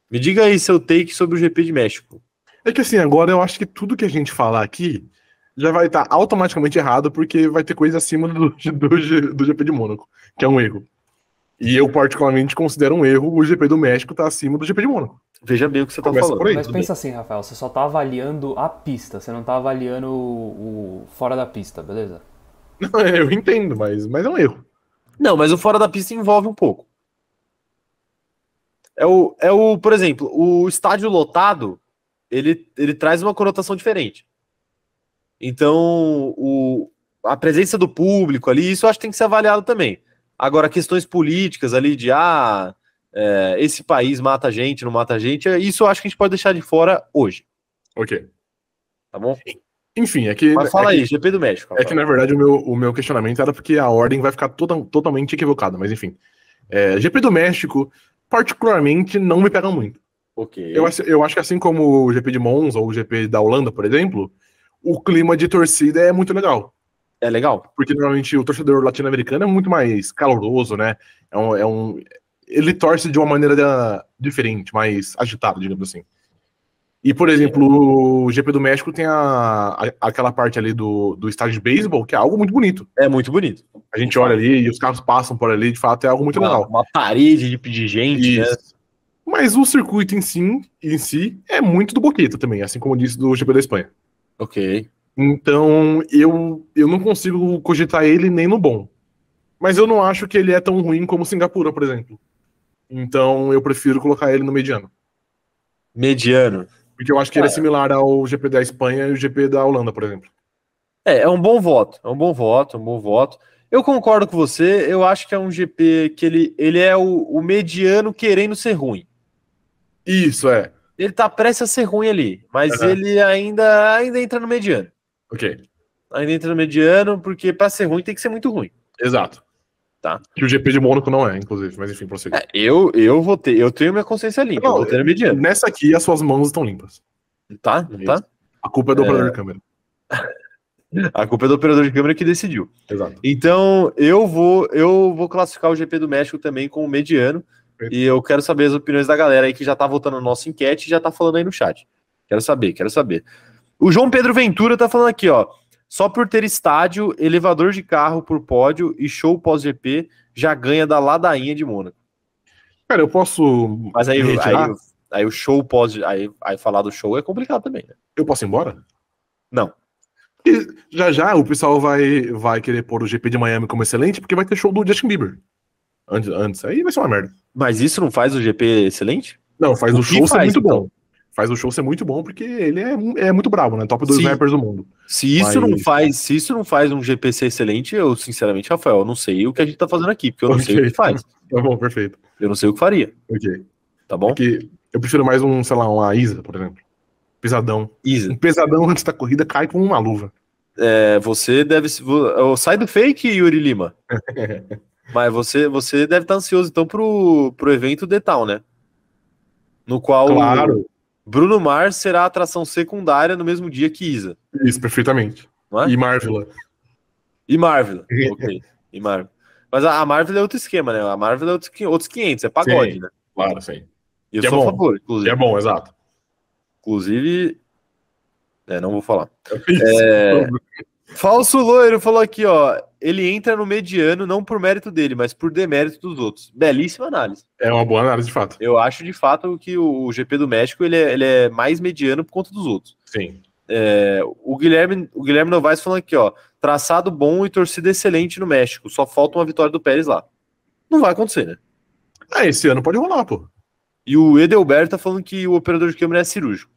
Speaker 1: me diga aí seu take sobre o GP de México.
Speaker 2: É que assim, agora eu acho que tudo que a gente falar aqui já vai estar automaticamente errado, porque vai ter coisa acima do, do, G- do GP de Mônaco, que é um erro. E eu, particularmente, considero um erro o GP do México tá acima do GP de Mônaco.
Speaker 1: Veja bem o que você tá
Speaker 2: Começa
Speaker 1: falando.
Speaker 2: por aí.
Speaker 4: Mas
Speaker 2: tudo
Speaker 4: pensa assim, Rafael, você só tá avaliando a pista, você não tá avaliando o, o fora da pista, beleza?
Speaker 2: Não, é, eu entendo, mas, mas é um erro.
Speaker 1: Não, mas o fora da pista envolve um pouco. É o, é o por exemplo, o estádio lotado, ele, ele traz uma conotação diferente. Então, o, a presença do público ali, isso eu acho que tem que ser avaliado também. Agora, questões políticas ali de, ah, é, esse país mata a gente, não mata a gente, é, isso eu acho que a gente pode deixar de fora hoje,
Speaker 2: Ok.
Speaker 1: tá bom?
Speaker 2: Enfim, é que.
Speaker 1: Mas fala
Speaker 2: é que-
Speaker 1: aí, GP do México.
Speaker 2: É que, na verdade, o meu, o meu questionamento era porque a ordem vai ficar toda- totalmente equivocada, mas enfim. É, GP do México, particularmente, não me pega muito.
Speaker 1: Ok.
Speaker 2: Eu, acho- eu acho que assim como o GP de Monza ou o GP da Holanda, por exemplo, o clima de torcida é muito legal.
Speaker 1: É legal?
Speaker 2: Porque normalmente o torcedor latino-americano é muito mais caloroso, né? É um, é um- ele torce de uma maneira da- diferente, mais agitada, digamos assim. E, por exemplo, o GP do México tem a, a- aquela parte ali do, do estádio de beisebol, que é algo muito bonito.
Speaker 1: É muito bonito.
Speaker 2: A gente olha ali e os carros passam por ali, de fato, é algo muito
Speaker 1: Uma,
Speaker 2: legal.
Speaker 1: uma parede de, de gente, né?
Speaker 2: Isso. Mas o circuito em si, em si é muito do Boqueta também, assim como eu disse do GP da Espanha.
Speaker 1: Ok.
Speaker 2: Então eu, eu não consigo cogitar ele nem no bom. Mas eu não acho que ele é tão ruim como Singapura, por exemplo. Então eu prefiro colocar ele no mediano.
Speaker 1: Mediano.
Speaker 2: Porque eu acho que ele é similar ao GP da Espanha e o GP da Holanda, por exemplo.
Speaker 1: É, é um bom voto. É um bom voto, é um bom voto. Eu concordo com você. Eu acho que é um GP que ele, ele é o, o mediano querendo ser ruim.
Speaker 2: Isso, é.
Speaker 1: Ele tá prestes a ser ruim ali, mas
Speaker 2: Aham.
Speaker 1: ele ainda, ainda entra no mediano.
Speaker 2: Ok.
Speaker 1: Ainda entra no mediano, porque para ser ruim tem que ser muito ruim.
Speaker 2: Exato.
Speaker 1: Tá.
Speaker 2: Que o GP de Mônaco não é, inclusive. Mas enfim, prossegue.
Speaker 1: É, eu, eu votei, eu tenho minha consciência limpa,
Speaker 2: Não,
Speaker 1: eu votei no mediano.
Speaker 2: Nessa aqui, as suas mãos estão limpas.
Speaker 1: Tá? Não tá?
Speaker 2: A culpa é do operador de câmera.
Speaker 1: A culpa é do operador de câmera que decidiu.
Speaker 2: Exato.
Speaker 1: Então, eu vou, eu vou classificar o GP do México também como mediano. E eu quero saber as opiniões da galera aí que já tá votando na nossa enquete e já tá falando aí no chat. Quero saber, quero saber. O João Pedro Ventura tá falando aqui, ó. Só por ter estádio, elevador de carro por pódio e show pós-GP, já ganha da ladainha de Mônaco.
Speaker 2: Cara, eu posso.
Speaker 1: Mas aí,
Speaker 2: me
Speaker 1: aí,
Speaker 2: retirar?
Speaker 1: aí o show pós. Aí, aí falar do show é complicado também, né?
Speaker 2: Eu posso ir embora?
Speaker 1: Não.
Speaker 2: E já já o pessoal vai, vai querer pôr o GP de Miami como excelente, porque vai ter show do Justin Bieber. Antes, antes. Aí vai ser uma merda.
Speaker 1: Mas isso não faz o GP excelente?
Speaker 2: Não, faz o,
Speaker 1: O que
Speaker 2: show ser
Speaker 1: faz,
Speaker 2: muito
Speaker 1: então?
Speaker 2: bom. Faz o show ser muito bom, porque ele é, mu- é muito brabo, né? Top dos
Speaker 1: Sim.
Speaker 2: rappers do mundo.
Speaker 1: Se isso
Speaker 2: Mas-
Speaker 1: não faz, se isso não faz um GP ser excelente, eu sinceramente, Rafael, eu não sei o que a gente tá fazendo aqui, porque eu não sei o
Speaker 2: Ok.
Speaker 1: que faz.
Speaker 2: Tá bom, perfeito.
Speaker 1: Eu não sei o que faria,
Speaker 2: Ok.
Speaker 1: tá bom?
Speaker 2: Porque eu prefiro mais um, sei lá, uma Isa, por exemplo. Pesadão.
Speaker 1: Isa,
Speaker 2: Um pesadão antes da corrida cai com uma luva.
Speaker 1: é, você deve se- vo- oh, sai do fake, Yuri Lima.
Speaker 2: <laughs>
Speaker 1: Mas você, você deve estar ansioso então pro pro evento The Town, né? No qual
Speaker 2: Claro.
Speaker 1: Bruno Mars será a atração secundária no mesmo dia que Isa,
Speaker 2: Isso, perfeitamente.
Speaker 1: não é?
Speaker 2: E Marvela.
Speaker 1: E Marvel.
Speaker 2: <laughs>
Speaker 1: OK. E Marvel. Mas a a Marvel é outro esquema, né? A Marvel é outros qui- outros 500, é pagode,
Speaker 2: Sim.
Speaker 1: né?
Speaker 2: Claro, sim.
Speaker 1: E eu
Speaker 2: Que é
Speaker 1: sou
Speaker 2: bom.
Speaker 1: a favor,
Speaker 2: E
Speaker 1: inclusive.
Speaker 2: é bom, exato.
Speaker 1: Inclusive. É, não vou falar.
Speaker 2: Isso.
Speaker 1: É, Falso loiro falou aqui, ó. Ele entra no mediano, não por mérito dele, mas por demérito dos outros. Belíssima análise.
Speaker 2: <laughs> É uma boa análise, de fato.
Speaker 1: Eu acho de fato que o o GP do México ele é, ele é mais mediano por conta dos outros.
Speaker 2: Sim.
Speaker 1: É, o Guilherme, o Guilherme Novaes falando aqui, ó. Traçado bom e torcida excelente no México. Só falta uma vitória do Pérez lá. Não vai acontecer, né?
Speaker 2: Ah, esse ano pode rolar, pô.
Speaker 1: E o Edelberto tá falando que o operador de câmera é cirúrgico.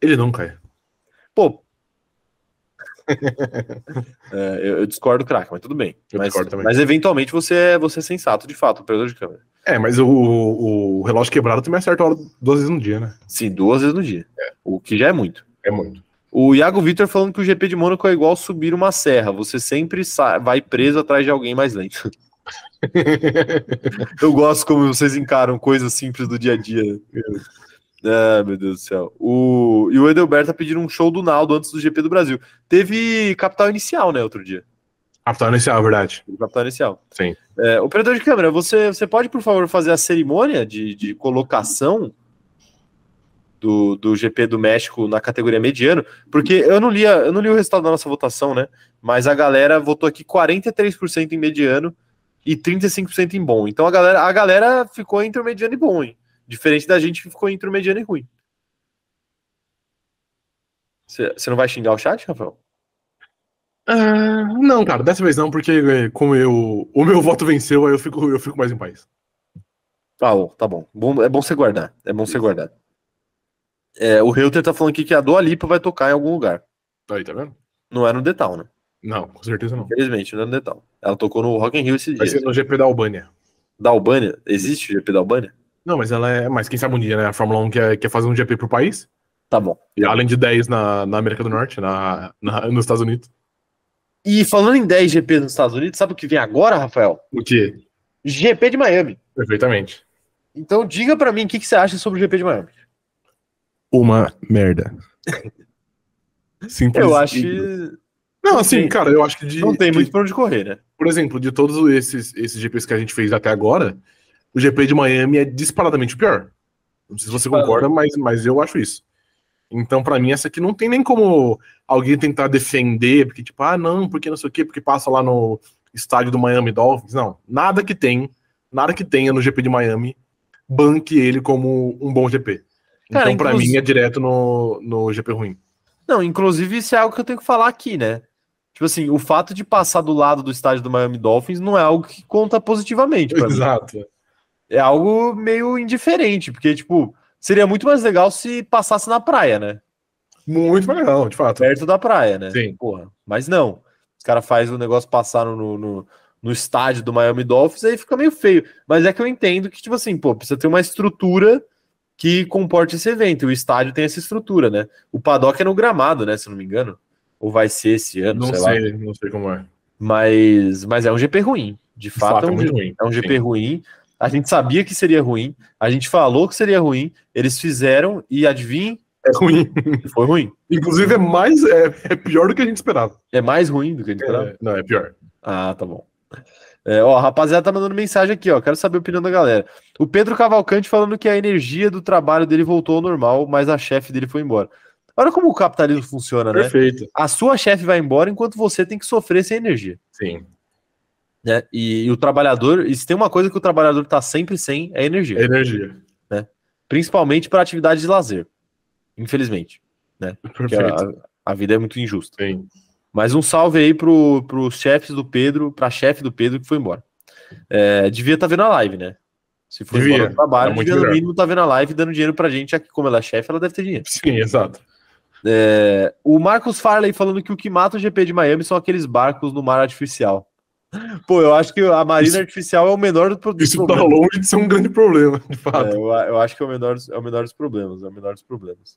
Speaker 2: Ele não cai.
Speaker 1: Pô. <laughs> É, eu, eu discordo, craque, mas tudo bem.
Speaker 2: Eu
Speaker 1: mas,
Speaker 2: discordo também.
Speaker 1: mas, eventualmente você é, você é sensato, de fato, operador de câmera.
Speaker 2: É, mas o, o relógio quebrado também acerta a hora duas vezes no dia, né?
Speaker 1: Sim, duas vezes no dia. O que já é muito.
Speaker 2: É muito.
Speaker 1: O Iago Vitor falando que o GP de Mônaco é igual subir uma serra. Você sempre sa- vai preso atrás de alguém mais
Speaker 2: <laughs>
Speaker 1: lento. eu gosto como vocês encaram coisas simples do dia a dia.
Speaker 2: É.
Speaker 1: Ah, meu Deus do céu. O... E o Edelberto tá pedindo um show do Naldo antes do GP do Brasil. Teve capital inicial, né, outro dia.
Speaker 2: Capital inicial, ah, verdade.
Speaker 1: do capital inicial.
Speaker 2: Sim.
Speaker 1: É, operador de câmera, você, você pode, por favor, fazer a cerimônia de, de colocação do, do GP do México na categoria mediano? Porque eu não, li a- eu não li o resultado da nossa votação, né? Mas a galera votou aqui 43% em mediano e 35% em bom. Então a galera, a galera ficou entre o mediano e bom, hein? Diferente da gente que ficou entre o mediano e ruim. Você você não vai xingar o chat, Rafael?
Speaker 2: Ah, não, cara, dessa vez não, porque eh, como eu, o meu <laughs> voto venceu, aí eu fico, eu fico mais em paz.
Speaker 1: Tá bom, tá bom. Bom- É bom você guardar. É bom você guardar. É, o Reuter tá falando aqui que a Dua Lipa vai tocar em algum lugar.
Speaker 2: Aí, tá vendo?
Speaker 1: Não é no Detal, né?
Speaker 2: Não, com certeza não.
Speaker 1: Infelizmente, não é no Detal. Ela tocou no Rock in Rio esse
Speaker 2: Vai
Speaker 1: dia.
Speaker 2: ser no GP da Albânia.
Speaker 1: Da Albânia? Existe o GP da Albânia?
Speaker 2: Não, mas ela é. Mas quem sabe um dia, né? A Fórmula 1 quer, quer fazer um GP pro país.
Speaker 1: Tá bom.
Speaker 2: E além de 10 na, na América do Norte, na, na- nos Estados Unidos.
Speaker 1: E falando em 10 GP nos Estados Unidos, sabe o que vem agora, Rafael?
Speaker 2: O que?
Speaker 1: GP de Miami.
Speaker 2: Perfeitamente.
Speaker 1: Então diga pra mim o que, que você acha sobre o GP de Miami.
Speaker 2: Uma merda. Simples.
Speaker 1: Eu acho
Speaker 2: e-
Speaker 1: que
Speaker 2: Não, assim,
Speaker 1: Sim.
Speaker 2: cara, eu acho que de.
Speaker 1: não tem
Speaker 2: de-
Speaker 1: muito pra onde correr, né?
Speaker 2: Por exemplo, de todos esses, esses GPs que a gente fez até agora, o GP de Miami é disparadamente o pior. Não sei se você concorda, mas, mas eu acho isso. Então, pra mim, essa aqui não tem nem como alguém tentar defender, porque, tipo, ah, não, porque não sei o quê, porque passa lá no estádio do Miami Dolphins. Não, nada que tem, nada que tenha no GP de Miami, banque ele como um bom GP.
Speaker 1: Cara,
Speaker 2: então, pra
Speaker 1: inclusi-
Speaker 2: mim, é direto no, no GP ruim.
Speaker 1: Não, inclusive isso é algo que eu tenho que falar aqui, né? Tipo assim, o fato de passar do lado do estádio do Miami Dolphins não é algo que conta <laughs> positivamente
Speaker 2: Tipo,
Speaker 1: pra mim.
Speaker 2: Exato.
Speaker 1: É algo meio indiferente, porque, tipo, seria muito mais legal se passasse na praia, né?
Speaker 2: Muito mais legal, de fato.
Speaker 1: Perto da praia, né?
Speaker 2: Sim.
Speaker 1: Porra. Mas não. Os caras fazem o negócio passar no, no, no estádio do Miami Dolphins, aí fica meio feio. Mas é que eu entendo que, tipo assim, pô, precisa ter uma estrutura que comporte esse evento. E o estádio tem essa estrutura, né? O paddock é no gramado, né? Se eu não me engano. Ou vai ser esse ano,
Speaker 2: Não
Speaker 1: sei, lá.
Speaker 2: sei, não sei como é.
Speaker 1: Mas, mas é um GP ruim. De
Speaker 2: De
Speaker 1: fato,
Speaker 2: fato,
Speaker 1: é um,
Speaker 2: muito ruim.
Speaker 1: é um
Speaker 2: Sim.
Speaker 1: GP ruim. A gente sabia que seria ruim. A gente falou que seria ruim. Eles fizeram e adivinha,
Speaker 2: É ruim.
Speaker 1: foi ruim.
Speaker 2: Inclusive, é mais. É, é pior do que a gente esperava.
Speaker 1: É mais ruim do que a gente esperava.
Speaker 2: É, não, é pior.
Speaker 1: Ah, tá bom. É, ó, a rapaziada tá mandando mensagem aqui, ó. Quero saber a opinião da galera. O Pedro Cavalcante falando que a energia do trabalho dele voltou ao normal, mas a chefe dele foi embora. Olha como o capitalismo
Speaker 2: É.
Speaker 1: funciona, né?
Speaker 2: Perfeito.
Speaker 1: A sua chefe vai embora enquanto você tem que sofrer sem energia.
Speaker 2: Sim.
Speaker 1: Né? E, e o trabalhador, e se tem uma coisa que o trabalhador tá sempre sem, é energia.
Speaker 2: É energia.
Speaker 1: principalmente para atividades de lazer. Infelizmente, porque a,
Speaker 2: Perfeito.
Speaker 1: a vida é muito injusta.
Speaker 2: Sim.
Speaker 1: Mas um salve aí pro, pros chefes do Pedro, pra chefe do Pedro que foi embora. É, devia estar vendo a live, né? Se for
Speaker 2: Devia,
Speaker 1: embora do trabalho,
Speaker 2: era muito
Speaker 1: devia no
Speaker 2: melhor.
Speaker 1: mínimo tá vendo a live e dando dinheiro pra gente, já que como ela é chefe, ela deve ter dinheiro.
Speaker 2: Sim, exato.
Speaker 1: É, o Marcos Farley falando que o que mata o GP de Miami são aqueles barcos no mar artificial. <laughs> Pô, eu acho que a marina
Speaker 2: Isso-
Speaker 1: artificial é o menor do, pro- do
Speaker 2: Isso tá
Speaker 1: problema.
Speaker 2: longe de ser um grande problema, de fato.
Speaker 1: É, eu, a- eu acho que é o menor, dos- é o menor dos problemas. É o menor dos problemas.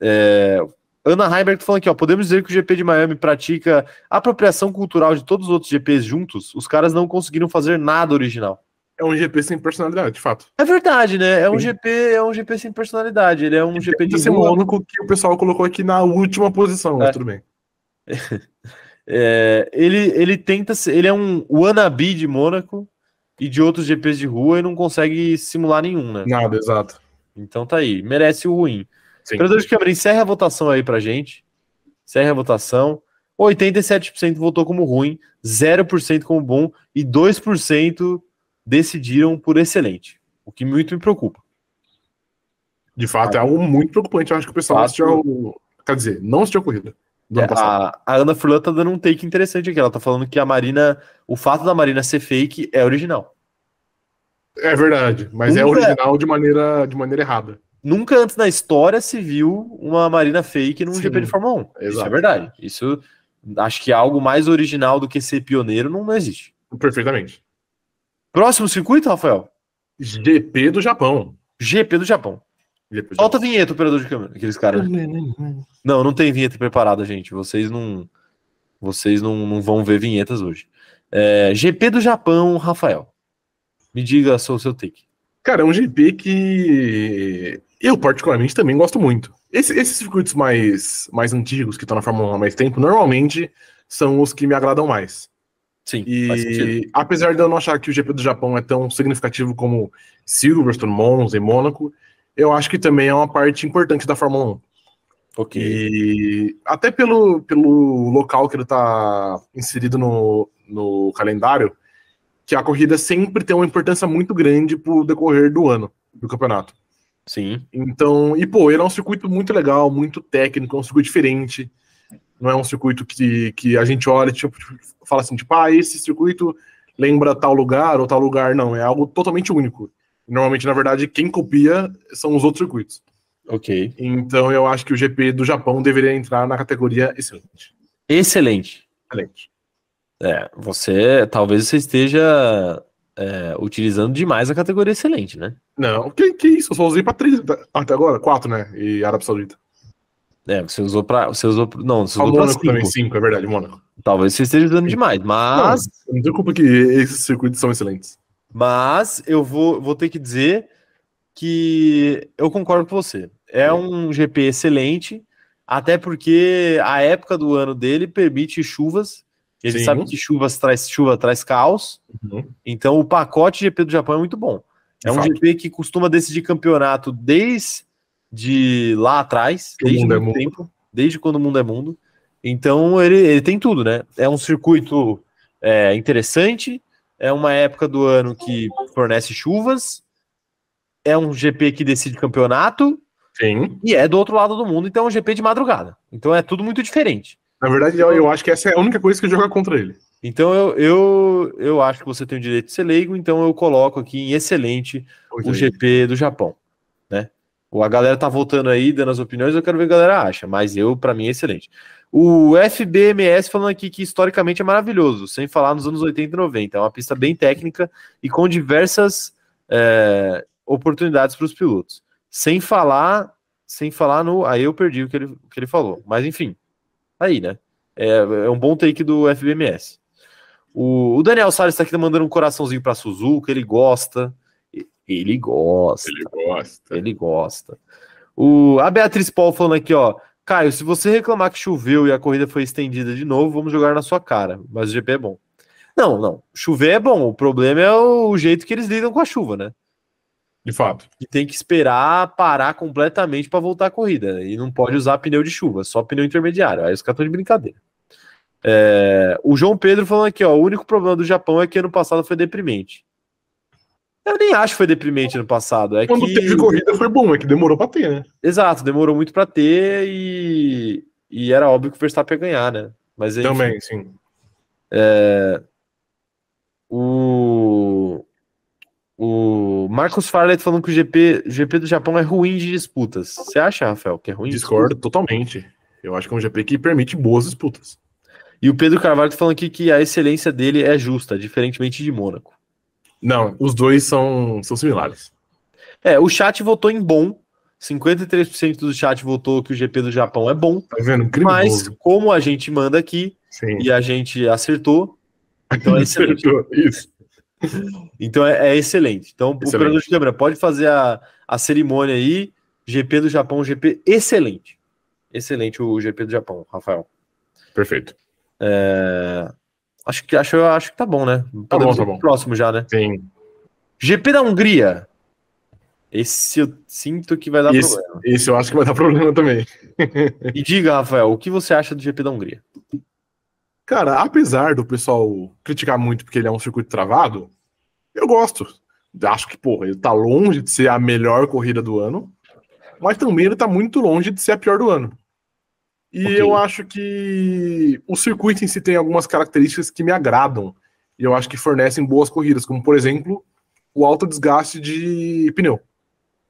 Speaker 1: É, Ana Heimberg tá falando aqui, ó. Podemos dizer que o GP de Miami pratica apropriação cultural de todos os outros GPs juntos? Os caras não conseguiram fazer nada original.
Speaker 2: É um GP sem personalidade, de fato.
Speaker 1: É verdade, né? É um
Speaker 2: Sim.
Speaker 1: GP, é um GP sem personalidade. Ele é um GP de
Speaker 2: Esse é o
Speaker 1: rua.
Speaker 2: único que o pessoal colocou aqui na última posição, mas
Speaker 1: É.
Speaker 2: tudo bem.
Speaker 1: É, ele, ele tenta ser, ele é um wannabe de Mônaco e de outros GPs de rua e não consegue simular nenhum, né?
Speaker 2: Nada, exato.
Speaker 1: Então tá aí, merece o ruim.
Speaker 2: Sim.
Speaker 1: Operador de câmera, encerra a votação aí pra gente. Encerra a votação. 87% votou como ruim, 0% como bom e 2% decidiram por excelente. O que muito me preocupa.
Speaker 2: De fato, é algo muito preocupante. Eu acho que o pessoal
Speaker 1: Fato.
Speaker 2: assistiu. ao- Quer dizer, não assistiu a corrida do ano passado.
Speaker 1: a, É, a Ana Furlan tá dando um take interessante aqui. Ela tá falando que a Marina, o fato da Marina ser fake é original.
Speaker 2: É verdade, mas é
Speaker 1: Nunca-
Speaker 2: original de maneira, de maneira errada.
Speaker 1: Nunca antes na história se viu uma Marina fake num
Speaker 2: Sim.
Speaker 1: GP de Fórmula 1. Isso é
Speaker 2: Exato.
Speaker 1: verdade. Isso acho que algo mais original do que ser pioneiro não- não existe.
Speaker 2: Perfeitamente.
Speaker 1: Próximo circuito, Rafael?
Speaker 2: GP do Japão.
Speaker 1: GP do Japão.
Speaker 2: GP do
Speaker 1: Solta a vinheta, operador de câmera. Aqueles caras. Não, não tem vinheta preparada, gente. Vocês não. Vocês não, não vão ver vinhetas hoje. É, GP do Japão, Rafael. Me diga só o seu take.
Speaker 2: Cara, é um GP que eu particularmente também gosto muito. Esse- esses circuitos um mais, mais antigos que estão na Fórmula 1 há mais tempo, normalmente são os que me agradam mais.
Speaker 1: Sim, faz sentido.
Speaker 2: E apesar de eu não achar que o GP do Japão é tão significativo como Silverstone, Monza e Mônaco, eu acho que também é uma parte importante da Fórmula 1.
Speaker 1: Ok.
Speaker 2: E até pelo, pelo local que ele está inserido no, no calendário, que a corrida sempre tem uma importância muito grande pro decorrer do ano do campeonato.
Speaker 1: Sim.
Speaker 2: Então, e pô, ele é um circuito muito legal, muito técnico, é um circuito diferente. Não é um circuito que, que a gente olha e tipo, fala assim, tipo, ah, esse circuito lembra tal lugar ou tal lugar. Não, é algo totalmente único. Normalmente, na verdade, quem copia são os outros circuitos.
Speaker 1: Ok.
Speaker 2: Então eu acho que o GP do Japão deveria entrar na categoria excelente.
Speaker 1: Excelente.
Speaker 2: Excelente.
Speaker 1: É, você. Talvez você esteja é, utilizando demais a categoria excelente, né?
Speaker 2: Não, que, que isso? Eu só usei pra três até- até agora, quatro, né? E Arábia Saudita.
Speaker 1: É, você usou pra. Você usou. pra- Não, você
Speaker 2: Ah,
Speaker 1: usou pra
Speaker 2: Mônaco
Speaker 1: cinco.
Speaker 2: também, cinco, é verdade, Mônaco.
Speaker 1: Talvez você esteja usando demais, mas.
Speaker 2: Não tem culpa que esses circuitos são excelentes.
Speaker 1: Mas eu vou, vou ter que dizer que eu concordo com você. É um GP excelente, até porque a época do ano dele permite chuvas. Ele
Speaker 2: Sim.
Speaker 1: sabe que chuvas traz chuva traz caos.
Speaker 2: Uhum.
Speaker 1: Então o pacote GP do Japão é muito bom.
Speaker 2: De
Speaker 1: É um
Speaker 2: fato.
Speaker 1: GP que costuma decidir campeonato desde de lá atrás,
Speaker 2: Que o
Speaker 1: desde
Speaker 2: mundo é
Speaker 1: muito
Speaker 2: mundo.
Speaker 1: tempo, desde quando o mundo é mundo. Então ele, ele tem tudo, né? É um circuito é, interessante, é uma época do ano que fornece chuvas, é um GP que decide campeonato
Speaker 2: Sim.
Speaker 1: e é do outro lado do mundo, então é um GP de madrugada. Então é tudo muito diferente.
Speaker 2: Na verdade, eu, eu acho que essa é a única coisa que joga contra ele.
Speaker 1: Então eu, eu, eu acho que você tem o direito de ser leigo, então eu coloco aqui em excelente
Speaker 2: Pois
Speaker 1: o
Speaker 2: aí.
Speaker 1: GP do Japão, né? O- A galera tá voltando aí, dando as opiniões, eu quero ver o que a galera acha, mas eu, pra mim, é excelente. O FBMS falando aqui que historicamente é maravilhoso, sem falar nos anos 80 e 90. É uma pista bem técnica e com diversas é, oportunidades para os pilotos. Sem falar, sem falar no. Aí eu perdi o que ele, o que ele falou. Mas enfim, aí, né? É, é um bom take do FBMS. O, o Daniel Salles tá aqui mandando um coraçãozinho pra Suzuka, ele gosta. Ele gosta,
Speaker 2: Ele gosta.
Speaker 1: ele gosta. O, a Beatriz Paul falando aqui, ó. Caio, se você reclamar que choveu e a corrida foi estendida de novo, vamos jogar na sua cara. Mas o GP é bom. Não, não. Chover é bom. O problema é o jeito que eles lidam com a chuva, né?
Speaker 2: De fato.
Speaker 1: Que tem que esperar parar completamente para voltar a corrida. né? E não pode usar pneu de chuva, só pneu intermediário. Aí os caras estão de brincadeira. É, o João Pedro falando aqui, ó. O único problema do Japão é que ano passado foi deprimente. Eu nem acho que foi deprimente ano passado. É
Speaker 2: Quando
Speaker 1: que...
Speaker 2: teve corrida foi bom, é que demorou pra ter, né?
Speaker 1: Exato, demorou muito para ter e, e era óbvio que o Verstappen ia ganhar, né? Mas enfim,
Speaker 2: Também, sim.
Speaker 1: o o Marcos Farlet falando que o GP, o GP do Japão é ruim de disputas. Você acha, Rafael, que é ruim? de
Speaker 2: Discordo totalmente. Eu acho que é um GP que permite boas disputas.
Speaker 1: disputas? E o Pedro Carvalho tá falando aqui que a excelência dele é justa, diferentemente de Mônaco.
Speaker 2: Não, os dois são, são similares.
Speaker 1: É, o chat votou em bom. 53% do chat votou que o GP do Japão é bom,
Speaker 2: Tá vendo?
Speaker 1: mas
Speaker 2: Criminoso.
Speaker 1: como a gente manda aqui
Speaker 2: Sim.
Speaker 1: e a gente acertou, então é
Speaker 2: <laughs>
Speaker 1: excelente.
Speaker 2: Isso.
Speaker 1: Então é, é excelente. Então, o
Speaker 2: Excelente.
Speaker 1: operador de câmera pode fazer a, a cerimônia aí. GP do Japão, GP excelente. Excelente o GP do Japão, Rafael.
Speaker 2: Perfeito.
Speaker 1: É, Acho que acho, eu acho que tá bom, né? Podemos
Speaker 2: bom, tá
Speaker 1: ir pro
Speaker 2: bom.
Speaker 1: próximo já, né?
Speaker 2: Sim.
Speaker 1: GP da Hungria. Esse eu sinto que vai dar
Speaker 2: Esse-
Speaker 1: problema.
Speaker 2: Esse eu acho que vai dar problema também.
Speaker 1: <laughs> E diga, Rafael, o que você acha do GP da Hungria?
Speaker 2: Cara, apesar do pessoal criticar muito porque ele é um circuito travado, eu gosto. Acho que, porra, ele tá longe de ser a melhor corrida do ano, mas também ele tá muito longe de ser a pior do ano. E
Speaker 1: Ok.
Speaker 2: eu acho que o circuito em si tem algumas características que me agradam. E eu acho que fornecem boas corridas, como, por exemplo, o alto desgaste de pneu.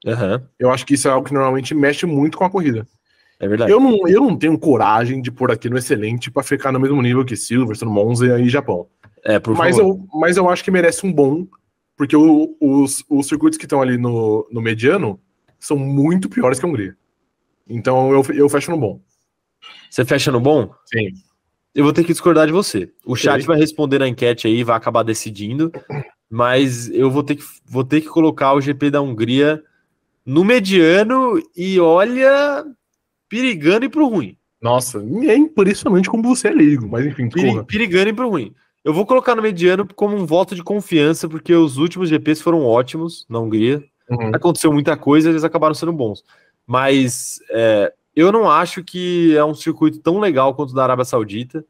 Speaker 1: Aham,
Speaker 2: Eu acho que isso é algo que normalmente mexe muito com a corrida.
Speaker 1: é verdade.
Speaker 2: Eu não, eu não tenho coragem de pôr aqui no excelente pra ficar no mesmo nível que Silverstone, Monza e Japão.
Speaker 1: É, por
Speaker 2: Mas
Speaker 1: favor.
Speaker 2: eu, mas eu acho que merece um bom, porque o- os, os circuitos que estão ali no, no mediano são muito piores que a Hungria. Então eu, eu fecho no bom.
Speaker 1: Você fecha no bom?
Speaker 2: Sim.
Speaker 1: Eu vou ter que discordar de você. O chat
Speaker 2: Ok.
Speaker 1: vai responder na enquete aí, vai acabar decidindo, mas eu vou ter que, vou ter que colocar o GP da Hungria no mediano e olha, perigando e pro ruim.
Speaker 2: Nossa, é impressionante como você é leigo, mas enfim,
Speaker 1: Peri-
Speaker 2: corra.
Speaker 1: perigando e pro ruim. Eu vou colocar no mediano como um voto de confiança, porque os últimos GPs foram ótimos na Hungria.
Speaker 2: Uhum.
Speaker 1: Aconteceu muita coisa, eles acabaram sendo bons. Mas é, eu não acho que é um circuito tão legal quanto o da Arábia Saudita,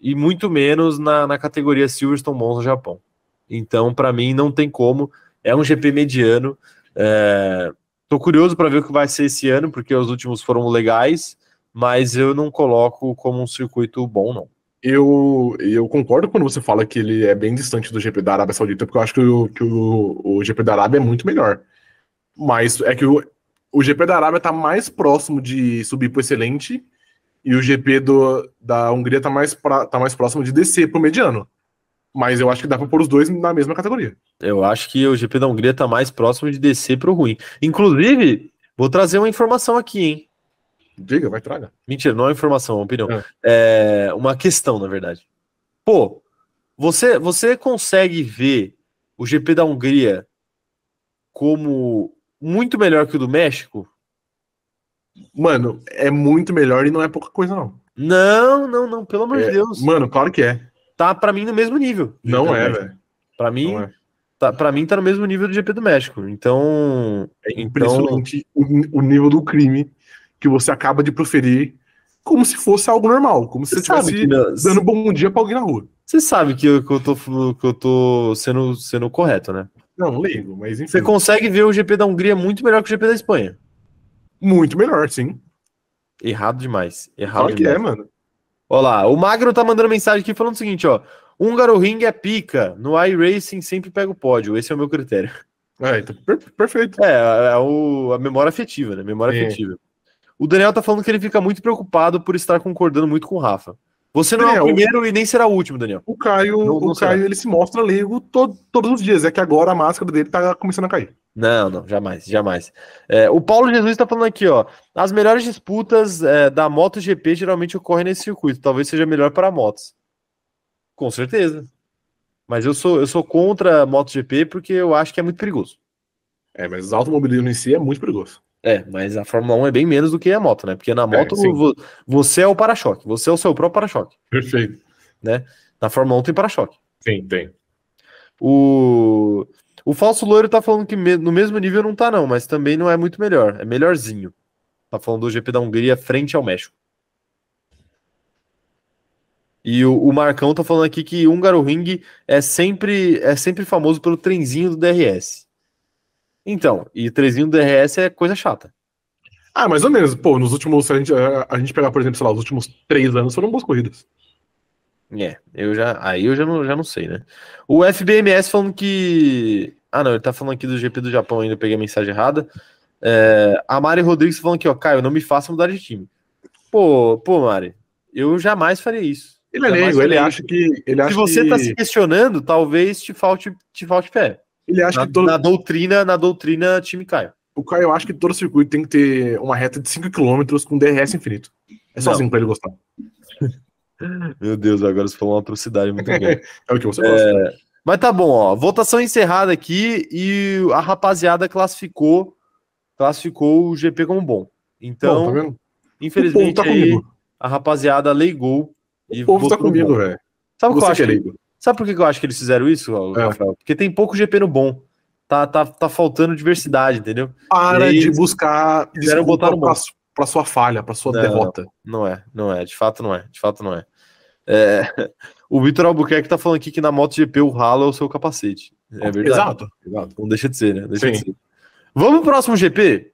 Speaker 1: e muito menos na, na categoria Silverstone Monza Japão. Então, para mim, não tem como. É um GP mediano. É, tô curioso para ver o que vai ser esse ano, porque os últimos foram legais, mas eu não coloco como um circuito bom, não.
Speaker 2: Eu, eu concordo quando você fala que ele é bem distante do GP da Arábia Saudita, porque eu acho que o, que o, o GP da Arábia é muito melhor. Mas é que o, o GP da Arábia tá mais próximo de subir pro excelente e o GP do, da Hungria tá mais, pra, tá mais próximo de descer pro mediano. Mas eu acho que dá pra pôr os dois na mesma categoria.
Speaker 1: Eu acho que o GP da Hungria tá mais próximo de descer pro ruim. Inclusive, vou trazer uma informação aqui, hein?
Speaker 2: Diga, vai, traga.
Speaker 1: Mentira, não é uma informação, é uma opinião. É. uma questão, na verdade. Pô, você, você consegue ver o GP da Hungria como muito melhor que o do México?
Speaker 2: Mano, é muito melhor e não é pouca coisa, não.
Speaker 1: Não, não, não, pelo amor de
Speaker 2: É,
Speaker 1: Deus.
Speaker 2: Mano, claro que é.
Speaker 1: Tá pra mim no mesmo nível.
Speaker 2: Não é, velho.
Speaker 1: Pra mim,
Speaker 2: Não é.
Speaker 1: tá, pra mim tá no mesmo nível do GP do México. Então,
Speaker 2: É
Speaker 1: então
Speaker 2: impressionante o, o nível do crime que você acaba de proferir como se fosse algo normal, como se você
Speaker 1: você sabe que
Speaker 2: estivesse
Speaker 1: não-
Speaker 2: dando um bom dia pra alguém na rua.
Speaker 1: você sabe que eu, que eu tô que eu tô sendo sendo correto, né?
Speaker 2: Não, leigo, mas enfim.
Speaker 1: Você consegue ver o GP da Hungria muito melhor que o GP da Espanha.
Speaker 2: Muito melhor, sim.
Speaker 1: Errado demais. Errado
Speaker 2: Claro que
Speaker 1: demais.
Speaker 2: é, mano.
Speaker 1: Olha lá, o Magno tá mandando mensagem aqui falando o seguinte, ó. Húngaro Ring é pica. No iRacing sempre pega o pódio. Esse é o meu critério. <laughs>
Speaker 2: É, então, per- perfeito.
Speaker 1: É, é o- a memória afetiva, né? Memória
Speaker 2: Sim.
Speaker 1: afetiva. O Daniel tá falando que ele fica muito preocupado por estar concordando muito com o Rafa. Você não é o
Speaker 2: Daniel.
Speaker 1: primeiro e nem será o último, Daniel.
Speaker 2: O Caio,
Speaker 1: Não- não
Speaker 2: o Caio ele se mostra leigo to- todos os dias. É que agora a máscara dele tá começando a cair.
Speaker 1: Não, não, jamais, jamais. É, o Paulo Jesus tá falando aqui, ó. As melhores disputas é, da MotoGP geralmente ocorrem nesse circuito. Talvez seja melhor para motos. Com certeza. Mas eu sou, eu sou contra a MotoGP porque eu acho que é muito perigoso.
Speaker 2: É, mas o automobilismo em si é muito perigoso.
Speaker 1: É, mas a Fórmula 1 é bem menos do que a moto, né? Porque na moto
Speaker 2: sim.
Speaker 1: vo- você é o para-choque, você é o seu próprio para-choque.
Speaker 2: Perfeito.
Speaker 1: Na Fórmula 1 tem para-choque.
Speaker 2: Sim, tem.
Speaker 1: O... o Falso Loiro tá falando que me- no mesmo nível não tá, não, mas também não é muito melhor. É melhorzinho. Tá falando do GP da Hungria frente ao México. E o, o Marcão tá falando aqui que Húngaro Ring é sempre, é sempre famoso pelo trenzinho do DRS. Então, e trenzinho do DRS é coisa chata.
Speaker 2: Ah, mais ou menos. Pô, nos últimos, se a gente, a gente pegar, por exemplo, sei lá, os últimos três anos foram boas corridas.
Speaker 1: É, eu já, aí eu já não, já não sei, né? O FBMS falando que. Ah, não, ele tá falando aqui do GP do Japão ainda, eu peguei a mensagem errada. É, a Mari Rodrigues falando aqui, ó, Caio, não me faça mudar de time. Pô, pô, Mari, eu jamais faria isso.
Speaker 2: Ele é
Speaker 1: Jamais
Speaker 2: leigo, ele
Speaker 1: faria
Speaker 2: acha que. Ele acha
Speaker 1: Se você
Speaker 2: que,
Speaker 1: tá se questionando, talvez te falte, te falte pé.
Speaker 2: Ele acha
Speaker 1: Na,
Speaker 2: que todo,
Speaker 1: na doutrina, na doutrina, time Caio.
Speaker 2: O Caio acha que todo circuito tem que ter uma reta de 5km com DRS infinito. É
Speaker 1: Não.
Speaker 2: sozinho pra ele gostar.
Speaker 1: Meu Deus, agora você falou uma atrocidade
Speaker 2: <laughs>
Speaker 1: muito grande.
Speaker 2: É o que você gosta.
Speaker 1: Mas tá bom, ó. Votação encerrada aqui e a rapaziada classificou classificou o GP como bom. Então,
Speaker 2: Bom, tá vendo? O povo
Speaker 1: infelizmente,
Speaker 2: tá
Speaker 1: aí,
Speaker 2: comigo.
Speaker 1: a rapaziada leigou. E
Speaker 2: O povo tá
Speaker 1: votou no
Speaker 2: comigo,
Speaker 1: bom.
Speaker 2: velho.
Speaker 1: Sabe, o que eu
Speaker 2: Você
Speaker 1: acho que-
Speaker 2: querido.
Speaker 1: sabe por que eu acho que eles fizeram isso, ó,
Speaker 2: É.
Speaker 1: Rafael? Porque tem pouco GP no bom. Tá, tá, tá faltando diversidade, entendeu?
Speaker 2: Para
Speaker 1: E aí,
Speaker 2: de buscar
Speaker 1: quiseram botar no
Speaker 2: pra,
Speaker 1: bolso.
Speaker 2: su- pra sua falha, pra sua
Speaker 1: Não,
Speaker 2: derrota.
Speaker 1: Não é, não é, de fato não é, de fato não é. É, <laughs> o Vitor Albuquerque tá falando aqui que na MotoGP o ralo é o seu capacete. É verdade.
Speaker 2: Exato. Exato.
Speaker 1: Não deixa de ser, né? Deixa
Speaker 2: Sim.
Speaker 1: de ser. Vamos pro próximo GP?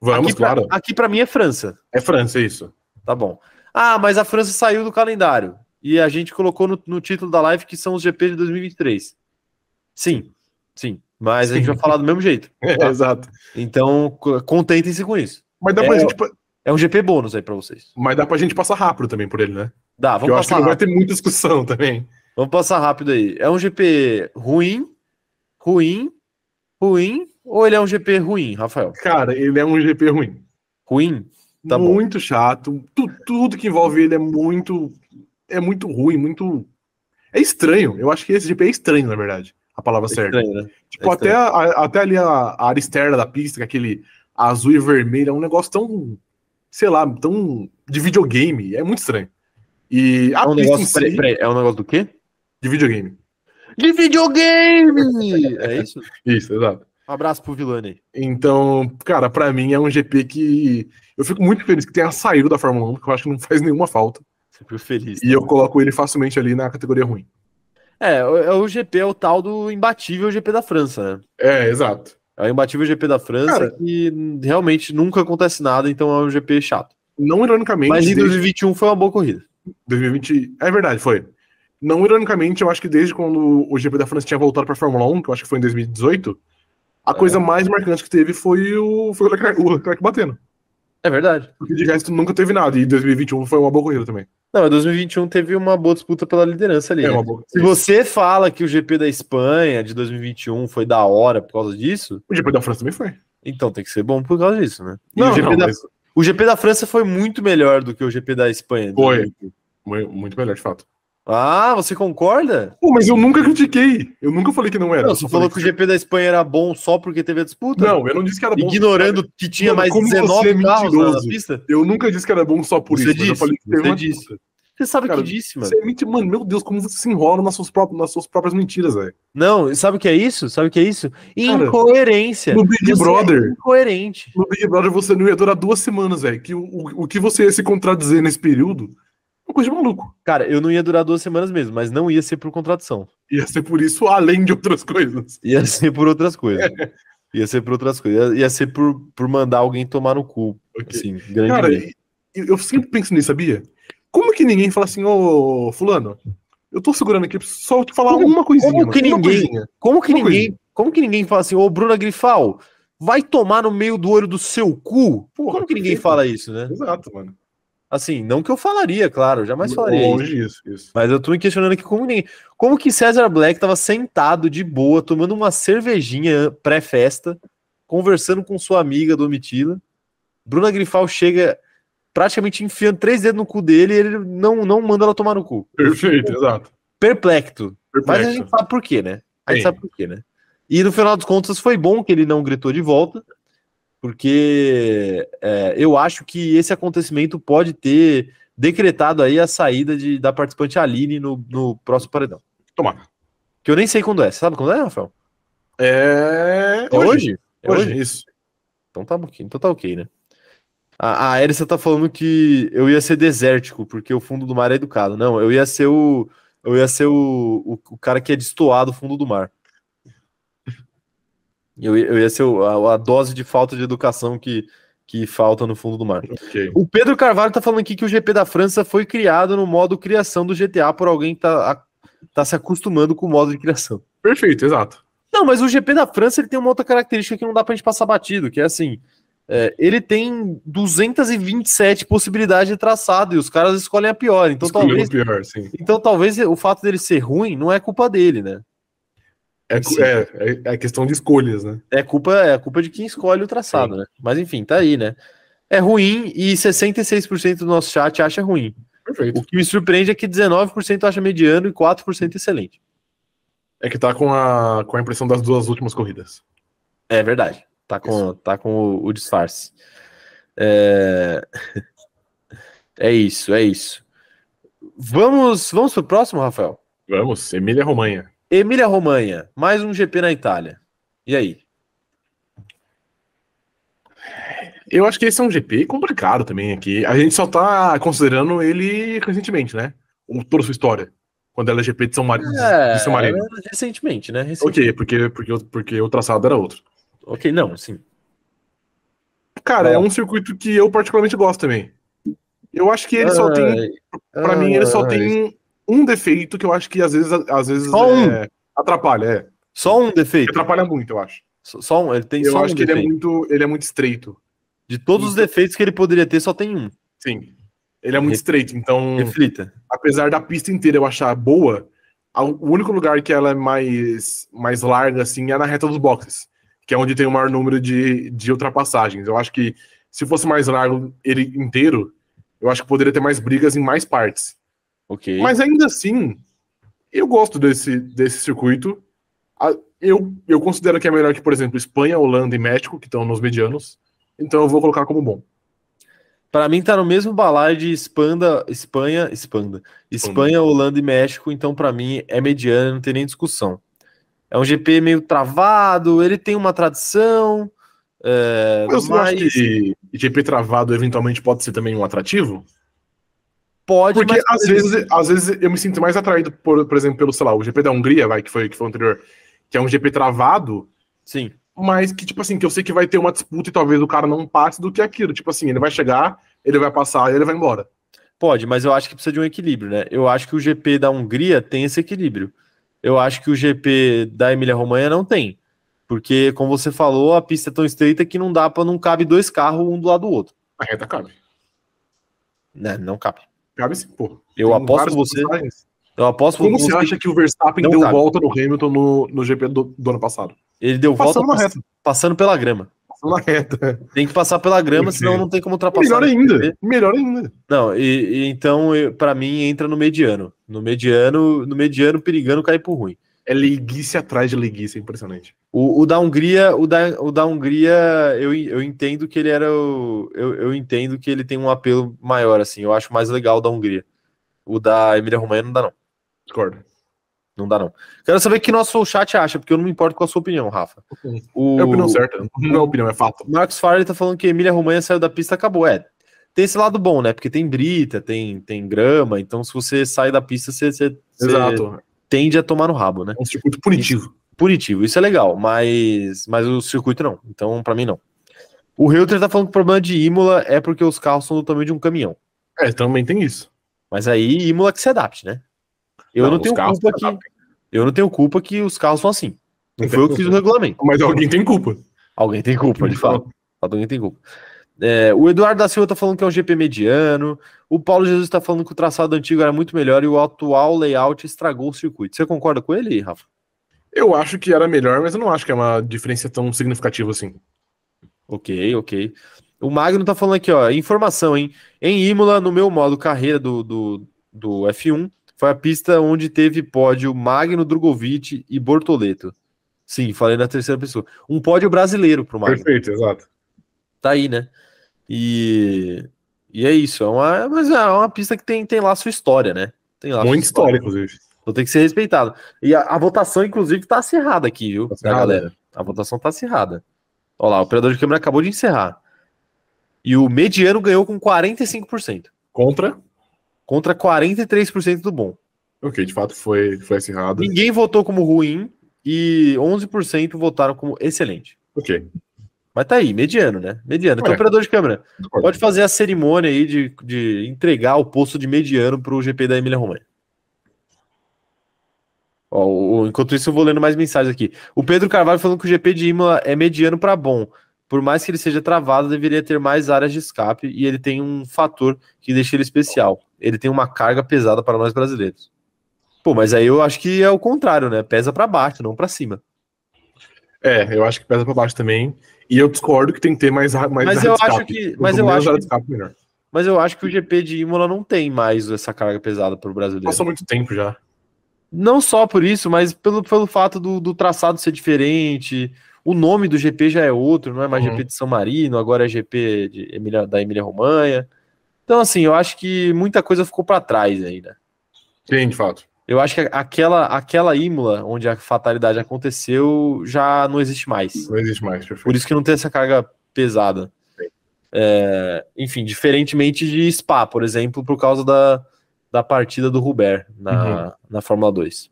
Speaker 2: Vamos,
Speaker 1: aqui,
Speaker 2: claro.
Speaker 1: Pra, aqui pra mim é França.
Speaker 2: É França, é isso. <laughs>
Speaker 1: Tá bom. Ah, mas a França saiu do calendário. E a gente colocou no, no título da live que são os GP de 2023. Sim, sim. Mas a gente
Speaker 2: Sim.
Speaker 1: vai falar do mesmo jeito. Tá.
Speaker 2: Exato.
Speaker 1: Então, co- contentem-se com isso.
Speaker 2: Mas dá,
Speaker 1: É,
Speaker 2: pra gente, pa-
Speaker 1: É um GP bônus aí pra vocês.
Speaker 2: mas dá pra gente passar rápido também por ele, né?
Speaker 1: Dá, vamos
Speaker 2: Porque eu acho que
Speaker 1: passar
Speaker 2: não vai
Speaker 1: rápido.
Speaker 2: ter muita discussão também.
Speaker 1: Vamos passar rápido aí. É um GP ruim, ruim, ruim, ou ele é um GP ruim, Rafael?
Speaker 2: Cara, ele é um GP ruim.
Speaker 1: Ruim? Tá bom.
Speaker 2: muito chato. Tu- tudo que envolve ele é muito. É muito ruim, muito. É estranho. Eu acho que esse GP é estranho, na verdade. A palavra certa.
Speaker 1: Estranho, né?
Speaker 2: Tipo,
Speaker 1: é
Speaker 2: até,
Speaker 1: estranho.
Speaker 2: a- até ali a, a área externa da pista, que é aquele azul e vermelho, é um negócio tão. Sei lá, tão. de videogame. É muito estranho. E a
Speaker 1: É um É
Speaker 2: pista em
Speaker 1: negócio.
Speaker 2: Ah, si,
Speaker 1: Peraí, peraí, é um negócio do quê?
Speaker 2: de videogame.
Speaker 1: De videogame! É isso?
Speaker 2: Isso, exato.
Speaker 1: Um abraço pro Vilani aí.
Speaker 2: Então, cara, pra mim é um GP que eu fico muito feliz que tenha saído da Fórmula 1, porque eu acho que não faz nenhuma falta.
Speaker 1: Fico feliz.
Speaker 2: E eu coloco ele facilmente ali na categoria ruim.
Speaker 1: É, o, é o GP é o tal do imbatível GP da França, né?
Speaker 2: É, exato.
Speaker 1: É o imbatível GP da França
Speaker 2: Cara.
Speaker 1: que hum, realmente nunca acontece nada, então é um GP chato.
Speaker 2: Não ironicamente.
Speaker 1: Mas em
Speaker 2: desde
Speaker 1: 2021 foi uma boa corrida.
Speaker 2: 2020. É verdade, foi. Não ironicamente, eu acho que desde quando o GP da França tinha voltado pra Fórmula 1, que eu acho que foi em 2018, a
Speaker 1: É.
Speaker 2: coisa mais marcante que teve foi o, foi o, Leclerc, o Leclerc batendo.
Speaker 1: É verdade.
Speaker 2: Porque de resto nunca teve nada. E 2021 foi uma boa corrida também.
Speaker 1: Não, em 2021 teve uma boa disputa pela liderança ali.
Speaker 2: É
Speaker 1: né?
Speaker 2: uma boa.
Speaker 1: Se você fala que o GP da Espanha de 2021 foi da hora por causa disso,
Speaker 2: O GP da França também foi.
Speaker 1: então tem que ser bom por causa disso, né? E
Speaker 2: Não,
Speaker 1: o, GP
Speaker 2: não,
Speaker 1: da...
Speaker 2: mas
Speaker 1: o GP da França foi muito melhor do que o GP da Espanha.
Speaker 2: Foi. mu- muito melhor, de fato.
Speaker 1: Ah, você concorda?
Speaker 2: Pô, mas eu nunca critiquei. Eu nunca falei que não era.
Speaker 1: Não,
Speaker 2: Eu
Speaker 1: você
Speaker 2: só
Speaker 1: falou
Speaker 2: falei
Speaker 1: que o GP da Espanha era bom só porque teve a disputa?
Speaker 2: Não, eu não disse que era bom.
Speaker 1: Ignorando que tinha
Speaker 2: Mano,
Speaker 1: mais
Speaker 2: como você
Speaker 1: 19
Speaker 2: é
Speaker 1: carros na- na
Speaker 2: mentiroso.
Speaker 1: pista?
Speaker 2: Eu nunca disse que era bom só por
Speaker 1: Você
Speaker 2: isso. mas eu
Speaker 1: disse,
Speaker 2: falei que teve
Speaker 1: você
Speaker 2: uma
Speaker 1: disse.
Speaker 2: disputa.
Speaker 1: Você sabe
Speaker 2: Cara,
Speaker 1: que disse, mano.
Speaker 2: Você é mentira. Mano, meu Deus, como você se enrola nas suas próprias, nas suas próprias mentiras, velho.
Speaker 1: Não, sabe o que é isso? Sabe o que é isso?
Speaker 2: Cara,
Speaker 1: Incoerência.
Speaker 2: No Big
Speaker 1: Você É
Speaker 2: Brother,
Speaker 1: incoerente.
Speaker 2: no Big Brother você não ia durar duas semanas, velho. Que o, o, o que você ia se contradizer nesse período é uma coisa de maluco.
Speaker 1: Cara, eu não ia durar duas semanas mesmo, mas não ia ser por contradição.
Speaker 2: Ia ser por isso, além de outras <laughs> coisas.
Speaker 1: Ia <laughs> ser por outras
Speaker 2: <laughs>
Speaker 1: coisas. Ia ser por outras coisas. Ia, ia ser por, por mandar alguém tomar no cu. Assim, grande
Speaker 2: Cara,
Speaker 1: mesmo.
Speaker 2: e- e- eu sempre penso nisso, sabia? Como que ninguém fala assim, ô fulano, eu tô segurando aqui, preciso só te falar
Speaker 1: Como-
Speaker 2: uma coisinha.
Speaker 1: como
Speaker 2: mano,
Speaker 1: que
Speaker 2: uma
Speaker 1: ninguém-
Speaker 2: coisinha."
Speaker 1: Como que
Speaker 2: uma
Speaker 1: ninguém. Como que ninguém fala assim, ô Bruna Grifal, vai tomar no meio do olho do seu cu?
Speaker 2: Porra,
Speaker 1: como que ninguém
Speaker 2: perfeito.
Speaker 1: fala isso, né?
Speaker 2: Exato, mano.
Speaker 1: Assim, não que eu falaria, claro, eu jamais falaria isso.
Speaker 2: Longe isso, isso.
Speaker 1: Mas eu tô me questionando aqui como ninguém. Como que César Black tava sentado de boa, tomando uma cervejinha pré-festa, conversando com sua amiga Domitila. Bruna Grifal chega praticamente enfiando três dedos no cu dele e ele não, não manda ela tomar no cu.
Speaker 2: Perfeito, exato.
Speaker 1: Perplexo. Mas a
Speaker 2: Perfeito.
Speaker 1: gente sabe por quê, né? A gente
Speaker 2: Sim.
Speaker 1: sabe por quê, né? E no final dos contos foi bom que ele não gritou de volta, porque é, eu acho que esse acontecimento pode ter decretado aí a saída de, da participante Aline no, no próximo paredão.
Speaker 2: Tomara.
Speaker 1: Que eu nem sei quando é. Você sabe quando é, Rafael?
Speaker 2: É.
Speaker 1: É hoje? É hoje?
Speaker 2: hoje, isso.
Speaker 1: Então tá ok, então tá ok, né? A, a Erissa tá falando que eu ia ser desértico, porque o fundo do mar é educado. Não, eu ia ser o. Eu ia ser o, o, o cara que é destoado do fundo do mar. Eu, ia- eu ia ser o- a, a dose de falta de educação que, que falta no fundo do mar.
Speaker 2: Ok.
Speaker 1: O Pedro Carvalho tá falando aqui que o GP da França foi criado no modo criação do GTA por alguém que tá, a- tá se acostumando com o modo de criação.
Speaker 2: Perfeito, exato.
Speaker 1: Não, mas o GP da França ele tem uma outra característica que não dá pra gente passar batido, que é assim, é, ele tem 227 possibilidades de traçado e os caras escolhem a pior. Então
Speaker 2: Escolheu
Speaker 1: talvez,
Speaker 2: o pior, sim.
Speaker 1: então talvez o fato dele ser ruim não é culpa dele, né?
Speaker 2: É,
Speaker 1: Sim.
Speaker 2: é, é, é questão de escolhas, né?
Speaker 1: É culpa é a culpa de quem escolhe o traçado, né? Mas enfim, tá aí, né? É ruim e 66% do nosso chat acha ruim.
Speaker 2: Perfeito.
Speaker 1: O que me surpreende é que 19% acha mediano e 4% excelente.
Speaker 2: É que tá com a, com a impressão das duas últimas corridas.
Speaker 1: É verdade. Tá com, tá com o, o disfarce. É... <laughs> é isso, é isso. Vamos, vamos pro próximo, Rafael.
Speaker 2: Vamos, Emília Romanha.
Speaker 1: Emília Romanha, mais um GP na Itália. E aí?
Speaker 2: Eu acho que esse é um GP complicado também aqui. A gente só tá considerando ele recentemente, né? Ou toda a sua história. Quando ela é GP de São Marino. de São Marino.
Speaker 1: É, recentemente, né? Recentemente.
Speaker 2: Ok, porque, porque, o- porque o traçado era outro.
Speaker 1: ok, não, sim.
Speaker 2: Cara,
Speaker 1: É.
Speaker 2: é um circuito que eu particularmente gosto também. Eu acho que ele só tem.
Speaker 1: Ah,
Speaker 2: Pra mim, ele
Speaker 1: é
Speaker 2: só tem um defeito que eu acho que às vezes, às vezes
Speaker 1: Só um.
Speaker 2: é, atrapalha, é.
Speaker 1: Só um defeito.
Speaker 2: Atrapalha muito, eu acho.
Speaker 1: Só- Só um, ele tem
Speaker 2: tá- Eu
Speaker 1: só
Speaker 2: acho
Speaker 1: um
Speaker 2: que ele é,
Speaker 1: defeito.
Speaker 2: muito, ele é muito estreito.
Speaker 1: De todos os defeitos que ele poderia ter, só tem um.
Speaker 2: Sim. Ele é muito estreito.
Speaker 1: Hum.
Speaker 2: Então,
Speaker 1: Reflita.
Speaker 2: apesar da pista inteira eu achar boa, a- o único lugar que ela é mais, mais larga, assim, é na reta dos boxes, que é onde tem o maior número de, de ultrapassagens. Eu acho que se fosse mais largo ele inteiro, eu acho que poderia ter mais brigas em mais partes.
Speaker 1: Ok.
Speaker 2: Mas ainda assim, eu gosto desse, desse circuito. A- Eu, eu considero que é melhor que, por exemplo, Espanha, Holanda e México, que estão nos medianos. Então eu vou colocar como bom.
Speaker 1: Para mim tá no mesmo balaio de Espanda, Espanha, Espanda, Espanha, Holanda e México, então para mim é mediana, não tem nem discussão. É um GP meio travado, ele tem uma tradição, é,
Speaker 2: Mas você não acha
Speaker 1: mas
Speaker 2: que GP travado eventualmente pode ser também um atrativo?
Speaker 1: pode,
Speaker 2: Porque
Speaker 1: mas
Speaker 2: às vezes, às vezes eu me sinto mais atraído, por, por exemplo, pelo, sei lá, o GP da Hungria, vai, que foi, que foi o anterior, que é um GP travado,
Speaker 1: sim.
Speaker 2: mas que, tipo assim, que eu sei que vai ter uma disputa e talvez o cara não passe do que aquilo. Tipo assim, ele vai chegar, ele vai passar e ele vai embora.
Speaker 1: Pode, mas eu acho que precisa de um equilíbrio, né? Eu acho que o GP da Hungria tem esse equilíbrio. Eu acho que o GP da Emília-Romanha não tem. Porque, como você falou, a pista é tão estreita que não dá para não cabe dois carros um do lado do outro.
Speaker 2: A reta cabe.
Speaker 1: Né? Não cabe.
Speaker 2: Cabe sim, pô.
Speaker 1: Eu
Speaker 2: Tem
Speaker 1: aposto
Speaker 2: várias
Speaker 1: com você.
Speaker 2: passagens.
Speaker 1: Eu aposto
Speaker 2: Como
Speaker 1: com
Speaker 2: você
Speaker 1: você
Speaker 2: acha que o Verstappen
Speaker 1: Não
Speaker 2: deu
Speaker 1: cabe.
Speaker 2: volta no Hamilton no, no GP do, do ano passado?
Speaker 1: ele deu volta
Speaker 2: tá Passando na
Speaker 1: pass-
Speaker 2: reta.
Speaker 1: passando pela grama.
Speaker 2: Passando na <laughs> reta.
Speaker 1: Tem que passar pela grama,
Speaker 2: Sim.
Speaker 1: senão não tem como ultrapassar.
Speaker 2: Melhor
Speaker 1: no GP.
Speaker 2: ainda. Melhor ainda.
Speaker 1: Não, e, e então para mim entra no mediano. No mediano, no mediano perigando cair por ruim.
Speaker 2: É leiguice atrás de leiguice, é impressionante.
Speaker 1: O, o da Hungria, o da, o da Hungria, eu, eu entendo que ele era o, eu, eu entendo que ele tem um apelo maior assim. Eu acho mais legal o da Hungria. O da Emília Romanha não dá não,
Speaker 2: Discordo.
Speaker 1: não dá não. Quero saber o que nosso chat acha, porque eu não me importo com a sua opinião, Rafa.
Speaker 2: Ok.
Speaker 1: O
Speaker 2: É a opinião certa. Não é opinião, é fato.
Speaker 1: Marcos Farley tá falando que Emília Romanha saiu da pista, acabou. É, tem esse lado bom, né? Porque tem brita, tem, tem grama, então se você sai da pista, você, você, você
Speaker 2: Exato.
Speaker 1: tende a tomar no rabo, né?
Speaker 2: É um circuito punitivo.
Speaker 1: punitivo. Isso é legal, mas, mas o circuito não. Então, pra mim, não. O Reuter tá falando que o problema de Imola é porque os carros são do tamanho de um caminhão.
Speaker 2: É, também tem isso.
Speaker 1: Mas aí, Imola que se adapte, né? Eu não,
Speaker 2: os
Speaker 1: tenho
Speaker 2: carros
Speaker 1: culpa
Speaker 2: se
Speaker 1: que, eu não tenho culpa que os carros são assim. Não
Speaker 2: Não
Speaker 1: foi
Speaker 2: tem
Speaker 1: eu que fiz o
Speaker 2: <laughs> culpa.
Speaker 1: regulamento.
Speaker 2: Mas alguém tem culpa.
Speaker 1: Alguém tem culpa, de fato. Alguém tem culpa. É, o Eduardo da Silva tá falando que é um GP mediano. O Paulo Jesus tá falando que o traçado antigo era muito melhor e o atual layout estragou o circuito. Você concorda com ele, Rafa?
Speaker 2: Eu acho que era melhor, mas eu não acho que é uma diferença tão significativa assim.
Speaker 1: Ok, ok. O Magno tá falando aqui, ó, informação, hein? Em Imola, no meu modo carreira do, do, do F1, foi a pista onde teve pódio Magno, Drogovic e Bortoleto. Sim, falei na terceira pessoa. Um pódio brasileiro pro Magno.
Speaker 2: Perfeito, exato.
Speaker 1: Tá aí, né? E, e é isso. É uma, mas é uma pista que tem, tem lá sua história, né? Tem lá sua
Speaker 2: Muito história, inclusive.
Speaker 1: Então tem que ser respeitado. E a, a votação, inclusive, tá acirrada aqui, viu?
Speaker 2: Tá
Speaker 1: da
Speaker 2: errado,
Speaker 1: galera.
Speaker 2: né?
Speaker 1: A votação tá acirrada. Olha lá, o operador de câmera acabou de encerrar. E o mediano ganhou com 45%,
Speaker 2: Contra.
Speaker 1: contra 43% do bom.
Speaker 2: Ok, de fato foi, foi acirrado.
Speaker 1: Ninguém votou como ruim e 11% votaram como excelente.
Speaker 2: Ok.
Speaker 1: Mas tá aí, mediano, né? Mediano. Então,
Speaker 2: É.
Speaker 1: operador de câmera,
Speaker 2: discordo.
Speaker 1: pode fazer a cerimônia aí de, de entregar o posto de mediano pro GP da Emília Romanha. Ó, o- o- enquanto isso, eu vou lendo mais mensagens aqui. O Pedro Carvalho falando que o GP de Imola é mediano para bom. Por mais que ele seja travado, deveria ter mais áreas de escape e ele tem um fator que deixa ele especial. Ele tem uma carga pesada para nós brasileiros. Pô, mas aí eu acho que é o contrário, né? Pesa para baixo, não para cima.
Speaker 2: É, eu acho que pesa pra baixo também. E eu discordo que tem que ter mais ra- mais
Speaker 1: Mas
Speaker 2: área
Speaker 1: eu
Speaker 2: de
Speaker 1: acho
Speaker 2: escape.
Speaker 1: que-
Speaker 2: Quanto
Speaker 1: mas eu
Speaker 2: menos
Speaker 1: acho que-
Speaker 2: área de escape, melhor.
Speaker 1: Mas eu acho que o GP de Imola não tem mais essa carga pesada para o brasileiro.
Speaker 2: Passou muito tempo já.
Speaker 1: Não só por isso, mas pelo, pelo fato do, do traçado ser diferente. O nome do GP já é outro, não é mais
Speaker 2: Uhum.
Speaker 1: GP de São Marino, agora é GP de Emília- da Emília Romanha. Então, assim, eu acho que muita coisa ficou para trás ainda.
Speaker 2: Sim, de fato.
Speaker 1: Eu acho que aquela, aquela Imola onde a fatalidade aconteceu já não existe mais.
Speaker 2: Não existe mais, perfeito.
Speaker 1: Por isso que não tem essa carga pesada. É, enfim, diferentemente de Spa, por exemplo, por causa da, da partida do Ruber
Speaker 2: Uhum.
Speaker 1: na, na Fórmula 2.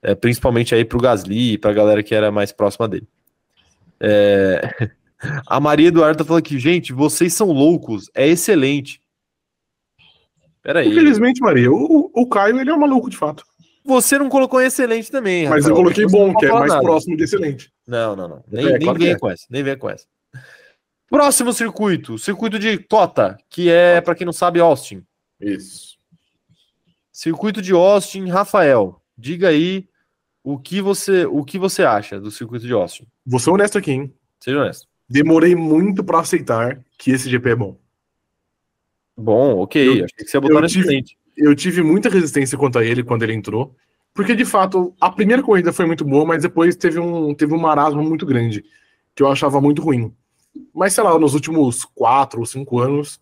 Speaker 1: É, principalmente aí pro Gasly e pra galera que era mais próxima dele. É, <laughs> a Maria Eduarda falou aqui, gente, vocês são loucos, é excelente. Peraí,
Speaker 2: É Infelizmente, Maria, o, o Caio ele é um maluco de fato.
Speaker 1: você não colocou em excelente também.
Speaker 2: Mas eu
Speaker 1: Rafael.
Speaker 2: coloquei
Speaker 1: Você
Speaker 2: bom,
Speaker 1: não
Speaker 2: que é
Speaker 1: falou
Speaker 2: mais
Speaker 1: nada.
Speaker 2: próximo de excelente.
Speaker 1: Não, não, não. Nem,
Speaker 2: É,
Speaker 1: nem
Speaker 2: claro que
Speaker 1: vem
Speaker 2: é.
Speaker 1: com essa. Nem vem com essa. Próximo circuito, o circuito de Cota, que é, pra quem não sabe, Austin.
Speaker 2: Isso.
Speaker 1: Circuito de Austin, Rafael. Diga aí o que você, o que você acha do circuito de Austin.
Speaker 2: Vou ser honesto aqui, hein?
Speaker 1: Seja honesto.
Speaker 2: Demorei muito pra aceitar que esse GP é bom.
Speaker 1: Bom, ok.
Speaker 2: Eu-
Speaker 1: achei que você ia botar
Speaker 2: eu
Speaker 1: no
Speaker 2: tive-
Speaker 1: excelente.
Speaker 2: Eu tive muita resistência quanto a ele quando ele entrou, porque de fato a primeira corrida foi muito boa, mas depois teve um, teve um marasmo muito grande, que eu achava muito ruim. Mas sei lá, nos últimos quatro ou cinco anos,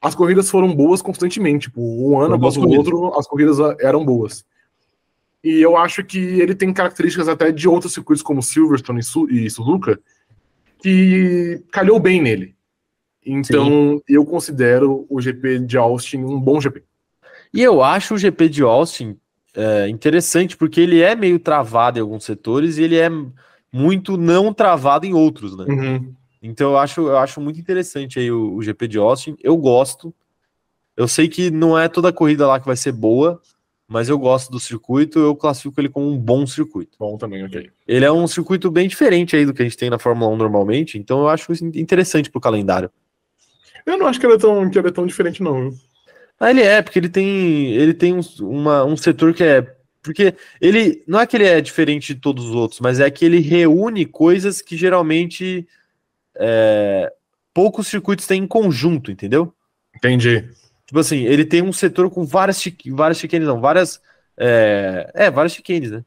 Speaker 2: as corridas foram boas constantemente. Tipo, um ano
Speaker 1: Foram
Speaker 2: após o
Speaker 1: boas
Speaker 2: outro, as corridas a- eram boas. E eu acho que ele tem características até de outros circuitos como Silverstone e Su- e Suzuka que calhou bem nele. Então, eu considero o GP de Austin um bom GP.
Speaker 1: E eu acho o GP de Austin é, interessante, porque ele é meio travado em alguns setores e ele é muito não travado em outros, né? Então eu acho, eu acho muito interessante aí o, o GP de Austin. Eu gosto. Eu sei que não é toda corrida lá que vai ser boa, mas eu gosto do circuito, eu classifico ele como um bom circuito.
Speaker 2: Bom também, ok.
Speaker 1: Ele é um circuito bem diferente aí do que a gente tem na Fórmula 1 normalmente, então eu acho isso interessante pro calendário.
Speaker 2: Eu não acho que ele é tão, que ele é tão diferente, não. viu?
Speaker 1: Ah, ele é, porque ele tem, ele tem um, uma- um setor que é. Porque ele. Não é que ele é diferente de todos os outros, mas é que ele reúne coisas que geralmente é, poucos circuitos têm em conjunto, entendeu?
Speaker 2: Entendi.
Speaker 1: Tipo assim, ele tem um setor com várias, chique- várias chicanes, não, várias. É, é, várias chicanes, né?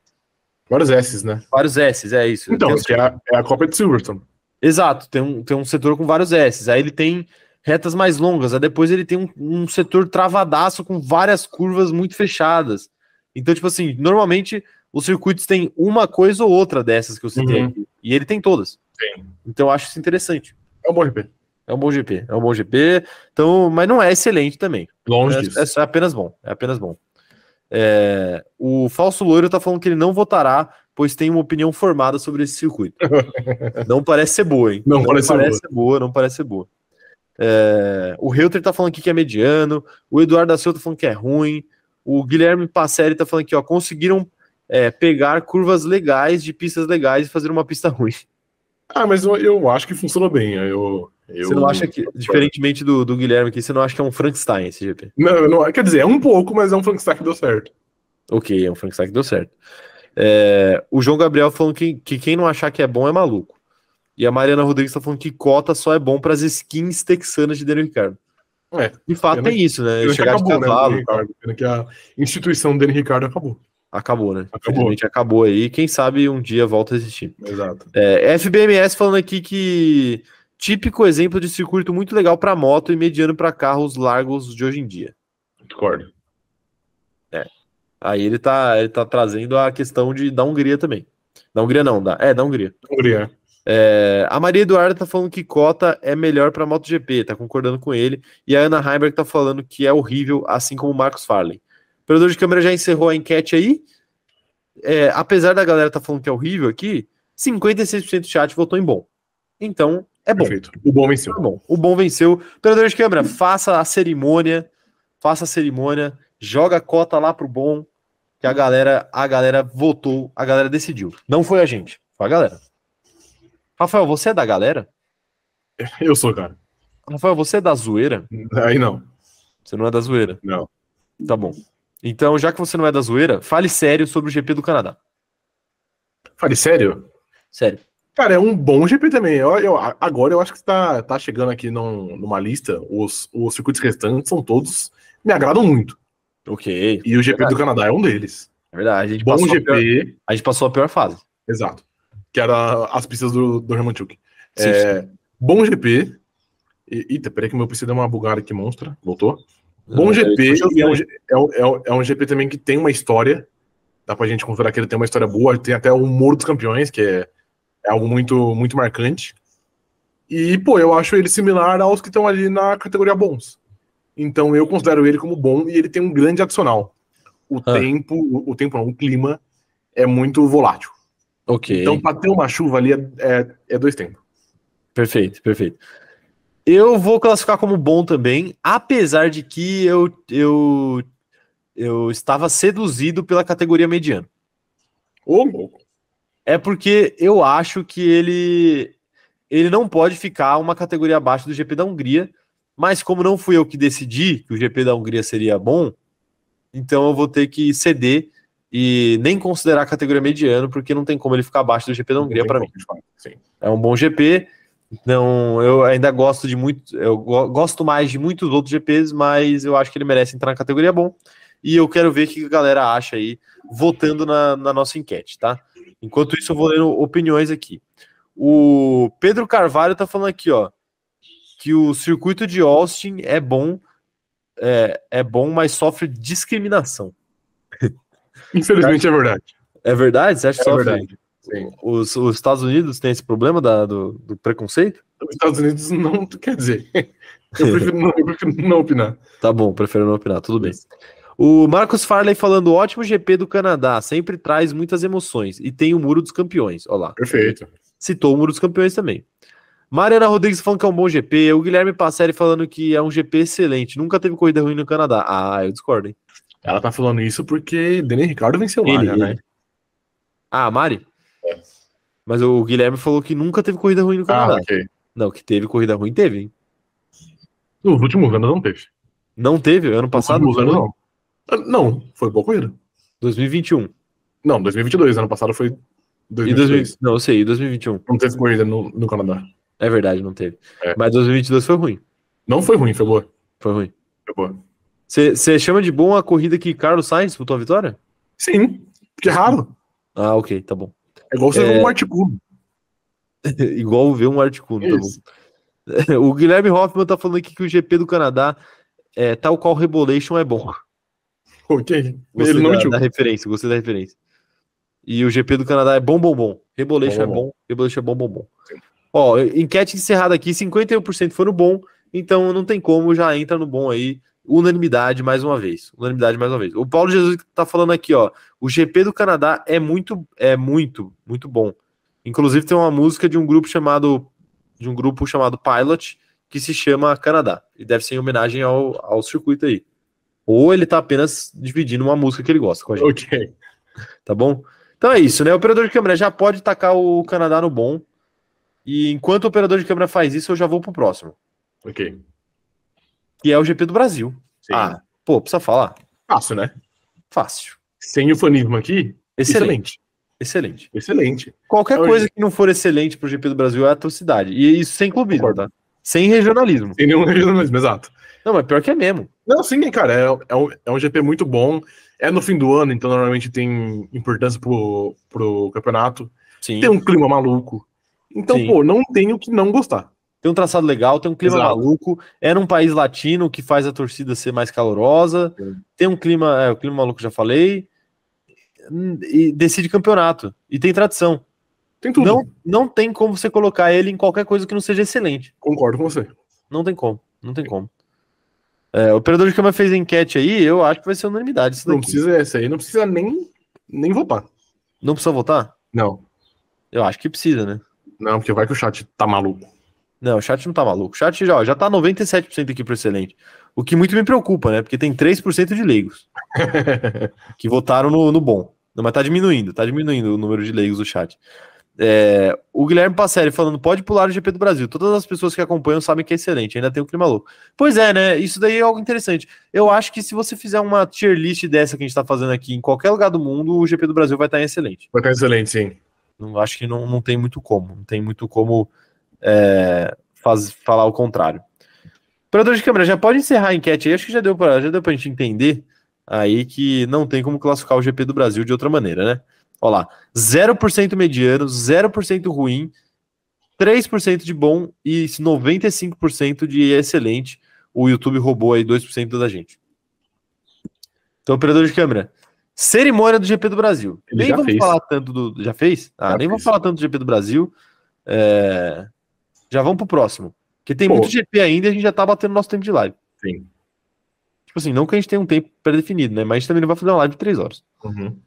Speaker 2: Vários S's, né?
Speaker 1: Vários S's, é isso.
Speaker 2: Então,
Speaker 1: Tem um-
Speaker 2: que é a, é a Copa de Silverstone.
Speaker 1: Exato, tem um, tem um setor com vários S's. Aí ele tem retas mais longas, aí depois ele tem um, um setor travadaço com várias curvas muito fechadas. Então, tipo assim, normalmente os circuitos têm uma coisa ou outra dessas que eu citei
Speaker 2: Uhum.
Speaker 1: aqui. E ele tem todas.
Speaker 2: Tem.
Speaker 1: Então eu acho isso interessante.
Speaker 2: É um bom GP.
Speaker 1: É um bom GP, é um bom GP, então, mas não é excelente também.
Speaker 2: Longe disso.
Speaker 1: É, é só- é apenas bom, é apenas bom. É, o falso loiro tá falando que ele não votará, pois tem uma opinião formada sobre esse
Speaker 2: <laughs>
Speaker 1: circuito. não parece ser boa, hein?
Speaker 2: Não parece ser
Speaker 1: ser boa. não parece ser boa. É, o Reuter tá falando aqui que é mediano, o Eduardo da Silva tá falando que é ruim, o Guilherme Passelli tá falando que ó, conseguiram é, pegar curvas legais de pistas legais e fazer uma pista ruim.
Speaker 2: Ah, mas eu, eu acho que funcionou bem. Eu, eu...
Speaker 1: você não acha que, diferentemente do, do Guilherme aqui, você não acha que é um Frankenstein esse GP?
Speaker 2: Não, eu não- quer dizer, é um pouco, mas é um Frankenstein que deu certo.
Speaker 1: Ok, é um Frankenstein que deu certo. É, o João Gabriel falando que, que quem não achar que é bom é maluco. E a Mariana Rodrigues tá falando que cota só é bom para as skins texanas de Daniel Ricardo.
Speaker 2: É,
Speaker 1: de fato
Speaker 2: pena
Speaker 1: tem isso, né?
Speaker 2: Pena que
Speaker 1: Chegar
Speaker 2: acabou,
Speaker 1: de
Speaker 2: né, o
Speaker 1: cavalo.
Speaker 2: Dani Ricardo? Pena que a instituição dele Ricardo acabou.
Speaker 1: Acabou, né?
Speaker 2: Acabou.
Speaker 1: Infelizmente acabou aí. Quem sabe um dia volta a existir.
Speaker 2: Exato.
Speaker 1: É, FBMS falando aqui que típico exemplo de circuito muito legal para moto e mediano para carros largos de hoje em dia.
Speaker 2: É, Concordo.
Speaker 1: Aí ele tá, ele tá trazendo a questão de da Hungria também. Da Hungria não, da, é, da Hungria.
Speaker 2: Hungria.
Speaker 1: É, a Maria Eduarda tá falando que cota é melhor pra MotoGP, tá concordando com ele. E a Ana Heimberg tá falando que é horrível, assim como o Marcos Farley. O operador de câmera já encerrou a enquete aí. É, apesar da galera tá falando que é horrível aqui, 56% do chat votou em bom. Então, é bom.
Speaker 2: Perfeito. O bom venceu.
Speaker 1: Tá bom. O bom venceu. Operador de câmera, faça a cerimônia. Faça a cerimônia. Joga a cota lá pro bom. Que a galera, a galera votou, a galera decidiu. Não foi a gente, foi a galera. Rafael, você é da galera?
Speaker 2: Eu sou, cara.
Speaker 1: Rafael, você é da zoeira?
Speaker 2: Aí não.
Speaker 1: Você não é da zoeira.
Speaker 2: Não.
Speaker 1: Tá bom. Então, já que você não é da zoeira, fale sério sobre o GP do Canadá.
Speaker 2: Fale sério?
Speaker 1: Sério.
Speaker 2: Cara, é um bom GP também. Eu, eu- agora eu acho que está tá chegando aqui num- numa lista. Os, os circuitos restantes são todos. Me agradam muito.
Speaker 1: Ok,
Speaker 2: E o GP do Canadá é um deles.
Speaker 1: é verdade. A gente,
Speaker 2: Bom
Speaker 1: passou a,
Speaker 2: GP.
Speaker 1: pior, a gente passou a pior fase.
Speaker 2: Exato. Que era as pistas do, do Hermanchuk.
Speaker 1: Sim,
Speaker 2: É, Bom GP. E, eita, peraí que meu PC deu uma bugada aqui, monstra. Voltou? Bom
Speaker 1: É,
Speaker 2: GP
Speaker 1: puxa o
Speaker 2: e é
Speaker 1: fio.
Speaker 2: um, G- é, um- é um- é um GP também que tem uma história. Dá pra gente considerar que ele tem uma história boa. Tem até o Muro dos Campeões, que é, é algo muito, muito marcante. E, pô, eu acho ele similar aos que estão ali na categoria bons. Então eu considero ele como bom e ele tem um grande adicional. O
Speaker 1: Ah.
Speaker 2: tempo, o, o tempo não, o clima é muito volátil.
Speaker 1: Ok.
Speaker 2: Então, pra ter uma chuva ali é, é, é dois tempos.
Speaker 1: Perfeito, perfeito. Eu vou classificar como bom também, apesar de que eu, eu, eu estava seduzido pela categoria mediano.
Speaker 2: Ô,
Speaker 1: Então,
Speaker 2: louco.
Speaker 1: É porque eu acho que ele, ele não pode ficar uma categoria abaixo do GP da Hungria, mas como não fui eu que decidi que o GP da Hungria seria bom, então eu vou ter que ceder e nem considerar a categoria mediano, porque não tem como ele ficar abaixo do GP da Hungria para mim.
Speaker 2: Sim.
Speaker 1: É um bom GP. Não, eu ainda gosto de muito, eu go- gosto mais de muitos outros GPs, mas eu acho que ele merece entrar na categoria bom. E eu quero ver o que a galera acha aí, votando na, na nossa enquete, tá? Enquanto isso, eu vou lendo opiniões aqui. O Pedro Carvalho tá falando aqui, ó, que o circuito de Austin é bom, é, é bom, mas sofre discriminação.
Speaker 2: Infelizmente é verdade.
Speaker 1: É verdade? Você acha que
Speaker 2: É
Speaker 1: sofre?
Speaker 2: verdade. Sim.
Speaker 1: Os, os Estados Unidos têm esse problema da- do, do preconceito?
Speaker 2: Os Estados Unidos não quer dizer.
Speaker 1: <laughs>
Speaker 2: Eu prefiro não, eu prefiro não opinar.
Speaker 1: Tá bom, prefiro não opinar, tudo bem. O Marcos Farley falando: ótimo GP do Canadá, sempre traz muitas emoções e tem o Muro dos Campeões. Olha lá.
Speaker 2: Perfeito.
Speaker 1: citou o Muro dos Campeões também. Mariana Rodrigues falando que é um bom GP, o Guilherme Passeri falando que é um GP excelente, nunca teve corrida ruim no Canadá. Ah, eu discordo, hein?
Speaker 2: Ela tá falando isso porque Denis Ricardo venceu lá,
Speaker 1: Ele,
Speaker 2: né, né?
Speaker 1: Ah, Mari? Mas o Guilherme falou que nunca teve corrida ruim no
Speaker 2: Ah,
Speaker 1: Canadá.
Speaker 2: ok.
Speaker 1: Não, que teve corrida ruim, teve, hein?
Speaker 2: Nos últimos anos não teve.
Speaker 1: Não teve, ano
Speaker 2: Nos
Speaker 1: passado,
Speaker 2: últimos anos não. Ah, Não, foi boa corrida.
Speaker 1: 2021.
Speaker 2: Não, 2022. Ano passado foi
Speaker 1: E um.
Speaker 2: 2022.
Speaker 1: 2000, não, eu sei, e 2021.
Speaker 2: Não teve corrida no, no Canadá.
Speaker 1: É verdade, não teve.
Speaker 2: É.
Speaker 1: Mas 2022 foi ruim,
Speaker 2: Não foi ruim, foi boa.
Speaker 1: foi ruim.
Speaker 2: Foi boa.
Speaker 1: Você chama de bom a corrida que Carlos Sainz botou a vitória?
Speaker 2: Sim, porque é raro.
Speaker 1: Ah, ok, tá bom. <laughs>
Speaker 2: É igual você
Speaker 1: É.
Speaker 2: ver um artigo.
Speaker 1: Igual ver um Articuno, tá bom?
Speaker 2: Isso.
Speaker 1: <laughs> O Guilherme Hoffman tá falando aqui que o GP do Canadá, é, tal qual Rebolation, é bom.
Speaker 2: Ok.
Speaker 1: Gostei
Speaker 2: <laughs> Ele não
Speaker 1: da,
Speaker 2: mentiu.
Speaker 1: da referência, gostei da referência. E o GP do Canadá é bom, bom, bom. Rebolation
Speaker 2: Bom,
Speaker 1: é
Speaker 2: bom,
Speaker 1: bom, Rebolation é bom, bom, bom. Ó, enquete encerrada aqui, 51% foram bom, então não tem como, já entra no bom aí. Unanimidade mais uma vez. Unanimidade mais uma vez. O Paulo Jesus tá falando aqui, ó. O GP do Canadá é muito, é muito, muito bom. Inclusive tem uma música de um grupo chamado de um grupo chamado Pilot que se chama Canadá e deve ser em homenagem ao, ao circuito aí. Ou ele tá apenas dividindo uma música que ele gosta com a gente,
Speaker 2: Ok.
Speaker 1: tá bom? Então é isso, né? O operador de câmera já pode tacar o Canadá no bom. E enquanto o operador de câmera faz isso, eu já vou pro próximo,
Speaker 2: Ok.
Speaker 1: que é o GP do Brasil.
Speaker 2: Sim.
Speaker 1: Ah, pô, precisa falar.
Speaker 2: Fácil, né?
Speaker 1: Fácil.
Speaker 2: Sem o fanismo aqui,
Speaker 1: Excelente,
Speaker 2: excelente.
Speaker 1: excelente.
Speaker 2: Excelente.
Speaker 1: Qualquer
Speaker 2: É o
Speaker 1: coisa que não for excelente pro GP do Brasil é atrocidade. E isso sem clubismo,
Speaker 2: Concordo.
Speaker 1: tá? Sem regionalismo.
Speaker 2: Sem nenhum regionalismo, exato.
Speaker 1: Não, mas pior que é mesmo.
Speaker 2: Não, sim, cara, é, é, um, é um GP muito bom. É no fim do ano, então normalmente tem importância pro, pro campeonato.
Speaker 1: Sim.
Speaker 2: Tem um clima maluco. Então,
Speaker 1: Sim.
Speaker 2: pô, não tem o que não gostar.
Speaker 1: Tem um traçado legal, tem um clima
Speaker 2: Exato.
Speaker 1: maluco. Era um país latino que faz a torcida ser mais calorosa.
Speaker 2: Sim.
Speaker 1: Tem um clima, é, o clima maluco já falei. E decide campeonato. E tem tradição.
Speaker 2: Tem tudo.
Speaker 1: Não, não tem como você colocar ele em qualquer coisa que não seja excelente.
Speaker 2: Concordo com você.
Speaker 1: Não tem como. Não tem como. É, o operador de câmera fez a enquete aí, eu acho que vai ser unanimidade isso
Speaker 2: Não
Speaker 1: daqui.
Speaker 2: precisa essa aí, não precisa nem, nem votar.
Speaker 1: Não precisa votar?
Speaker 2: Não.
Speaker 1: Eu acho que precisa, né?
Speaker 2: Não, porque vai que o chat tá maluco.
Speaker 1: Não, o chat não tá maluco. O chat já, ó, já tá 97% aqui pro excelente. O que muito me preocupa, né? Porque tem 3% de leigos que votaram no, no bom. Não, mas tá diminuindo, tá diminuindo o número de leigos do chat. É, o Guilherme Passeri falando: pode pular o GP do Brasil. Todas as pessoas que acompanham sabem que é excelente, ainda tem um clima louco. Pois é, né? Isso daí é algo interessante. Eu acho que se você fizer uma tier list dessa que a gente tá fazendo aqui em qualquer lugar do mundo, o GP do Brasil vai estar em excelente.
Speaker 2: Vai estar excelente, sim.
Speaker 1: Não, acho que não, não tem muito como. Não tem muito como é, faz- falar o contrário. Operador de câmera, já pode encerrar a enquete aí. Acho que já deu para já deu pra gente entender aí que não tem como classificar o GP do Brasil de outra maneira, né? Olha lá, 0% mediano, 0% ruim, 3% de bom e 95% de excelente. O YouTube roubou aí 2% da gente. Então, operador de câmera, cerimônia do GP do Brasil.
Speaker 2: Ele
Speaker 1: nem
Speaker 2: já
Speaker 1: vamos
Speaker 2: fez.
Speaker 1: falar tanto do. Já fez? Ah,
Speaker 2: Já
Speaker 1: nem vamos
Speaker 2: fez.
Speaker 1: falar tanto do GP do Brasil. É, Já vamos pro próximo. Porque tem
Speaker 2: Pô.
Speaker 1: muito GP ainda e a gente já tá batendo nosso tempo de live.
Speaker 2: Sim.
Speaker 1: Tipo assim, não que a gente tenha um tempo pré-definido, né? Mas a gente também não vai fazer uma live de 3 horas.
Speaker 2: Uhum.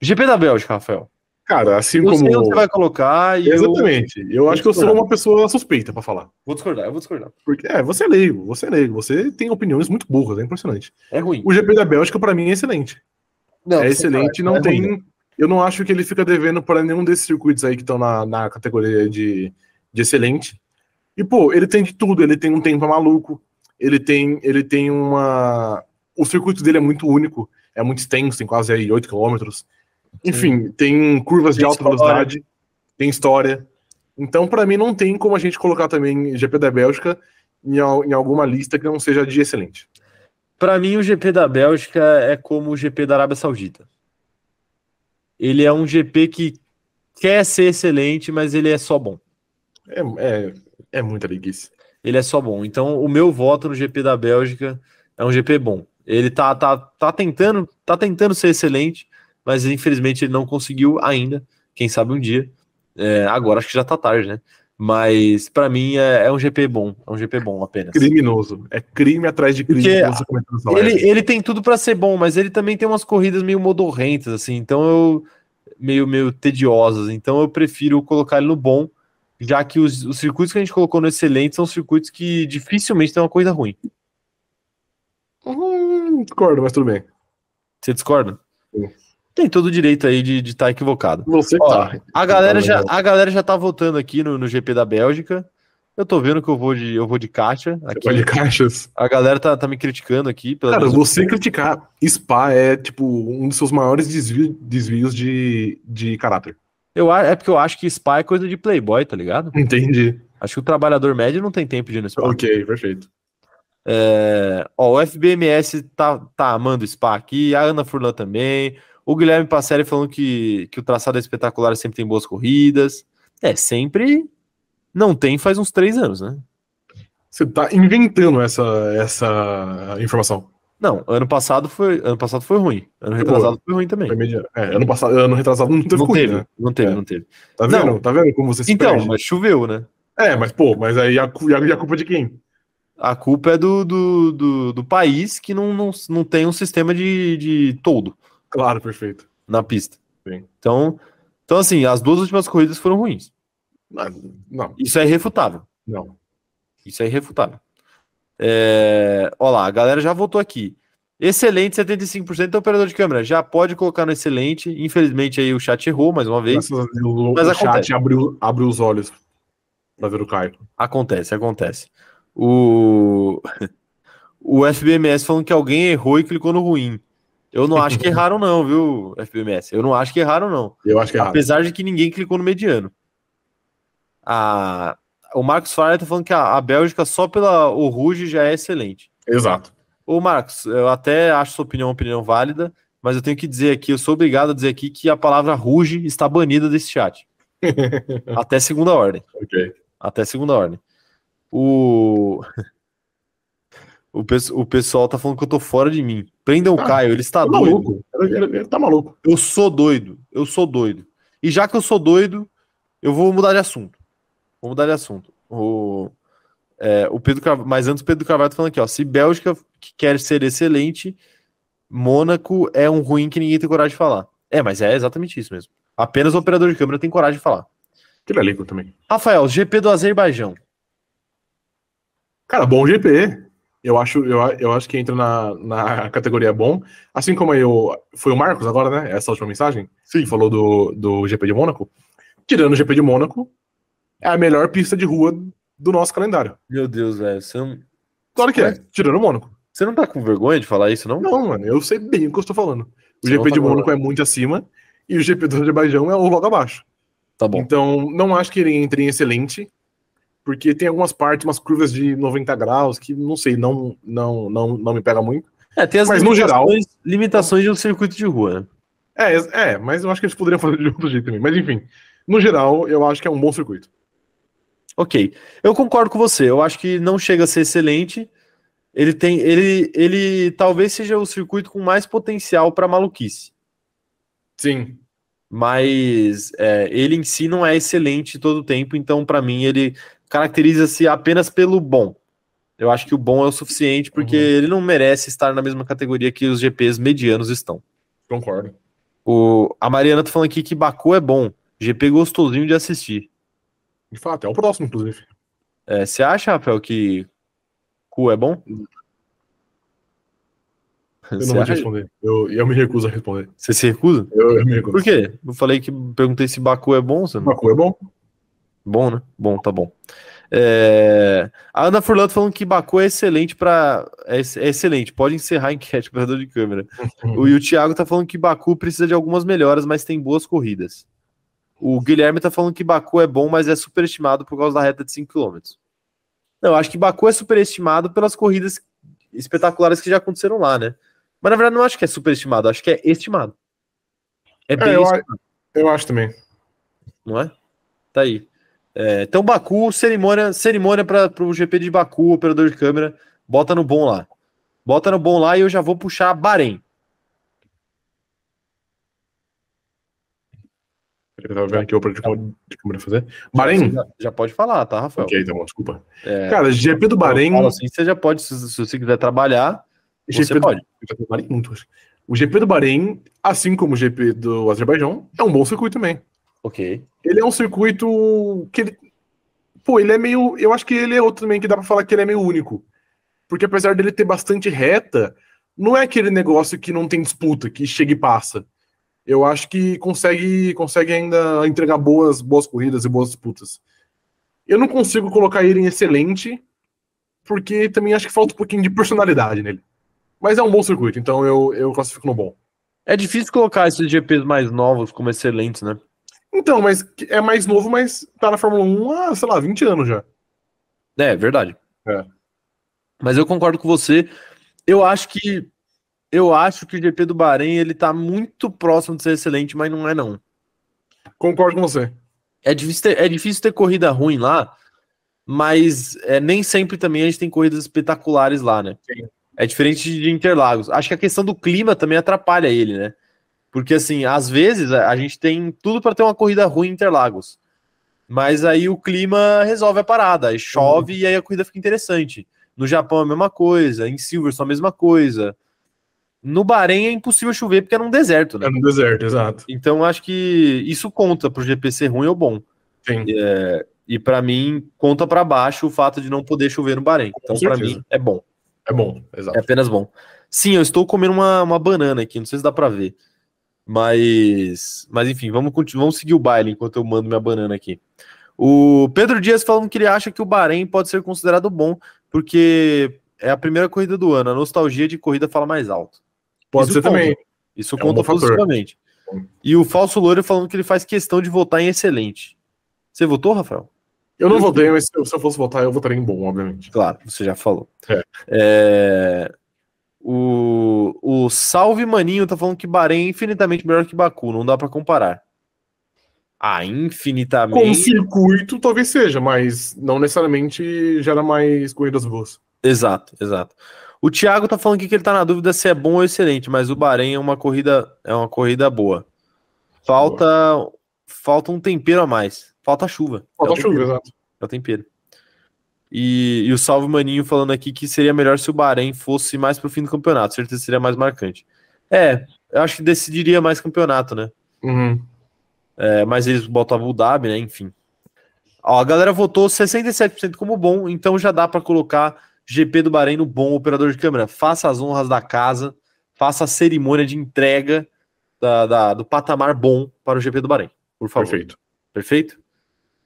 Speaker 1: GP da Bélgica, Rafael.
Speaker 2: Cara, assim
Speaker 1: Eu
Speaker 2: como.
Speaker 1: sei onde você vai colocar e eu
Speaker 2: Exatamente. Eu acho que eu sou uma pessoa suspeita pra falar.
Speaker 1: vou discordar, eu vou discordar.
Speaker 2: Porque, é, você é leigo, você é leigo, você tem opiniões muito burras, é impressionante.
Speaker 1: É ruim.
Speaker 2: O GP da Bélgica, pra mim, é excelente.
Speaker 1: Não,
Speaker 2: é excelente, não
Speaker 1: é
Speaker 2: tem.
Speaker 1: ruim,
Speaker 2: Eu não acho que ele fica devendo para nenhum desses circuitos aí que estão na, na categoria de, de excelente. E, pô, ele tem de tudo, ele tem um tempo maluco, ele tem, ele tem uma. O circuito dele é muito único, é muito extenso, tem quase aí 8 km. Enfim, tem curvas de
Speaker 1: Tem
Speaker 2: alta
Speaker 1: história.
Speaker 2: velocidade, tem história. Então, para mim, não tem como a gente colocar também GP da Bélgica em, al- em alguma lista que não seja de excelente.
Speaker 1: Pra mim, o GP da Bélgica é como o GP da Arábia Saudita. Ele é um GP que quer ser excelente, mas ele é só bom.
Speaker 2: É, é, é muita preguiça.
Speaker 1: ele é só bom. Então, o meu voto no GP da Bélgica é um GP bom. Ele tá, tá, tá tentando, tá tentando ser excelente, mas infelizmente ele não conseguiu ainda. Quem sabe um dia. É, agora acho que já tá tarde, né? Mas para mim é, é, um GP bom, é um GP bom apenas.
Speaker 2: Criminoso, é crime atrás de crime.
Speaker 1: Porque ele, ele tem tudo para ser bom, mas ele também tem umas corridas meio modorrentas, assim. Então eu meio meio tediosas. Então eu prefiro colocar ele no bom, já que os, os circuitos que a gente colocou no excelente são circuitos que dificilmente tem uma coisa ruim.
Speaker 2: Hum, discordo, mas tudo bem.
Speaker 1: Você discorda? Sim. Tem todo o direito aí de estar tá equivocado.
Speaker 2: Você Ó, tá.
Speaker 1: A galera, já, a galera já tá votando aqui no, no GP da Bélgica. Eu tô vendo que eu vou de, eu vou de caixa. Aqui.
Speaker 2: de caixas?
Speaker 1: A galera tá, tá me criticando aqui.
Speaker 2: Cara, desculpa. você criticar Spa é, tipo, um dos seus maiores desvio, desvios de, de caráter.
Speaker 1: Eu, é porque eu acho que Spa é coisa de playboy, tá ligado?
Speaker 2: Entendi.
Speaker 1: Acho que o trabalhador médio não tem tempo de ir no Spa.
Speaker 2: Ok, perfeito.
Speaker 1: É, ó, o FBMS tá, tá amando o Spa aqui, a Ana Furlan também. O Guilherme Passelli falando que, que o traçado é espetacular sempre tem boas corridas. É, sempre não tem faz uns três anos, né?
Speaker 2: Você tá inventando essa, essa informação.
Speaker 1: Não, ano passado foi, ano passado foi ruim. Ano retrasado Pô, foi ruim também.
Speaker 2: Foi é, ano, passado, ano retrasado não teve
Speaker 1: não
Speaker 2: corrida.
Speaker 1: Teve,
Speaker 2: né?
Speaker 1: Não teve, é. não teve.
Speaker 2: Tá vendo? Não. Tá vendo como você se
Speaker 1: Então,
Speaker 2: perde?
Speaker 1: mas choveu, né?
Speaker 2: É, mas pô, mas aí a, a, a culpa é de quem?
Speaker 1: A culpa é do, do, do, do, país que não, não, não tem um sistema de, de todo.
Speaker 2: Claro, perfeito.
Speaker 1: Na pista.
Speaker 2: Sim.
Speaker 1: Então, então, assim, as duas últimas corridas foram ruins.
Speaker 2: Não, não.
Speaker 1: Isso é irrefutável.
Speaker 2: Não.
Speaker 1: Isso é irrefutável. É... Olha lá, a galera já voltou aqui. Excelente, 75% do é operador de câmera. Já pode colocar no excelente. Infelizmente, aí o chat errou mais uma vez.
Speaker 2: Deus, o
Speaker 1: É mas
Speaker 2: o
Speaker 1: acontece.
Speaker 2: chat abriu, abriu os olhos para ver o Caio.
Speaker 1: Acontece, acontece. O... o FBMS falando que alguém errou e clicou no ruim. Eu não acho que erraram, não, viu, FBMS? Eu não acho que erraram, não.
Speaker 2: Eu acho que é erraram.
Speaker 1: Apesar de que ninguém clicou no mediano. A... O Marcos Faria tá falando que a, a Bélgica, só pela o Ruge, já é excelente.
Speaker 2: Exato.
Speaker 1: Ô, Marcos, eu até acho sua opinião uma opinião válida, mas eu tenho que dizer aqui, eu sou obrigado a dizer aqui que a palavra Ruge está banida desse chat. até segunda ordem.
Speaker 2: Ok.
Speaker 1: Até segunda ordem. O. <laughs> O, pe o pessoal tá falando que eu tô fora de mim. Prendam o
Speaker 2: Ah,
Speaker 1: Caio, ele está
Speaker 2: Tá
Speaker 1: doido.
Speaker 2: maluco. Ele, ele- ele tá maluco.
Speaker 1: Eu sou doido. Eu sou doido. E já que eu sou doido, eu vou mudar de assunto. Vou mudar de assunto. O, é, o Pedro Carvalho, mas antes o Pedro Carvalho tá falando aqui, ó. Se Bélgica que quer ser excelente, Mônaco é um ruim que ninguém tem coragem de falar. É, mas é exatamente isso mesmo. Apenas o operador de câmera tem coragem de falar.
Speaker 2: Aquele ali é também.
Speaker 1: Rafael, GP do Azerbaijão.
Speaker 2: Cara, bom GP. Eu acho, eu, a- eu acho que entra na, na <laughs> categoria bom. Assim como aí o, foi o Marcos agora, né? Essa última mensagem.
Speaker 1: Sim.
Speaker 2: Que falou do, do GP de Mônaco. Tirando o GP de Mônaco, é a melhor pista de rua do nosso calendário.
Speaker 1: Meu Deus, velho. Você não,
Speaker 2: Claro que é. Tirando o Mônaco.
Speaker 1: você não tá com vergonha de falar isso, não?
Speaker 2: Não, mano. Eu sei bem o que eu estou falando. O
Speaker 1: Você não
Speaker 2: GP
Speaker 1: tá
Speaker 2: de
Speaker 1: falando.
Speaker 2: Mônaco é muito acima. E o GP do Azerbaijão é logo abaixo.
Speaker 1: Tá bom.
Speaker 2: Então, não acho que ele entre em excelente, porque tem algumas partes, umas curvas de 90 graus que não sei, não não não, não me pega muito.
Speaker 1: É, tem as
Speaker 2: Mas no geral-
Speaker 1: limitações, limitações de um circuito de rua, né?
Speaker 2: É, es- é, mas eu acho que eles poderiam fazer de outro jeito também. Mas enfim, no geral, eu acho que é um bom circuito.
Speaker 1: Ok. Eu concordo com você. Eu acho que não chega a ser excelente. Ele tem. Ele, ele talvez seja o circuito com mais potencial para maluquice.
Speaker 2: Sim.
Speaker 1: Mas é, ele em si não é excelente todo o tempo. Então, para mim, ele caracteriza-se apenas pelo bom. Eu acho que o bom é o suficiente, porque
Speaker 2: Uhum.
Speaker 1: ele não merece estar na mesma categoria que os GPs medianos estão.
Speaker 2: Concordo.
Speaker 1: O, a Mariana tá falando aqui que Baku é bom. GP gostosinho de assistir.
Speaker 2: De fato, é o próximo, inclusive.
Speaker 1: É, Você acha, Rafael, que Cu é bom?
Speaker 2: Eu não
Speaker 1: Você
Speaker 2: vou te
Speaker 1: acha?
Speaker 2: responder. Eu, eu me recuso a responder.
Speaker 1: Você se recusa?
Speaker 2: Eu, eu me recuso.
Speaker 1: Por quê? Eu falei que perguntei se Baku é bom, você não...
Speaker 2: Baku é bom?
Speaker 1: Bom, né? Bom, tá bom. É, A Ana Furlan tá falando que Baku é excelente para é, ex- é excelente, pode encerrar a enquete, operador de câmera.
Speaker 2: Uhum.
Speaker 1: O, e o Thiago tá falando que Baku precisa de algumas melhoras, mas tem boas corridas. O Guilherme tá falando que Baku é bom, mas é superestimado por causa da reta de 5 km. Não, eu acho que Baku é superestimado pelas corridas espetaculares que já aconteceram lá, né? Mas na verdade não acho que é superestimado, acho que é estimado. É bem
Speaker 2: eu
Speaker 1: estimado,
Speaker 2: Eu acho também.
Speaker 1: não é? Tá aí. É, então, Baku, cerimônia, cerimônia para o GP de Baku, operador de câmera, bota no bom lá. Bota no bom lá e eu já vou puxar Bahrein.
Speaker 2: Eu tava vendo aqui o
Speaker 1: Então,
Speaker 2: é operador de câmera fazer. Bahrein?
Speaker 1: Já, já pode falar, tá, Rafael?
Speaker 2: Ok, tá bom, desculpa.
Speaker 1: É,
Speaker 2: Cara, GP do Bahrein.
Speaker 1: fala assim, você já pode, se, se você quiser trabalhar,
Speaker 2: GP
Speaker 1: você
Speaker 2: do-
Speaker 1: pode.
Speaker 2: GP do Bahrein, muito, acho. O GP do Bahrein, assim como o GP do Azerbaijão, é um bom circuito também.
Speaker 1: Ok.
Speaker 2: Ele é um circuito que ele. Pô, ele é meio. Eu acho que ele é outro também que dá pra falar que ele é meio único. Porque apesar dele ter bastante reta, não é aquele negócio que não tem disputa, que chega e passa. Eu acho que consegue, consegue ainda entregar boas, boas corridas e boas disputas. Eu não consigo colocar ele em excelente, porque também acho que falta um pouquinho de personalidade nele. Mas é um bom circuito, então eu, eu classifico no bom.
Speaker 1: É difícil colocar esses GPs mais novos como excelentes, né?
Speaker 2: Então, mas que- é mais novo, mas tá na Fórmula 1 há, sei lá, 20 anos já.
Speaker 1: É, verdade.
Speaker 2: É.
Speaker 1: Mas eu concordo com você. Eu acho que eu acho que o GP do Bahrein ele tá muito próximo de ser excelente, mas não é não.
Speaker 2: Concordo com você.
Speaker 1: É difícil ter, é difícil ter corrida ruim lá, mas é, nem sempre também a gente tem corridas espetaculares lá, né?
Speaker 2: Sim.
Speaker 1: É diferente de Interlagos. Acho que a questão do clima também atrapalha ele, né? Porque assim, às vezes a a gente tem tudo para ter uma corrida ruim em Interlagos. Mas aí o clima resolve a parada, aí chove e aí a corrida fica interessante. No Japão é a mesma coisa, em Silverstone é a mesma coisa. No Bahrein é impossível chover porque é num deserto, né?
Speaker 2: É no deserto, exato.
Speaker 1: Então acho que isso conta pro GP ser ruim ou bom.
Speaker 2: Sim.
Speaker 1: E pra mim, conta pra baixo o fato de não poder chover no Bahrein. Então, pra
Speaker 2: certeza.
Speaker 1: mim, é bom.
Speaker 2: É bom, exato.
Speaker 1: É apenas bom. Sim, eu estou comendo uma, uma banana aqui, não sei se dá pra ver. Mas, mas enfim, vamos, continuar, vamos seguir o baile enquanto eu mando minha banana aqui. O Pedro Dias falando que ele acha que o Bahrein pode ser considerado bom, porque é a primeira corrida do ano, a nostalgia de corrida fala mais alto.
Speaker 2: Pode
Speaker 1: isso
Speaker 2: ser
Speaker 1: conta.
Speaker 2: também.
Speaker 1: Isso
Speaker 2: É um
Speaker 1: conta
Speaker 2: bom fator.
Speaker 1: positivamente. E o Falso Louro falando que ele faz questão de votar em excelente. Você votou, Rafael?
Speaker 2: Eu não votei, mas se eu, se eu fosse votar, eu votaria em bom, obviamente.
Speaker 1: Claro, você já falou.
Speaker 2: É.
Speaker 1: É, O, o Salve Maninho tá falando que Bahrein é infinitamente melhor que Baku, não dá pra comparar. Ah,
Speaker 2: Com
Speaker 1: infinitamente.
Speaker 2: circuito, talvez seja, mas não necessariamente gera mais corridas
Speaker 1: É
Speaker 2: boas.
Speaker 1: Exato, exato. O Thiago tá falando aqui que ele tá na dúvida se é bom ou excelente, mas o Bahrein é uma corrida, é uma corrida boa. Falta falta um tempero a mais. Falta chuva. É
Speaker 2: Falta
Speaker 1: o
Speaker 2: chuva,
Speaker 1: tempero,
Speaker 2: exato.
Speaker 1: é o tempero. E, e o Salve Maninho falando aqui que seria melhor se o Bahrein fosse mais pro fim do campeonato. Certeza seria mais marcante. É, eu acho que decidiria mais campeonato, né?
Speaker 2: Uhum.
Speaker 1: É, mas eles botam Abu Dhabi, né? Enfim. Ó, a galera votou 67% como bom, então já dá para colocar GP do Bahrein no bom operador de câmera. Faça as honras da casa, faça a cerimônia de entrega da- da- do patamar bom para o GP do Bahrein, por favor. Perfeito.
Speaker 2: Perfeito.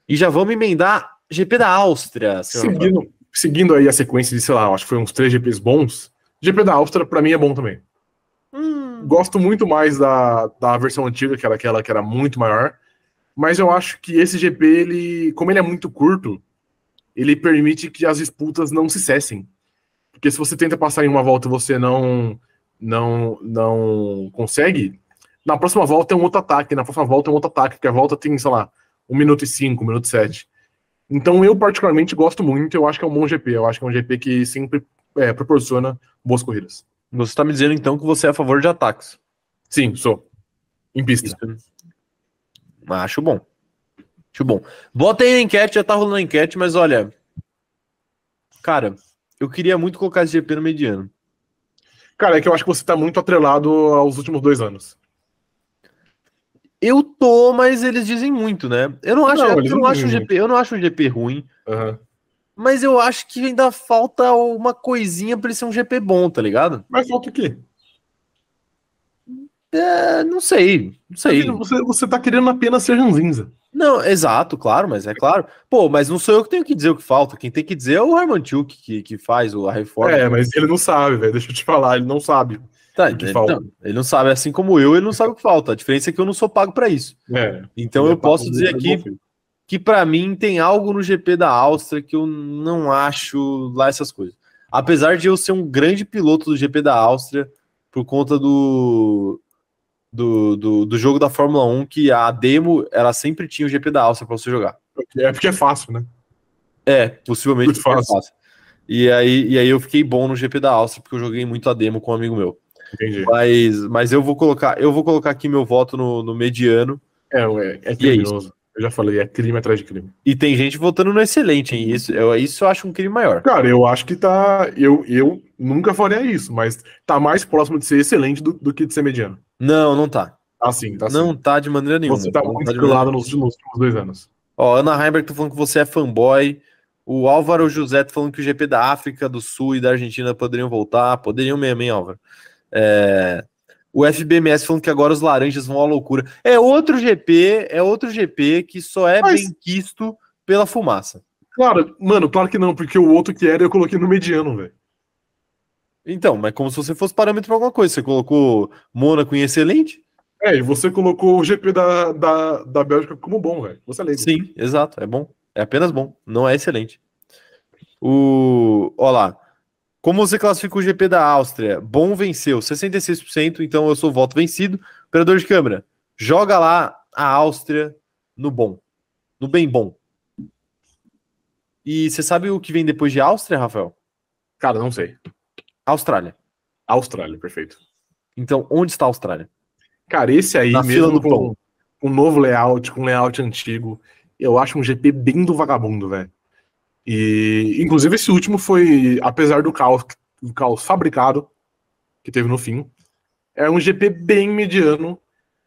Speaker 1: E já vamos emendar GP da Áustria, senhor Rafael.
Speaker 2: Seguindo, seguindo aí a sequência de, sei lá, eu acho que foi uns três GPs bons, GP da Áustria, pra mim, é bom também.
Speaker 1: Hum,
Speaker 2: Gosto muito mais da, da versão antiga, que era aquela que era muito maior. Mas eu acho que esse GP, ele, como ele é muito curto, ele permite que as disputas não se cessem. Porque se você tenta passar em uma volta e você não, não, não consegue, na próxima volta é um outro ataque, na próxima volta é um outro ataque, porque a volta tem, sei lá, 1 minuto e 5, 1 minuto e 7. Então eu particularmente gosto muito, eu acho que é um bom GP, eu acho que é um GP que sempre é, proporciona boas corridas.
Speaker 1: você tá me dizendo então que você é a favor de ataques.
Speaker 2: Sim, sou. Em pista.
Speaker 1: Isso. Ah, Acho bom. Acho bom. Bota aí na enquete, já tá rolando a enquete, mas olha. Cara, eu queria muito colocar esse GP no mediano.
Speaker 2: Cara, é que eu acho que você tá muito atrelado aos últimos dois anos.
Speaker 1: Eu tô, mas eles dizem muito, né? Eu não acho,
Speaker 2: Não,
Speaker 1: eu,
Speaker 2: eles
Speaker 1: não
Speaker 2: não
Speaker 1: acho o
Speaker 2: dizem
Speaker 1: GP, eu não acho o GP ruim, mas eu acho que ainda falta uma coisinha pra ele ser um GP bom, tá ligado?
Speaker 2: Mas falta o quê?
Speaker 1: É, não sei, não sei.
Speaker 2: Você, você tá querendo apenas ser ranzinza.
Speaker 1: Não, exato, claro, mas é claro. Pô, mas não sou eu que tenho que dizer o que falta. Quem tem que dizer é o Hermantiuk que, que faz o- a reforma.
Speaker 2: É, mas ele não sabe, velho. Deixa eu te falar, ele não sabe.
Speaker 1: Tá,
Speaker 2: O que
Speaker 1: então,
Speaker 2: falta.
Speaker 1: ele não sabe, assim como eu, ele não sabe o que falta. A diferença é que eu não sou pago para isso.
Speaker 2: É.
Speaker 1: Então eu posso dizer aqui que para mim tem algo no GP da Áustria que eu não acho lá essas coisas. Apesar de eu ser um grande piloto do GP da Áustria por conta do um, do, do, do jogo da Fórmula 1 que a demo ela sempre tinha o GP da Áustria para você jogar.
Speaker 2: É porque é fácil, né?
Speaker 1: É, possivelmente
Speaker 2: Muito
Speaker 1: foi
Speaker 2: fácil.
Speaker 1: E aí, e aí eu fiquei bom no GP da Áustria, porque eu joguei muito a demo com um amigo meu.
Speaker 2: Entendi.
Speaker 1: Mas, mas eu vou colocar, eu vou colocar aqui meu voto no, no mediano.
Speaker 2: É, é, é criminoso. Eu já falei, é crime atrás de crime.
Speaker 1: E tem gente votando no excelente, hein? Isso eu, isso eu acho um crime maior.
Speaker 2: Cara, eu acho que tá. Eu, eu nunca faria isso, mas tá mais próximo de ser excelente do, do que de ser mediano.
Speaker 1: Não, não tá.
Speaker 2: Tá sim, tá sim.
Speaker 1: Não tá de maneira nenhuma.
Speaker 2: Você tá
Speaker 1: Não
Speaker 2: muito
Speaker 1: de maneira
Speaker 2: escalado nos, nos últimos dois anos.
Speaker 1: Ó, Ana Heimberg tá falando que você é fanboy. O Álvaro José tá falando que o GP da África do Sul e da Argentina poderiam voltar. Poderiam mesmo, hein, Álvaro? É, O FBMS falando que agora os laranjas vão à loucura. É outro GP, é outro GP que só é
Speaker 2: Mas-
Speaker 1: bem quisto pela fumaça.
Speaker 2: Claro, mano, claro que não, porque o outro que era eu coloquei no mediano, velho.
Speaker 1: Então, mas como se você fosse parâmetro pra alguma coisa. Você colocou Mônaco em excelente?
Speaker 2: É, e você colocou o GP da, da, da Bélgica como bom, velho. Você é leigo.
Speaker 1: Sim, exato. É bom. É apenas bom. Não é excelente. O. Olha lá. Como você classifica o GP da Áustria? Bom venceu, 66%, então eu sou voto vencido. Operador de câmera, joga lá a Áustria no bom. No bem bom. E você sabe o que vem depois de Áustria, Rafael?
Speaker 2: Cara, não sei.
Speaker 1: Austrália.
Speaker 2: Austrália, perfeito.
Speaker 1: Então, onde está a Austrália?
Speaker 2: Cara, esse aí,
Speaker 1: Na fila
Speaker 2: mesmo
Speaker 1: do
Speaker 2: com
Speaker 1: pão.
Speaker 2: com um novo layout, com um layout antigo, eu acho um GP bem do vagabundo, velho. E, inclusive, esse último foi, apesar do caos, do caos fabricado que teve no fim, é um GP bem mediano,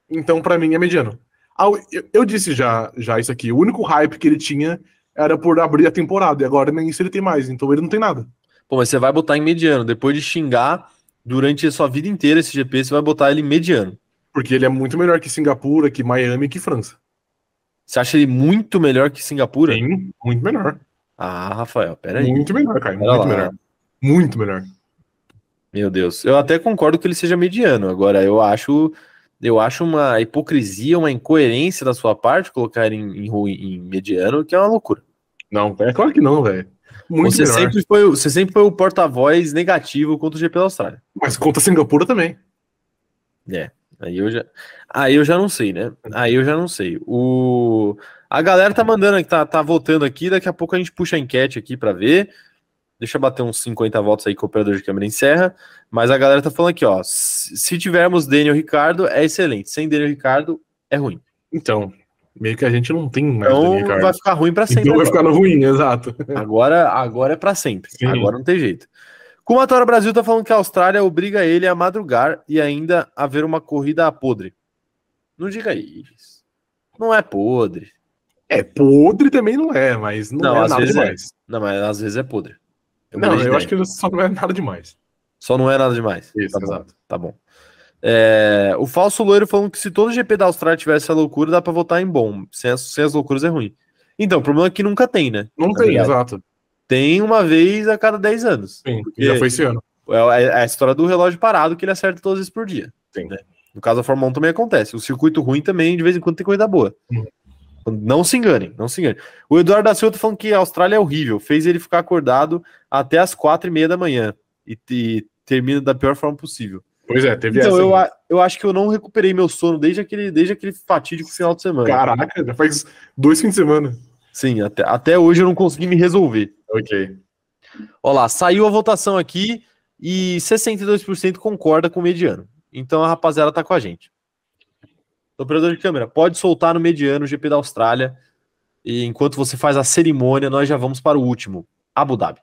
Speaker 2: então pra mim é mediano. Ah, Eu, eu disse já, já isso aqui, o único hype que ele tinha era por abrir a temporada, e agora nem isso ele tem mais, então ele não tem nada.
Speaker 1: Pô, mas você vai botar em mediano. Depois de xingar durante a sua vida inteira esse GP, você vai botar ele em mediano.
Speaker 2: Porque ele é muito melhor que Singapura, que Miami, que França.
Speaker 1: Você acha ele muito melhor que Singapura?
Speaker 2: Sim, muito melhor.
Speaker 1: Ah, Rafael, peraí.
Speaker 2: Muito melhor,
Speaker 1: Pera
Speaker 2: cara. Muito
Speaker 1: lá.
Speaker 2: melhor. Muito melhor.
Speaker 1: Meu Deus. Eu até concordo que ele seja mediano. Agora, eu acho. Eu acho uma hipocrisia, uma incoerência da sua parte colocar em, em, ruim- em mediano, que é uma loucura.
Speaker 2: Não, é claro que não, velho. Muito
Speaker 1: Você
Speaker 2: melhor.
Speaker 1: sempre, foi, o- você sempre foi o porta-voz negativo contra o GP da Austrália.
Speaker 2: Mas conta Singapura também.
Speaker 1: Aí eu já, aí eu já não sei, né? Aí eu já não sei. O, a galera tá mandando, aqui, tá, tá votando aqui. Daqui a pouco a gente puxa a enquete aqui pra ver. Deixa eu bater uns 50 votos aí que o operador de câmera encerra. Mas a galera tá falando aqui, ó. Se se tivermos Daniel Ricardo, é excelente. Sem Daniel Ricardo, é ruim.
Speaker 2: Então, meio que a gente não tem mais
Speaker 1: Então
Speaker 2: Daniel Ricardo.
Speaker 1: vai ficar ruim pra sempre.
Speaker 2: Então vai
Speaker 1: agora.
Speaker 2: ficar no ruim, exato.
Speaker 1: Agora, agora é pra sempre.
Speaker 2: Sim.
Speaker 1: Agora não tem jeito. Kumatora Brasil tá falando que a Austrália obriga ele a madrugar e ainda haver uma corrida a podre. Não diga isso. Não é podre.
Speaker 2: É, podre também não é, mas não,
Speaker 1: Não,
Speaker 2: é
Speaker 1: às
Speaker 2: nada
Speaker 1: vezes é.
Speaker 2: demais.
Speaker 1: Não, mas às vezes é podre.
Speaker 2: Não,
Speaker 1: mudei de
Speaker 2: eu
Speaker 1: ideia.
Speaker 2: acho que só não é nada demais.
Speaker 1: Só não é nada demais.
Speaker 2: Isso,
Speaker 1: tá bom,
Speaker 2: exato.
Speaker 1: tá bom. É, o falso loiro falando que se todo GP da Austrália tivesse a loucura, dá pra votar em bom. Sem as, sem as loucuras é ruim. Então, o problema é que nunca tem, né?
Speaker 2: Não
Speaker 1: Tá
Speaker 2: tem,
Speaker 1: ligado?
Speaker 2: exato.
Speaker 1: Tem uma vez a cada 10 anos.
Speaker 2: Sim,
Speaker 1: Porque-
Speaker 2: já foi esse ano.
Speaker 1: É a- é a história do relógio parado que ele acerta todas as vezes por dia.
Speaker 2: Sim.
Speaker 1: né? No caso da Fórmula 1 também acontece. O circuito ruim também, de vez em quando, tem coisa boa.
Speaker 2: Uhum.
Speaker 1: Não se enganem, não se enganem. O Eduardo da Silva tá falando que a Austrália é horrível. Fez ele ficar acordado até as quatro e meia da manhã. E, e termina da pior forma possível.
Speaker 2: Pois é, teve
Speaker 1: Então,
Speaker 2: essa.
Speaker 1: eu,
Speaker 2: ainda.
Speaker 1: a- eu acho que eu não recuperei meu sono desde aquele, desde aquele fatídico final de semana.
Speaker 2: Caraca, já faz dois fins de semana.
Speaker 1: Sim, até, até hoje eu não consegui me resolver.
Speaker 2: Ok.
Speaker 1: Olha lá, saiu a votação aqui e 62% concorda com o mediano. Então a rapaziada tá com a gente. Operador de câmera, pode soltar no mediano o GP da Austrália. E enquanto você faz a cerimônia, nós já vamos para o último, Abu Dhabi.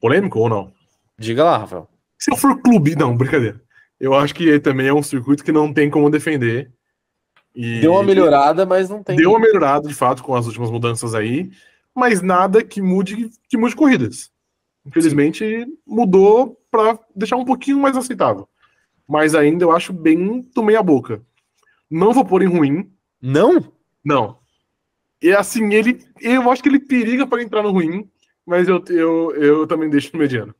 Speaker 2: Polêmico ou não?
Speaker 1: Diga lá, Rafael.
Speaker 2: Se eu for clube, não, brincadeira. Eu acho que também é um circuito que não tem como defender. E-
Speaker 1: Deu uma melhorada, mas não tem.
Speaker 2: Deu uma melhorada, de fato, com as últimas mudanças aí, mas nada que mude que mude corridas. Infelizmente, mudou para deixar um pouquinho mais aceitável. Mas ainda eu acho bem do meia boca. Não vou pôr em ruim,
Speaker 1: Não?
Speaker 2: não. E assim, ele eu acho que ele periga para entrar no ruim, mas eu, eu, eu também deixo no mediano.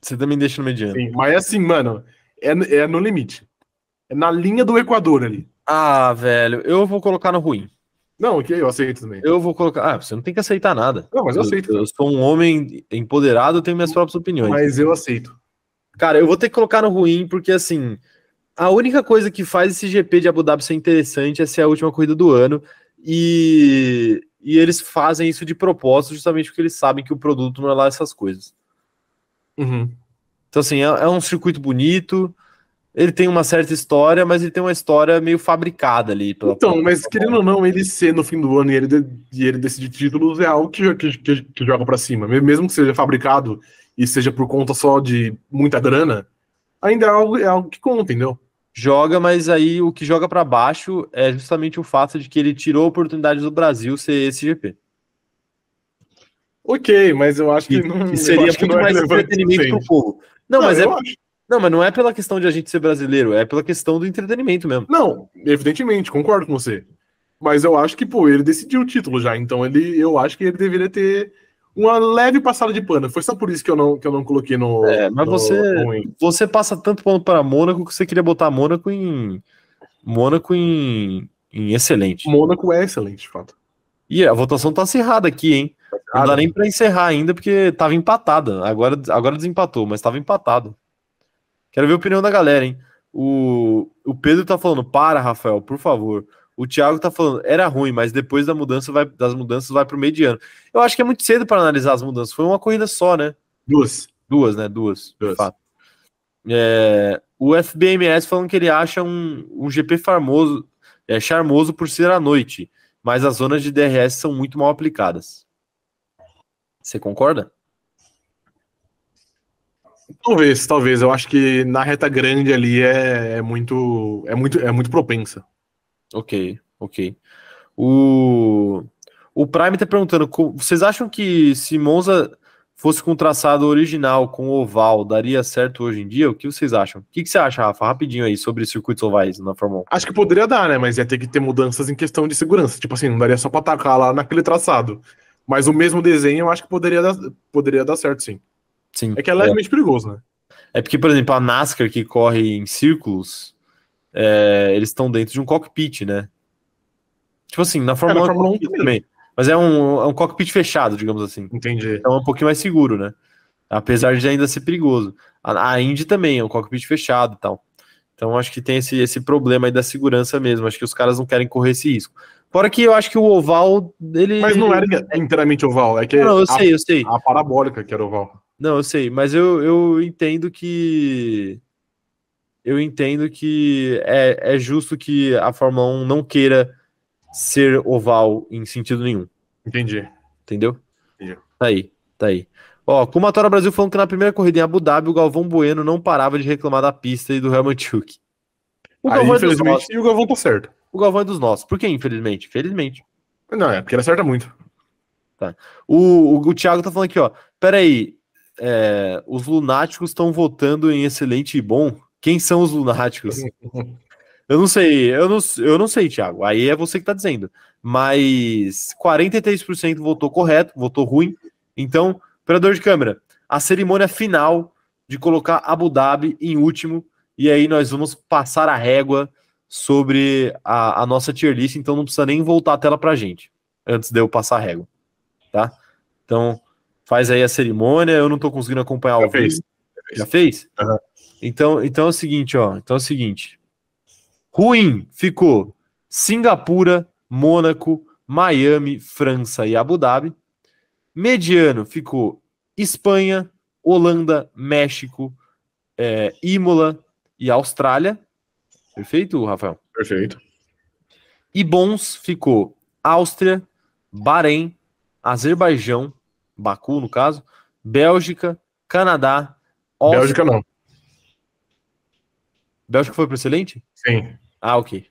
Speaker 1: Você também deixa no mediano.
Speaker 2: Sim, mas assim, mano, é, é no limite. É na linha do Equador ali.
Speaker 1: Ah, velho, eu vou colocar no ruim.
Speaker 2: Não, ok, eu aceito também.
Speaker 1: Eu vou colocar. Ah, você não tem que aceitar nada.
Speaker 2: Não, mas eu aceito.
Speaker 1: Eu sou um homem empoderado, eu tenho minhas próprias opiniões.
Speaker 2: Mas eu aceito.
Speaker 1: Cara, eu vou ter que colocar no ruim, porque assim, a única coisa que faz esse GP de Abu Dhabi ser interessante é ser a última corrida do ano. E, e eles fazem isso de propósito, justamente porque eles sabem que o produto não é lá essas coisas.
Speaker 2: Uhum.
Speaker 1: Então, assim, é, é um circuito bonito. Ele tem uma certa história, mas ele tem uma história meio fabricada ali. pela-
Speaker 2: Então, mas querendo ou não, ele ser no fim do ano e ele, de- e ele decidir títulos é algo que, que, que- que joga pra cima. Me- Mesmo que seja fabricado e seja por conta só de muita grana, ainda é algo, é algo que conta, entendeu?
Speaker 1: Joga, mas aí o que joga pra baixo é justamente o fato de que ele tirou a oportunidade do Brasil ser esse GP.
Speaker 2: Ok, mas eu acho que
Speaker 1: E,
Speaker 2: não.
Speaker 1: e seria
Speaker 2: eu acho que
Speaker 1: muito
Speaker 2: não é
Speaker 1: mais
Speaker 2: relevante o
Speaker 1: entretenimento pro
Speaker 2: suficiente.
Speaker 1: povo. Não,
Speaker 2: Não,
Speaker 1: mas é,
Speaker 2: eu acho.
Speaker 1: não, mas não é pela questão de a gente ser brasileiro, é pela questão do entretenimento mesmo.
Speaker 2: Não, evidentemente, concordo com você. Mas eu acho que, pô, ele decidiu o título já, então ele, eu acho que ele deveria ter uma leve passada de pano. Foi só por isso que eu não, que eu não coloquei no.
Speaker 1: É, mas
Speaker 2: no-
Speaker 1: você-
Speaker 2: no-
Speaker 1: Você passa tanto ponto para Mônaco que você queria botar Mônaco em Mônaco em, em excelente.
Speaker 2: Mônaco é excelente, de fato.
Speaker 1: E a votação tá acirrada aqui, hein? Não dá nem pra encerrar ainda porque tava empatada. Agora, agora desempatou, mas tava empatado. Quero ver a opinião da galera, hein? O, o Pedro tá falando, para, Rafael, por favor. O Thiago tá falando, era ruim, mas depois da mudança vai, das mudanças vai pro mediano. Eu acho que é muito cedo para analisar as mudanças. Foi uma corrida só, né?
Speaker 2: Duas.
Speaker 1: Duas, né? Duas, de
Speaker 2: Duas.
Speaker 1: fato. É, o FBMS falando que ele acha um, um GP famoso, é, charmoso por ser à noite, mas as zonas de DRS são muito mal aplicadas. Você concorda?
Speaker 2: Talvez, talvez. Eu acho que na reta grande ali é, é muito. É muito, é muito propensa.
Speaker 1: Ok, ok. O, o Prime tá perguntando: co- vocês acham que se Monza fosse com o traçado original, com oval, daria certo hoje em dia? O que vocês acham? O que, que você acha, Rafa? Rapidinho aí sobre circuitos ovais na Fórmula 1.
Speaker 2: Acho que poderia dar, né? Mas ia ter que ter mudanças em questão de segurança. Tipo assim, não daria só pra atacar lá naquele traçado. Mas o mesmo desenho eu acho que poderia dar, poderia dar certo, sim.
Speaker 1: Sim.
Speaker 2: É que é levemente perigoso, né?
Speaker 1: É porque, por exemplo, a NASCAR que corre em círculos, é, eles estão dentro de um cockpit, né? Tipo assim, na Fórmula,
Speaker 2: na Fórmula
Speaker 1: 1 é
Speaker 2: 1
Speaker 1: um cockpit
Speaker 2: também.
Speaker 1: também. Mas é um, é um cockpit fechado, digamos assim.
Speaker 2: Entendi.
Speaker 1: Então é um pouquinho mais seguro, né? Apesar de ainda ser perigoso. A, a Indy também é um cockpit fechado e tal. Então acho que tem esse, esse problema aí da segurança mesmo. Acho que os caras não querem correr esse risco. Fora que eu acho que o oval, ele.
Speaker 2: Mas não era inteiramente oval, é que
Speaker 1: Não, eu
Speaker 2: a,
Speaker 1: sei, eu sei.
Speaker 2: a parabólica que era oval.
Speaker 1: Não, eu sei, mas eu, eu entendo que. Eu entendo que é, é justo que a Fórmula 1 não queira ser oval em sentido nenhum,
Speaker 2: Entendi.
Speaker 1: entendeu?
Speaker 2: Entendi.
Speaker 1: Tá aí, tá aí. Ó, Kumatora Brasil falando que na primeira corrida em Abu Dhabi, o Galvão Bueno não parava de reclamar da pista e do Helmut Schuck. O
Speaker 2: Aí,
Speaker 1: Galvão, é dos
Speaker 2: Ah, infelizmente,
Speaker 1: nossos.
Speaker 2: e o Galvão tá certo.
Speaker 1: o Galvão é dos nossos. Por que, infelizmente? Felizmente.
Speaker 2: Não, é porque ele acerta muito.
Speaker 1: O, o, o Thiago tá falando aqui, ó. Peraí, é, os lunáticos estão votando em excelente e bom. Quem são os lunáticos? Eu não sei, eu não, eu não sei, Thiago. Aí é você que tá dizendo. Mas 43% votou correto, votou ruim. Então, operador de câmera, a cerimônia final de colocar Abu Dhabi em último. E aí nós vamos passar a régua sobre a, a nossa tier list. Então não precisa nem voltar a tela pra gente antes de eu passar a régua. Tá? Então, faz aí a cerimônia. Eu não tô conseguindo acompanhar o
Speaker 2: Já fez.
Speaker 1: já fez?
Speaker 2: Aham.
Speaker 1: Então, então é o seguinte, ó. Então é o seguinte. Ruim ficou Singapura, Mônaco, Miami, França e Abu Dhabi. Mediano ficou Espanha, Holanda, México, é, Imola e Austrália. Perfeito, Rafael?
Speaker 2: Perfeito.
Speaker 1: E bons ficou Áustria, Bahrein, Azerbaijão, Baku no caso, Bélgica, Canadá, Áustria,
Speaker 2: Bélgica não.
Speaker 1: Bélgica foi pro excelente?
Speaker 2: Sim.
Speaker 1: Ah, ok.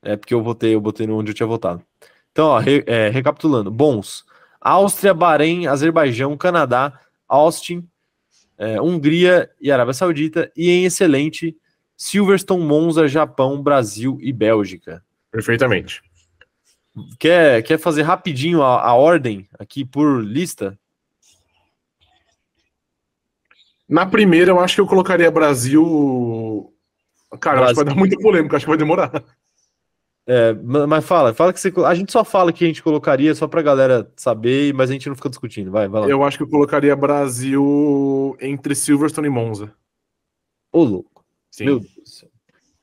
Speaker 1: É porque eu votei, eu botei no onde eu tinha votado. Então, ó, re- é, recapitulando. Bons. Áustria, Bahrein, Azerbaijão, Canadá, Austin, é, Hungria e Arábia Saudita. E em excelente, Silverstone, Monza, Japão, Brasil e Bélgica.
Speaker 2: Perfeitamente.
Speaker 1: Quer, quer fazer rapidinho a, a ordem aqui por lista?
Speaker 2: Na primeira, eu acho que eu colocaria Brasil. Cara, eu acho que vai dar muita polêmica, acho que vai demorar.
Speaker 1: É, ma- mas fala, fala que você. co- A gente só fala que a gente colocaria só pra galera saber, mas a gente não fica discutindo. Vai, vai lá.
Speaker 2: Eu acho que eu colocaria Brasil entre Silverstone e Monza.
Speaker 1: Ô, louco.
Speaker 2: Sim.
Speaker 1: Meu Deus do céu.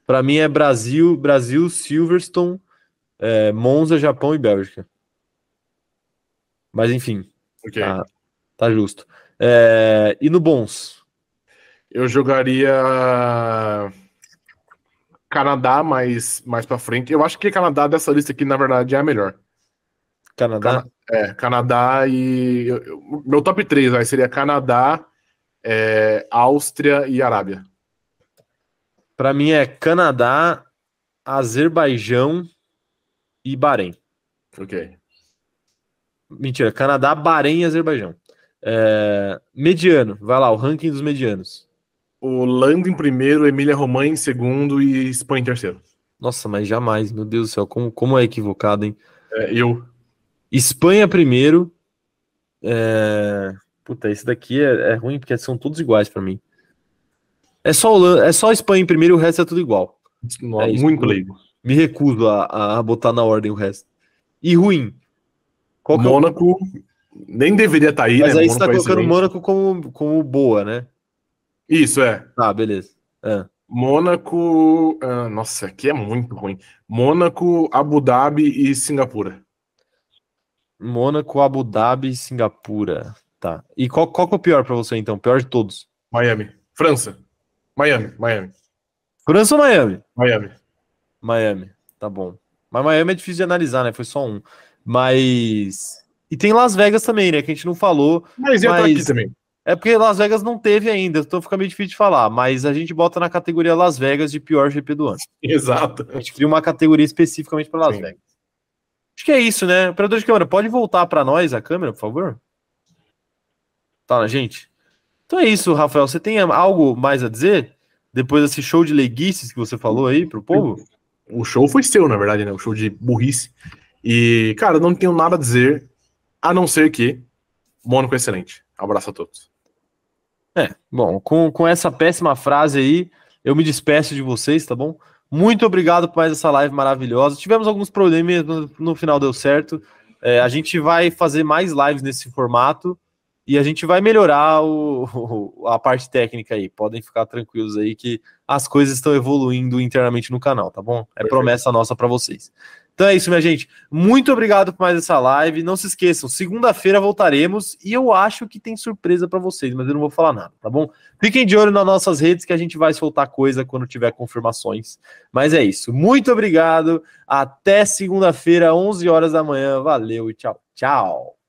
Speaker 1: Pra mim é Brasil, Brasil, Silverstone, é, Monza, Japão e Bélgica. Mas enfim,
Speaker 2: Ok.
Speaker 1: tá, tá justo. É, e no bons?
Speaker 2: Eu jogaria Canadá mais, mais pra frente. Eu acho que Canadá dessa lista aqui, na verdade, é a melhor.
Speaker 1: Canadá?
Speaker 2: É, Canadá e. eu- eu- meu top 3 vai seria Canadá, é, Áustria e Arábia.
Speaker 1: Pra mim é Canadá, Azerbaijão e Bahrein.
Speaker 2: Ok.
Speaker 1: Mentira, Canadá, Bahrein e Azerbaijão. É, mediano, vai lá, o ranking dos medianos.
Speaker 2: Holanda em primeiro, Emília Romanha em segundo e Espanha em terceiro.
Speaker 1: Nossa, mas jamais, meu Deus do céu, como, como é equivocado, hein?
Speaker 2: É, eu.
Speaker 1: Espanha primeiro. É... Puta, esse daqui é, é ruim porque são todos iguais pra mim. É só, Holanda, é só Espanha em primeiro e o resto é tudo igual.
Speaker 2: no-
Speaker 1: isso.
Speaker 2: muito leigo.
Speaker 1: Me recuso a, a- a botar na ordem o resto. E ruim. Qual que é o-
Speaker 2: Mônaco nem deveria estar aí,
Speaker 1: Mas
Speaker 2: né?
Speaker 1: aí
Speaker 2: Mônaco
Speaker 1: você tá
Speaker 2: é
Speaker 1: colocando
Speaker 2: excelente.
Speaker 1: Mônaco como, como boa, né?
Speaker 2: Isso, é.
Speaker 1: Tá, beleza. Ah,
Speaker 2: Mônaco. ah, nossa, aqui é muito ruim. Mônaco, Abu Dhabi e Singapura.
Speaker 1: Mônaco, Abu Dhabi e Singapura. Tá. E qual, qual que é o pior pra você, então? Pior de todos?
Speaker 2: Miami. França. Miami, Miami,
Speaker 1: França ou Miami?
Speaker 2: Miami.
Speaker 1: Miami, tá bom. Mas Miami é difícil de analisar, né? Foi só um. Mas. E tem Las Vegas também, né? Que a gente não falou.
Speaker 2: Mas ia estar
Speaker 1: Mas-
Speaker 2: aqui também. <laughs>
Speaker 1: É porque Las Vegas não teve ainda, então fica meio difícil de falar. Mas a gente bota na categoria Las Vegas de pior GP do ano.
Speaker 2: Exato.
Speaker 1: A gente cria uma categoria especificamente para Las
Speaker 2: Sim.
Speaker 1: Vegas. Acho que é isso, né? Operador de câmera, pode voltar para nós a câmera, por favor? Tá na gente? Então é isso, Rafael. Você tem algo mais a dizer? Depois desse show de leguices que você falou aí pro povo?
Speaker 2: O show foi seu, na verdade, né? O show de burrice. E, cara, não tenho nada a dizer, a não ser que Mônaco é excelente. Abraço a todos.
Speaker 1: É, bom, com, com essa péssima frase aí, eu me despeço de vocês, tá bom? Muito obrigado por mais essa live maravilhosa. Tivemos alguns problemas, no, no final deu certo. É, a gente vai fazer mais lives nesse formato e a gente vai melhorar o- o- a parte técnica aí. Podem ficar tranquilos aí que as coisas estão evoluindo internamente no canal, tá bom? É
Speaker 2: Perfeito.
Speaker 1: promessa nossa pra vocês. Então é isso, minha gente. Muito obrigado por mais essa live. Não se esqueçam, segunda-feira voltaremos e eu acho que tem surpresa pra vocês, mas eu não vou falar nada, tá bom? Fiquem de olho nas nossas redes que a gente vai soltar coisa quando tiver confirmações. Mas é isso. Muito obrigado. Até segunda-feira, 11 horas da manhã. Valeu e tchau, tchau.